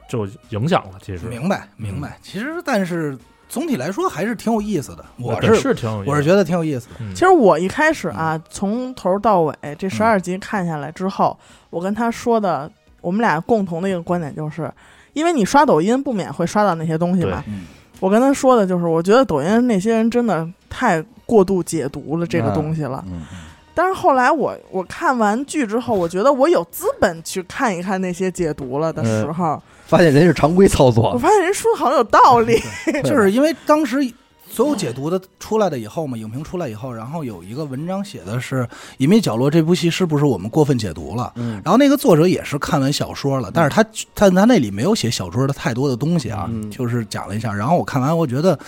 D: 就影响了，其实
B: 明白，明
A: 嗯
B: 白。其实，但是总体来说还是挺有意思的。我
D: 是
B: 是
D: 挺有意思，
B: 我是觉得挺有意思的。
D: 嗯
C: 其实我一开始
A: 嗯
C: 啊，从头到尾这十二集看下来之后，我跟他说的，我们俩共同的一个观点就是，因为你刷抖音不免会刷到那些东西嘛。
B: 嗯，
C: 我跟他说的就是，我觉得抖音那些人真的太过度解读了这个
A: 啊
C: 东西了。
A: 嗯
C: 但是后来我我看完剧之后，我觉得我有资本去看一看那些解读
A: 嗯
C: 了的时候，
A: 发现人是常规操
C: 我
A: 作，
C: 发现人说的好像有道理。
B: 就是因为当时所有解读的出来的以后嘛，影评出来以后，然后有一个文章写的是《隐秘角落》这部戏是不是我们过分解读了？
A: 嗯
B: 然后那个作者也是看完小说了，但是他但他那里没有写小说的太多的东西啊，
A: 嗯
B: 就是讲了一下。然后我看完，我觉得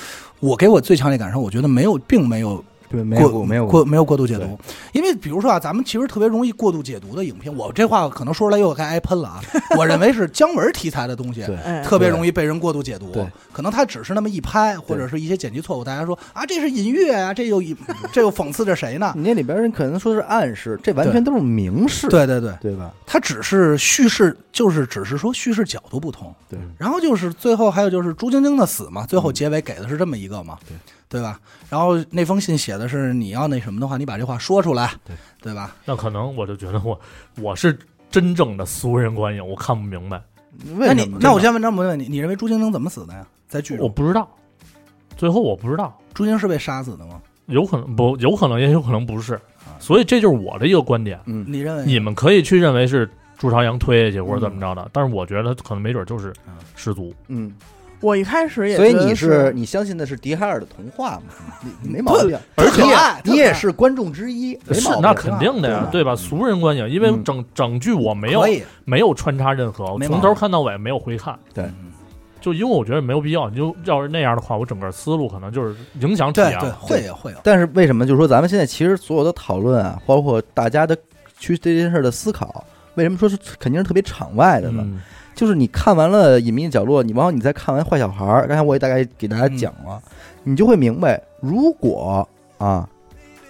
B: 我给我最强烈感受，我觉得没有，并没有
A: 对，没有
B: 过
A: 过没有
B: 过没有过度解
A: 对
B: 读，因为比如说啊，咱们其实特别容易过度解读的影片，我这话可能说出来又该挨喷 了啊。我认为是姜文题材的东 西。
A: 对
C: 哎，
B: 特别容易被人过度解读
A: 对，
B: 可能他只是那么一拍，或者是一些剪辑错误，大家说啊，这是隐 喻啊，这又这又讽刺着谁呢？
A: 啊你那里边人可能说是暗示，这完全都是明示，
B: 对对对，
A: 对吧？
B: 他只是叙事，就是只是说叙事角度不同。
A: 对，
B: 然后就是最后还有就是朱晶晶的死嘛，最后结尾给的是这么一个嘛，
A: 嗯对
B: 对吧？然后那封信写的是你要那什么的话，你把这话说出来，
A: 对
B: 对吧？
D: 那可能我就觉得我 我是真正的俗人观影，我看不明白，
A: 为
B: 那
A: 什
B: 你
A: 么？
B: 那我先问张博问你，你认为朱晶晶怎么死的呀？在剧
D: 我
B: 中，
D: 不知道，最后我不知道，
B: 朱晶是被杀死的吗？
D: 有可能不，有可能也有可能不是，
B: 啊
D: 所以这就是我的一个观点，
A: 嗯，
B: 你认为
D: 你们可以去认为是朱朝阳推下去或者
B: 嗯
D: 怎么着的，但是我觉得可能没准就是失足，
A: 嗯，
C: 我一开始也
A: 所以
C: 觉得
A: 你
C: 是
A: 你相信的是笛海尔的童话嘛？你你没毛病，
B: 特
A: 而且
B: 特可爱
A: 你也是观众之一，没
D: 是
A: 毛病，
B: 啊
D: 那肯定的
A: 对
D: 呀
A: 吧，
D: 对吧？俗人观影，因为
A: 嗯
D: 整整剧我没有
B: 可以
D: 没有穿插任何，我
B: 没
D: 从
B: 毛
D: 头
B: 病
D: 看到尾没有回看。
A: 对
B: 嗯
D: 就因为我觉得没有必要，你就要是那样的话，我整个思路可能就是影响体
B: 对
D: 验
A: 嗯
B: 对
A: 啊
D: 了。嗯
B: 会有会有，
A: 但是为什么就是说咱们现在其实所有的讨论啊，包括大家的去对这件事儿的思考，为什么说是肯定是特别场外的呢？
D: 嗯，
A: 就是你看完了《隐秘的角落》，你然后你再看完《坏小孩》，儿》，刚才我也大概给大家讲
B: 嗯
A: 了，你就会明白，如果啊，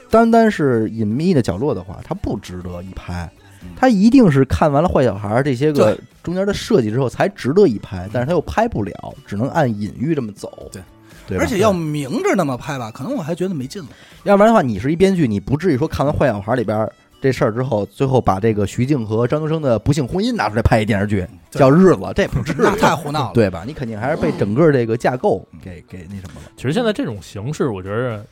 A: 单单是《隐秘的角落》的话，它不值得一拍
B: 嗯。
A: 它一定是看完了《坏小孩》儿》这些个中间的设计之后才值得一拍，但是它又拍不了，只能按隐喻这么走。
B: 嗯对，
A: 对吧
B: 而且要明着那么拍吧，可能我还觉得没劲了。
A: 要不然的话，你是一编剧，你不至于说看完《坏小孩》里边儿这事儿之后，最后把这个徐静和张东升的不幸婚姻拿出来拍一电视剧，
B: 嗯对
A: 叫《日子》，这不至于
B: 那太胡闹了。
A: 对吧？你肯定还是被整个这个架构给给那什么了，
D: 其实现在这种形式，我觉得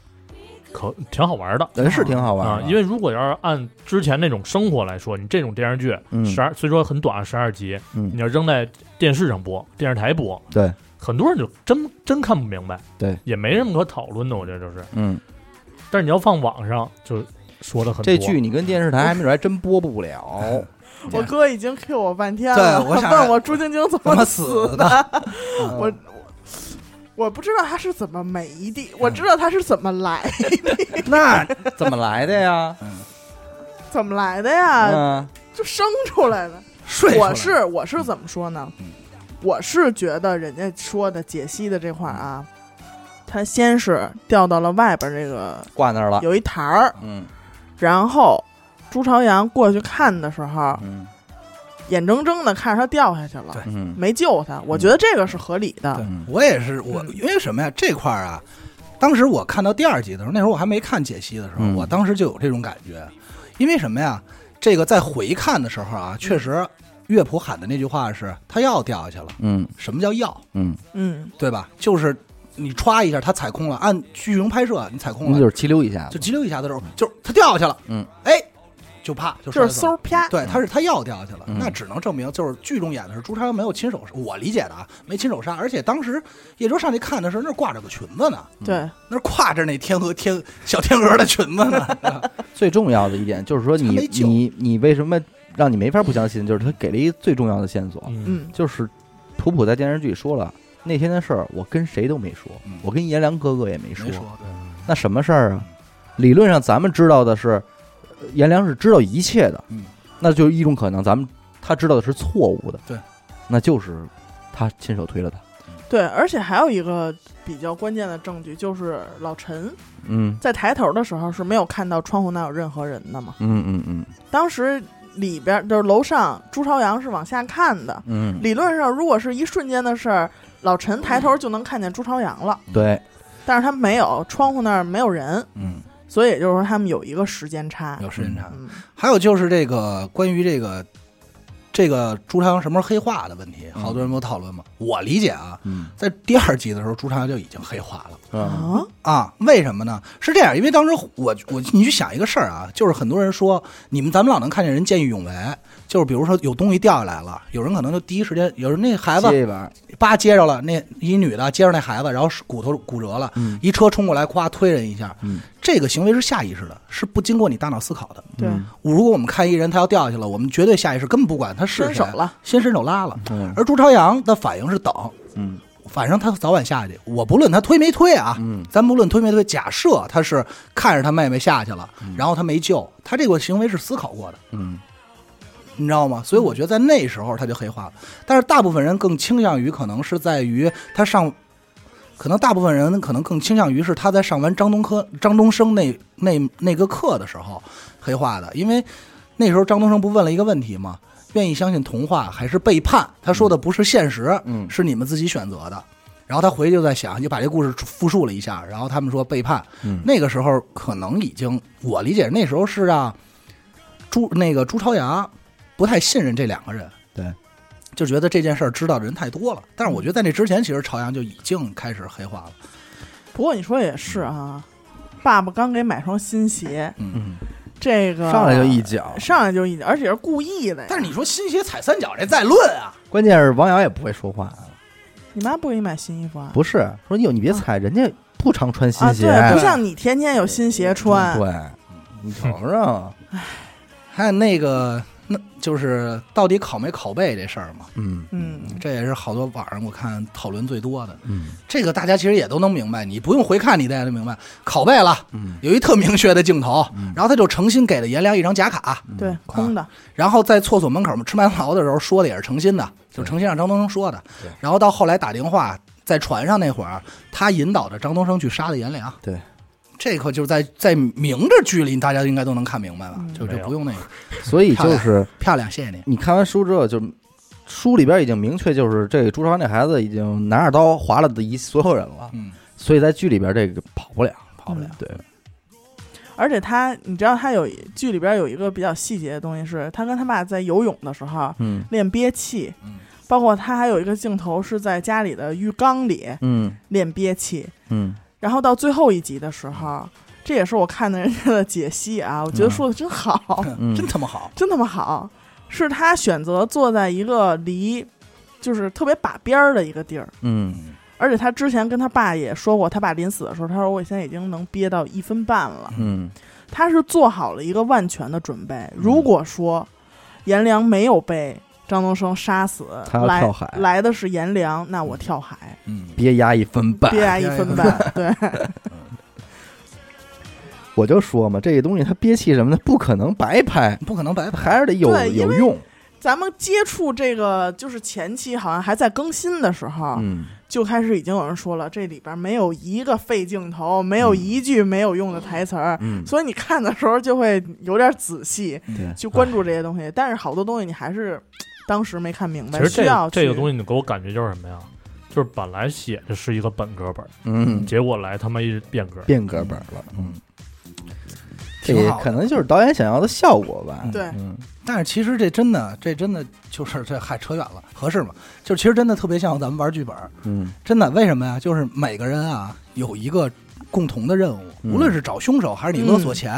D: 可挺好玩的
A: 呃，是挺好玩
D: 啊
A: 的，，
D: 因为如果要是按之前那种生活来说，你这种电视剧
A: 嗯
D: 十二虽说很短，十二集，
A: 嗯
D: 你，要扔在电视上播，电视台播，
A: 对，
D: 很多人就真真看不明白，
A: 对，
D: 也没什么可讨论的，我觉得就是。
A: 嗯，
D: 但是你要放网上，就说的很多。
A: 这剧你跟电视台还没准还真播不了，
C: 我哥已经 Q 我半天
B: 对
C: 了，
B: 我想
C: 问我朱晶晶怎
B: 怎么
C: 死
B: 死
C: 的，
A: 嗯
C: 我我不知道他是怎么没的，我知道他是怎么来，
A: 那怎么来的呀？
C: 怎么来的呀，
A: 嗯
C: 就生出来的。
B: 睡出来
C: 我是我是怎么说呢
B: 嗯？
C: 我是觉得人家说的解析的这块儿啊，他他先是掉到了外边这个
A: 挂那儿了，
B: 啊
C: 有一台儿，
A: 嗯
C: 然后朱朝阳过去看的时候，
A: 嗯
C: 眼睁睁的看着他掉下去了
B: 对，
A: 嗯
C: 没救他。我觉得这个是合理的。
B: 对
A: 嗯
B: 我也是，我因为什么呀？这块儿啊，当时我看到第二集的时候，那时候我还没看解析的时候，
A: 嗯
B: 我当时就有这种感觉，因为什么呀？这个在回看的时候啊，确实乐谱喊的那句话是“他要掉下去了”，
A: 嗯
B: 什么叫要？
A: 嗯，
C: 嗯，
B: 对吧？就是你歘一下，他踩空了，按剧情拍摄，你踩空
A: 那
B: 了，
A: 就是激溜一下
B: 嗯就
A: 子，
B: 急溜一下的时候，就是他掉下去了，
A: 嗯，
B: 哎，就啪，就
C: 就
B: 摔
C: 是
B: 死了
C: 嗖啪，
B: 对，他是他要掉下去了，
A: 嗯
B: 那只能证明就是剧中演的是朱朝阳没有亲手，我理解的啊，没亲手杀，而且当时叶舟上去看的时候，那儿挂着个裙子呢，
C: 对，
B: 那儿挂着那天鹅天小天鹅的裙子呢，
A: 最重要的一点就是说
B: 他
A: 你
B: 没救
A: 你你为什么让你没法不相信？就是他给了一最重要的线索，
D: 嗯，
C: 嗯
A: 就是普普在电视剧说了那天的事儿，我跟谁都没说
B: 嗯，
A: 我跟颜良哥哥也没
B: 没说，
A: 那什么事儿啊？理论上咱们知道的是，呃颜良是知道一切的，
B: 嗯，
A: 那就一种可能，咱们他知道的是错误的，
B: 对，
A: 那就是他亲手推了他，
C: 对，而且还有一个比较关键的证据，就是老陈
A: 嗯
C: 在抬头的时候是没有看到窗户那有任何人的嘛。
A: 嗯嗯嗯
C: 当时里边就是楼上朱朝阳是往下看的，
A: 嗯，
C: 理论上如果是一瞬间的事儿，老陈抬头就能看见朱朝阳了，
A: 对，
C: 但是他没有，窗户那儿没有人，
A: 嗯
C: 所以也就是说他们有一个时间差。
B: 有时间差。
C: 嗯
B: 还有就是这个关于这个这个朱朝阳什么时候黑化的问题，
A: 嗯
B: 好多人都讨论嘛，我理解啊，
A: 嗯
B: 在第二集的时候，朱朝阳就已经黑化了。
A: 啊
C: 啊，
B: 啊，为什么呢？是这样，因为当时我我你去想一个事儿啊，就是很多人说你们咱们老能看见人见义勇为，就是比如说有东西掉下来了，有人可能就第一时间，有人那孩子
A: 接一把，
B: 叭接着了，那一女的接着那孩子，然后骨头骨折了，
A: 嗯
B: 一车冲过来，咵推人一下，
A: 嗯，
B: 这个行为是下意识的，是不经过你大脑思考的。
C: 对，
A: 嗯
B: 如果我们看一人他要掉下去了，我们绝对下意识根本不管他是
C: 伸手
B: 谁，
C: 了，
B: 先伸手拉了。
A: 嗯
B: 而朱朝阳的反应是等，
A: 嗯
B: 反正他早晚下去，我不论他推没推啊，
A: 嗯
B: 咱不论推没推，假设他是看着他妹妹下去了，然后他没救，他这个行为是思考过的，
A: 嗯
B: 你知道吗？所以我觉得在那时候他就黑化了。但是大部分人更倾向于可能是在于他上，可能大部分人可能更倾向于是他在上完张东科张东升那那那个课的时候黑化的，因为那时候张东升不问了一个问题吗？愿意相信童话还是背叛？他说的不是现实，
A: 嗯
B: 是你们自己选择的。然后他回去就在想，就把这故事复述了一下。然后他们说背叛，
A: 嗯
B: 那个时候可能已经，我理解那时候是让朱那个朱朝阳不太信任这两个人，
A: 对，
B: 就觉得这件事儿知道的人太多了。但是我觉得在那之前，其实朝阳就已经开始黑化了。
C: 不过你说也是啊，爸爸刚给买双新鞋，
B: 嗯，
A: 嗯，
C: 这个
A: 上来就一脚，
C: 上来就一脚，而且是故意的呀。
B: 但是你说新鞋踩三脚这再论啊，
A: 关键是王瑶也不会说话，啊
C: 你妈不给你买新衣服啊？
A: 不是说哟你别踩，人家不常穿新
C: 啊，
A: 鞋，
C: 对，不像你天天有新鞋穿。
A: 对，你瞅瞅，
B: 还有那个那就是到底拷没拷贝这事儿嘛，
A: 嗯
C: 嗯，
B: 这也是好多网上我看讨论最多的。
A: 嗯
B: 这个大家其实也都能明白，你不用回看，你大家都明白。拷贝了，
A: 嗯
B: 有一特明确的镜头，
A: 嗯
B: 然后他就诚心给了颜良一张假卡，
C: 对，空的，
B: 然后在厕所门口吃麦当劳的时候说的也是诚心的，就诚心让张东升说的
A: 对。
B: 然后到后来打电话，在船上那会儿，他引导着张东升去杀的颜良。
A: 对，
B: 这个就是在在明着剧里，大家应该都能看明白吧？
C: 嗯
B: 就就
D: 没有
B: 不用那个
A: 所以就是
B: 漂亮，谢谢你。
A: 你看完书之后，就书里边已经明确，就是这个朱朝阳这孩子已经拿着刀划了的一所有人了，
B: 嗯，
A: 所以在剧里边这个跑不了，跑
C: 不了
A: 对，
C: 而且他，你知道他有一剧里边有一个比较细节的东西是，他跟他爸在游泳的时候
A: 嗯
C: 练憋气
B: 嗯，
C: 包括他还有一个镜头是在家里的浴缸里
A: 嗯
C: 练憋气，
A: 嗯
C: 然后到最后一集的时候，这也是我看的人家的解析啊，我觉得说的真好，
A: 嗯
B: 真他妈好。
C: 真他妈好，是他选择坐在一个离就是特别把边儿的一个地儿，
A: 嗯
C: 而且他之前跟他爸也说过，他爸临死的时候，他说我现在已经能憋到一分半了。
A: 嗯
C: 他是做好了一个万全的准备。如果说颜良没有被张东升杀死，
A: 他要
C: 来
A: 跳海
C: 来的是颜良，那我跳海，
B: 嗯，
A: 别压一分半
C: 别，挨一分半。
A: 哎
C: 对，
A: 我就说嘛，这个东西它憋气什么的不可能白拍，
B: 不可能白拍。
A: 还是得有
C: 对因
A: 有
C: 为
A: 用，
C: 咱们接触这个就是前期好像还在更新的时候，
A: 嗯，
C: 就开始已经有人说了，这里边没有一个废镜头，没
D: 嗯
C: 有一句没有用的台词儿，
A: 嗯
C: 所以你看的时候就会有点仔细
A: 对，
C: 去关注这些东西，但是好多东西你还是当时没看明白
D: 其，实
C: 需
D: 这
C: 要
D: 个这个
C: 去
D: 东西，你给我感觉就是什么呀？就是本来写的是一个本格本，
A: 嗯，
D: 结果来他妈一变格。
A: 变格本了，嗯，这
B: 挺
A: 也
B: 好的
A: 可能就是导演想要的效果吧
B: 嗯。
C: 对
A: 嗯，
B: 但是其实这真的，这真的就是这嗨，扯远了，合适吗？就是其实真的特别像咱们玩剧本，
A: 嗯
B: 真的为什么呀？就是每个人啊有一个共同的任务，
A: 嗯
B: 无论是找凶手还是你勒索钱，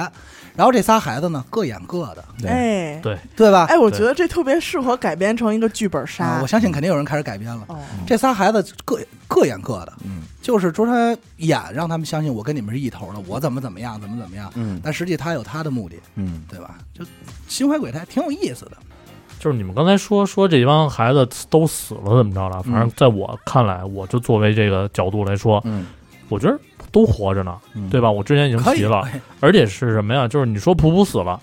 B: 然后这仨孩子呢各演各的，
A: 对
C: 哎
D: 嗯对
B: 对吧？
C: 哎，我
D: 对
C: 觉得这特别适合改编成一个剧本
B: 啊
C: 杀，
B: 我。相信肯定有人开始改编了。
C: 哦，
B: 这仨孩子各各演各的，
A: 嗯
B: 就是说他演让他们相信我跟你们是一头的，我怎么怎么样，怎么怎么样，
A: 嗯
B: 但实际他有他的目的，
A: 嗯
B: 对吧？就心怀鬼胎，挺有意思的。
D: 就是你们刚才说说这帮孩子都死了怎么着了？反正在我看来，我就作为这个角度来说，
A: 嗯
D: 我觉得都活着呢，
A: 嗯，
D: 对吧？我之前已经
B: 可以
D: 提了，
B: 哎
D: 而且是什么呀？就是你说普普死了，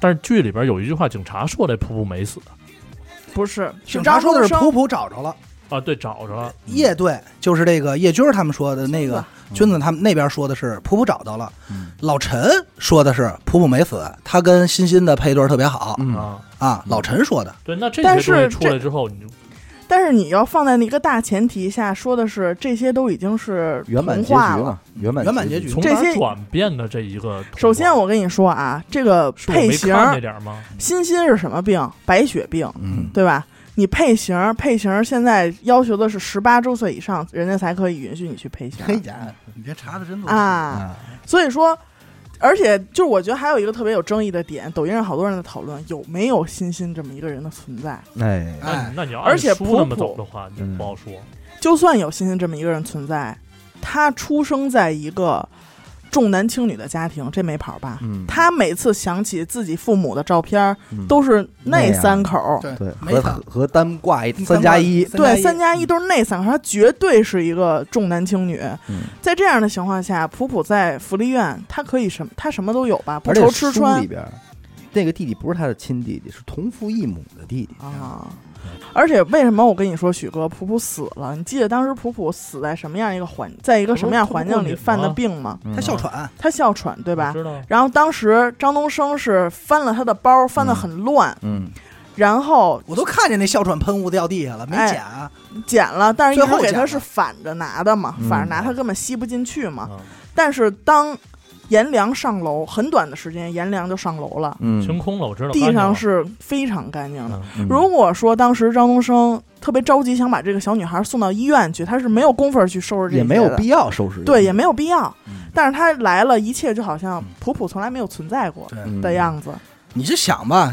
D: 但是剧里边有一句话，警察说这普普没死
C: 不是，是
B: 警察
C: 张
B: 说的
C: 东
B: 是
C: 升
B: 普普找着了，
D: 啊，对，找着了，
B: 叶队就是这个叶军儿他们说的那个
A: 君
B: 君子，他们那边说的是普普找到了，
A: 嗯
B: 老陈说的是普普没死，他跟欣欣的配对儿特别好
A: 嗯
D: 啊，
B: 啊。老陈说的，
D: 对，那这
C: 但
D: 些东西
C: 是
D: 出
C: 这
D: 来之后，你就
C: 但是你要放在一个大前提下，说的是这些都已经是
A: 圆满
C: 童
A: 结局
C: 话了。
A: 嘛，圆满
B: 原版结
A: 结
B: 局
D: 从
C: 这
D: 哪儿
C: 些
D: 转变的这一个图啊？
C: 首先，我跟你说啊，这个
D: 是我
C: 配
D: 没
C: 型，
D: 看这点儿吗？
C: 欣欣是什么病？白血病，
A: 嗯
C: 对吧？你配型，配型现在要求的是十八周岁以上，人家才可以允许你去配 型
B: 嘿家伙，你别查的真多
C: 啊。
A: 啊，
C: 所以说，而且就是我觉得还有一个特别有争议的点，抖音上好多人在讨论有没有欣欣这么一个人的存在。
A: 哎，
D: 那你
B: 哎，
D: 那你要
C: 而
D: 按
C: 且
D: 书
C: 普
D: 那么
C: 普
D: 走的话，
A: 嗯
D: 你就不好说。
C: 就算有欣欣这么一个人存在，她出生在一个重男轻女的家庭，这没跑吧？
A: 嗯，
C: 她每次想起自己父母的照片儿，
A: 嗯
C: 都是那三口儿，
A: 对
B: 没
A: 和
B: 他
A: 和和单挂一三加一，
C: 对，三加一都是那三口儿，她绝对是一个重男轻女。
A: 嗯
C: 在这样的情况下，普普在福利院，她可以什么，她什么都有吧，不
A: 而
C: 愁
A: 且
C: 吃
A: 书
C: 穿
A: 里边儿那个弟弟不是他的亲弟弟，是同父异母的弟弟。
C: 啊。
A: 嗯
C: 而且为什么我跟你说，许哥，普普死了？你记得当时普普死在什么样一个环，在一个什么样环境里犯的病吗？
A: 嗯
B: 他哮喘，
C: 他哮喘，对
D: 对
C: 吧？
D: 知道。
C: 然后当时张东升是翻了他的包，翻得很乱，
A: 嗯
C: 然后
B: 我都看见那哮喘喷雾掉地下了，没
C: 哎
B: 捡啊。
C: 捡了，但是
B: 最
C: 因
B: 后
C: 为给
B: 捡
C: 他
B: 了
C: 是反着拿的嘛，
A: 嗯
C: 反着拿他根本吸不进去嘛。
D: 嗯
C: 但是当颜良上楼，很短的时间，颜良就上楼了，
D: 清
A: 嗯，
D: 空了，我知道。
C: 地
D: 干净
C: 上
D: 了
C: 是非常干净的。
A: 嗯
C: 如果说当时张东升特别着急想把这个小女孩送到医院去，他是没有功夫去收拾这些
A: 也
C: 的，
A: 没有必要收拾，
C: 对，也没有必要。
A: 嗯
C: 但是他来了，一切就好像
B: 嗯
C: 普普从来没有存在过
B: 对
A: 嗯
C: 的样子。
B: 你就想吧，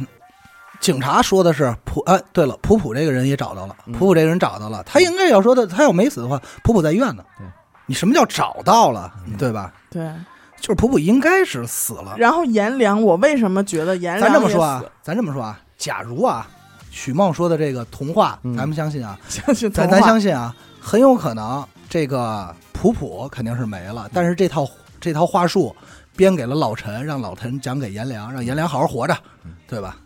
B: 警察说的是普，哎，对了，普普这个人也找到了，
A: 嗯
B: 普普这个人找到了，他应该要说的，他要没死的话，普普在医院呢。
A: 对，嗯
B: 你什么叫找到了，对吧？
C: 对，
B: 就是普普应该是死了。
C: 然后颜良，我为什么觉得颜良
B: 咱这么
C: 哎也
B: 说啊
C: 死，
B: 咱这么说啊，假如啊，许梦说的这个童话，
A: 嗯
B: 咱们相信啊，
C: 相信
B: 咱
C: 童
B: 咱
C: 话
B: 相信啊，很有可能这个普普肯定是没
C: 嗯
B: 了，但是这套这套话术编给了老陈，让老陈讲给颜良，让颜良好好活着，
A: 嗯
B: 对吧？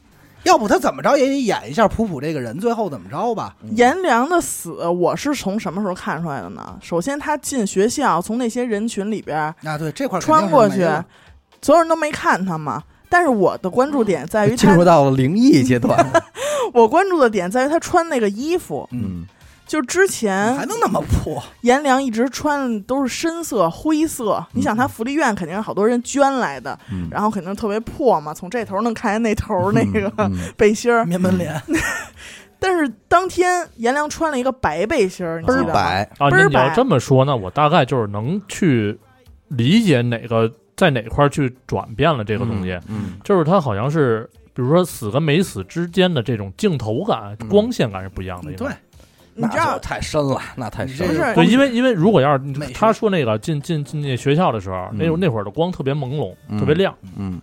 B: 要不他怎么着也得演一下普普这个人最后怎么着吧？
C: 颜良的死，我是从什么时候看出来的呢？首先，他进学校，从那些人群里边
B: 啊，对，这块儿肯定
C: 穿
B: 是
C: 过
B: 没
C: 去
B: 了，
C: 所有人都没看他嘛。但是我的关注点
B: 嗯
C: 在于
A: 进
C: 他嗯
A: 入，到了灵异阶 段。
C: 我关注的点在于他穿那个衣服。
A: 嗯
C: 就
B: 还
C: 之前
B: 能那么破？
C: 颜良一直穿都是深色、灰色。
B: 嗯
C: 你想，他福利院肯定是好多人捐来的，
A: 嗯，
C: 然后肯定特别破嘛，从这头能看见那头那个
A: 嗯
C: 背心儿。
B: 棉门帘，
C: 但是当天颜良穿了一个白背心儿，你
A: 倍
C: 记
A: 儿
C: 得吗？
A: 白，
D: 啊，
C: 倍
D: 那
C: 儿
D: 你要
C: 白
D: 这么说，那我大概就是能去理解哪个在哪块儿去转变了这
A: 这
D: 个东西，，
A: 嗯
D: 就是它好像是，比如说死跟没死之间的这种镜头感、
A: 嗯
D: 光线感是不一样的。应该
B: 对，，
C: 你知道
A: 太深了，那太深
B: 你这
A: 了。
B: 个
C: 不
D: 对，
C: 是
D: 因为因为如果要是
B: 美学
D: 他说那个进进进那学校的时候，
A: 嗯
D: 那那会儿的光特别朦胧，
A: 嗯
D: 特别亮，
A: 嗯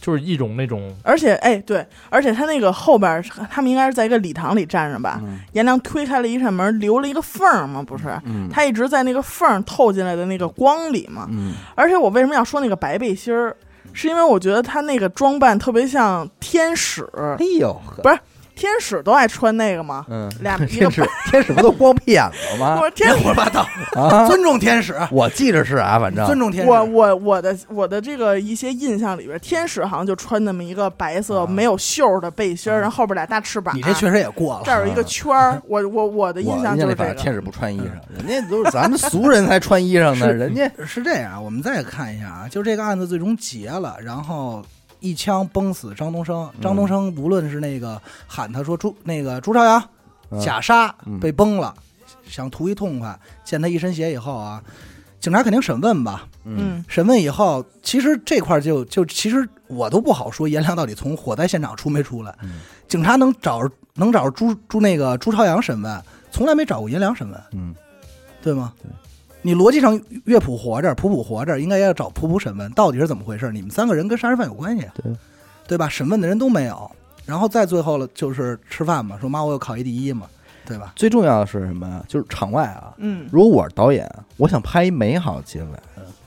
D: 就是一种那种
C: 而且，哎，对，而且他那个后边儿，他们应该是在一个礼堂里站着吧？
A: 嗯
C: 颜良推开了一扇门，留了一个缝儿嘛，不是？
A: 嗯
C: 他一直在那个缝儿透进来的那个光里嘛。
A: 嗯
C: 而且我为什么要说那个白背心儿，是因为我觉得他那个装扮特别像天使，
A: 哎呦，
C: 不是天使都爱穿那个嘛，
A: 嗯，
C: 俩一个
A: 天使天使不都光屁眼子吗
C: 不？是 天
B: 胡说八道，
A: 啊，
B: 尊重天使，
A: 我记着是啊，反正
B: 尊重天使。
C: 嗯我我我的我的这个一些印象里边，天使好像就穿那么一个白色
B: 啊
C: 没有袖儿的背心儿，然后后边俩大翅膀，
B: 你这确实也过
C: 啊这
B: 了，
C: 儿有一个圈儿。我我我的
A: 啊我
C: 印象就是
A: 反
C: 这
A: 正
C: 个。嗯
A: 天使不穿衣裳，人家都是咱们俗人才穿衣 裳呢，
B: 是
A: 人家
B: 是这样。我们再看一下啊，就这个案子最终结了，然后一枪崩死张东升。张
A: 嗯
B: 东升无论是那个喊他说朱那个朱朝阳
A: 嗯
B: 假杀
A: 嗯
B: 被崩了，想图一痛快，见他一身血以后啊，警察肯定审问吧，
A: 嗯
C: 嗯，
B: 审问以后，其实这块儿就就其实我都不好说颜良到底从火灾现场出没出来。
A: 嗯
B: 警察能找着能找着朱朱那个朱朝阳审问，从来没找过颜良审问，
A: 嗯，
B: 对吗？
A: 对
B: 你逻辑上乐谱活着，普普活着，应该要找普普审问，到底是怎么回事？你们三个人跟杀人犯有关系啊，
A: 对
B: 对吧？审问的人都没有，然后再最后了就是吃饭嘛，说妈我有考一第一嘛，对吧？
A: 最重要的是什么呀？就是场外啊，
C: 嗯，
A: 如果我是导演，我想拍一美好的结尾，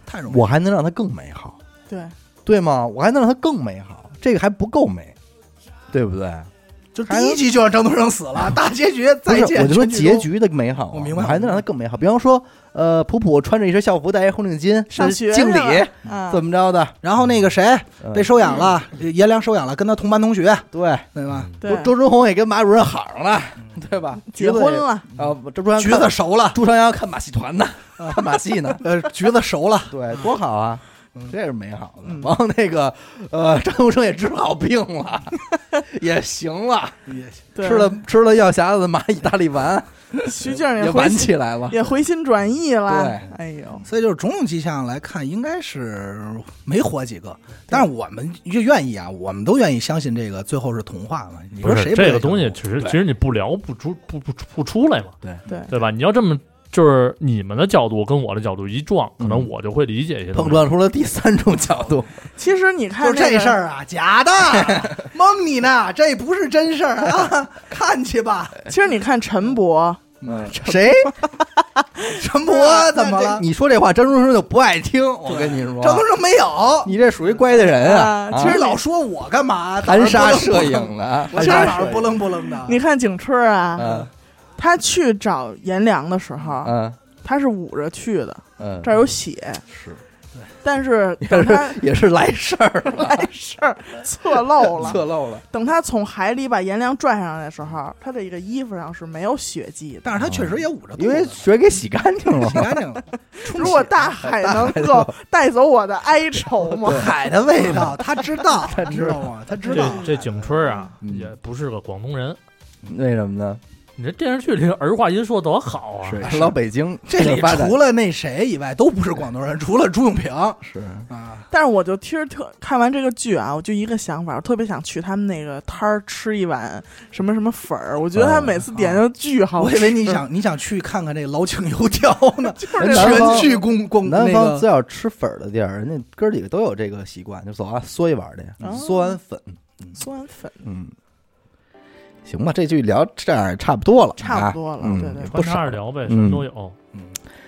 B: 太容易了，
A: 我还能让它更美好，
C: 对，
A: 对吗？我还能让它更美好，这个还不够美，对不对？
B: 就第一集就让张东升死了，大结局
A: 啊不
B: 再
A: 是，
B: 见。
A: 我就说
B: 全剧
A: 结
B: 终
A: 局的美好啊、
B: 我明白
A: 还能让它更美好。比方说，呃，普普穿着一身校服，戴一红领巾，
C: 上
A: 是
C: 学
A: 敬
C: 去
A: 礼，
C: 了啊，
A: 怎么着的？
B: 然后那个谁，
A: 嗯嗯
B: 被收养了，颜良收养了，跟他同班同学，
A: 对，
B: 对吧？
C: 对
A: 周周春红也跟马主任好上了，对吧？
C: 结婚了？
A: 橘子也啊，周春
B: 橘子 熟 了，
A: 朱朝阳看马戏团呢，看马戏呢，
B: 呃，橘子熟了，
A: 对，多好啊！
B: 嗯
A: 这是美好的。
C: 嗯
A: 然后那个，呃，张东升也治好病了， 也行了，
C: 对
A: 吃了吃了药匣子的蚂蚁大力丸，
C: 徐静儿
A: 也
C: 也哎回
A: 完
C: 心
A: 起来了。
C: 也回心转意了
A: 对。
C: 哎呦，
B: 所以就是种种迹象来看，应该是没活几个。但是我们就愿意啊，我们都愿意相信这个最后是童话嘛。你
D: 不
B: 说
D: 是
B: 谁
D: 这
B: 愿
D: 个
B: 意相
D: 东
B: 信
D: 西，其实
A: 对
D: 其实你不聊不出不不不出来嘛，
C: 对，
D: 对吧？你要这么就是你们的角度跟我的角度一撞，可能
A: 嗯
D: 我就会理解一些东
A: 碰
D: 西。
A: 撞出了第三种角度，
C: 其实你看
B: 就
C: 那
B: 这
C: 个
B: 事，儿啊，假的， 蒙你呢，这不是真事儿啊， 看去吧。
C: 其实你看陈博，
A: 啊谁
B: 陈博怎么了？
A: 你说这话，张东升就不爱听。我跟你说，
B: 张东升没有，
A: 你这属于乖的人啊
C: 啊！
A: 啊
B: 其实老说我干嘛？
A: 含沙射
B: 早上不
A: 影的，
B: 楞
A: 含
B: 不楞，我今儿
A: 沙
B: 早
A: 射
B: 上
A: 影
B: 不楞不楞的。
C: 你看景春啊，
A: 嗯
C: 他去找颜良的时候，
A: 嗯
C: 他是捂着去的，
A: 嗯，
C: 这儿有血，
A: 是
C: 但是
A: 也
C: 等他
A: 是也是来事儿
C: 来事儿 侧漏了。
A: 侧漏了，
C: 等他从海里把颜良拽上来的时候，他这个衣服上是没有血迹的。
B: 但是他确实也捂着肚子，
A: 因为水给洗干净了
B: 洗。干净了。
C: 如果 大海能够 带走我的哀愁吗？
B: 海的味道，他知道，他
A: 知道
B: 道吗？他知道
D: 这这景春啊，
A: 嗯
D: 也不是个广东人。
A: 为嗯什么呢？
D: 你这电视剧里儿化音说多好啊！
A: 是
B: 是
A: 老北京
B: 这里
A: 发展
B: 除了那谁以外都不是广东人，除了朱永平
A: 是
B: 啊，
C: 但是我就其实特看完这个剧啊，我就一个想法，我特别想去他们那个摊儿吃一碗什么什么粉儿。我觉得他每次点的巨好
B: 哦我
C: 吃。
B: 以为你想你想去看看这老井油条呢，
C: 就是这
A: 南
C: 种
A: 方
B: 全去公
C: 嗯
B: 公那
A: 南方只
B: 个
A: 要吃粉儿的地儿，人家哥儿几个都有这个习惯，就走啊，嗦一碗去，
C: 哦
A: 嗦完粉，
C: 酸粉，
A: 嗯，行吧，这句聊这样也差不多了，
C: 差不多
A: 啊
C: 了
A: 嗯
C: 对对
A: 不
D: 穿
A: 少
D: 插着聊呗，什么都有。
B: 嗯，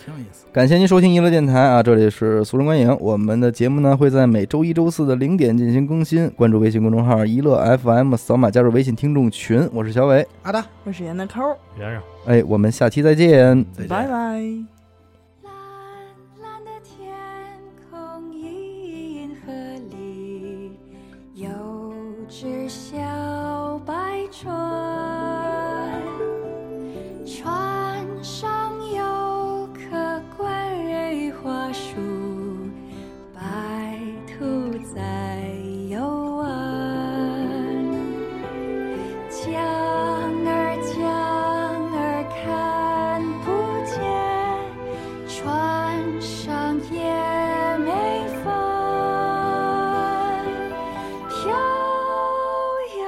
B: 挺有意思。
A: 感谢您收听娱乐电台啊，这里是俗人观影。我们的节目呢会在每周一、周四的零点进行更新，关注微信公众号“娱乐 FM”，扫码加入微信听众群。我是小伟，
B: 阿达，
C: 我是严的抠儿，
D: 连上。
A: 哎，我们下期再见。
B: 再见
C: 拜拜。
E: 蓝蓝的天空，银河里有只小白船，船上有棵桂花树，白兔在游玩。江儿江儿看不见，船上也没帆，飘呀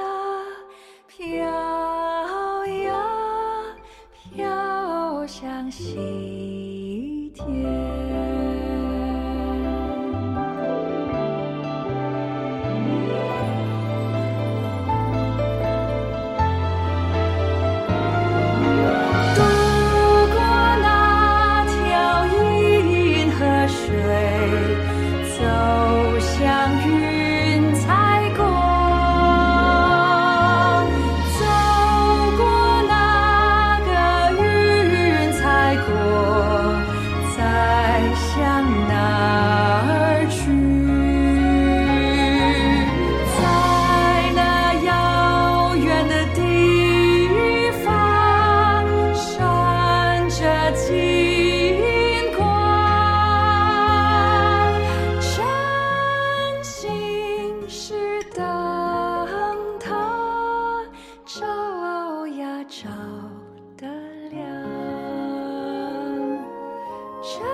E: 飘呀飘向西天。渡过那条银河水，走向云彩国。走山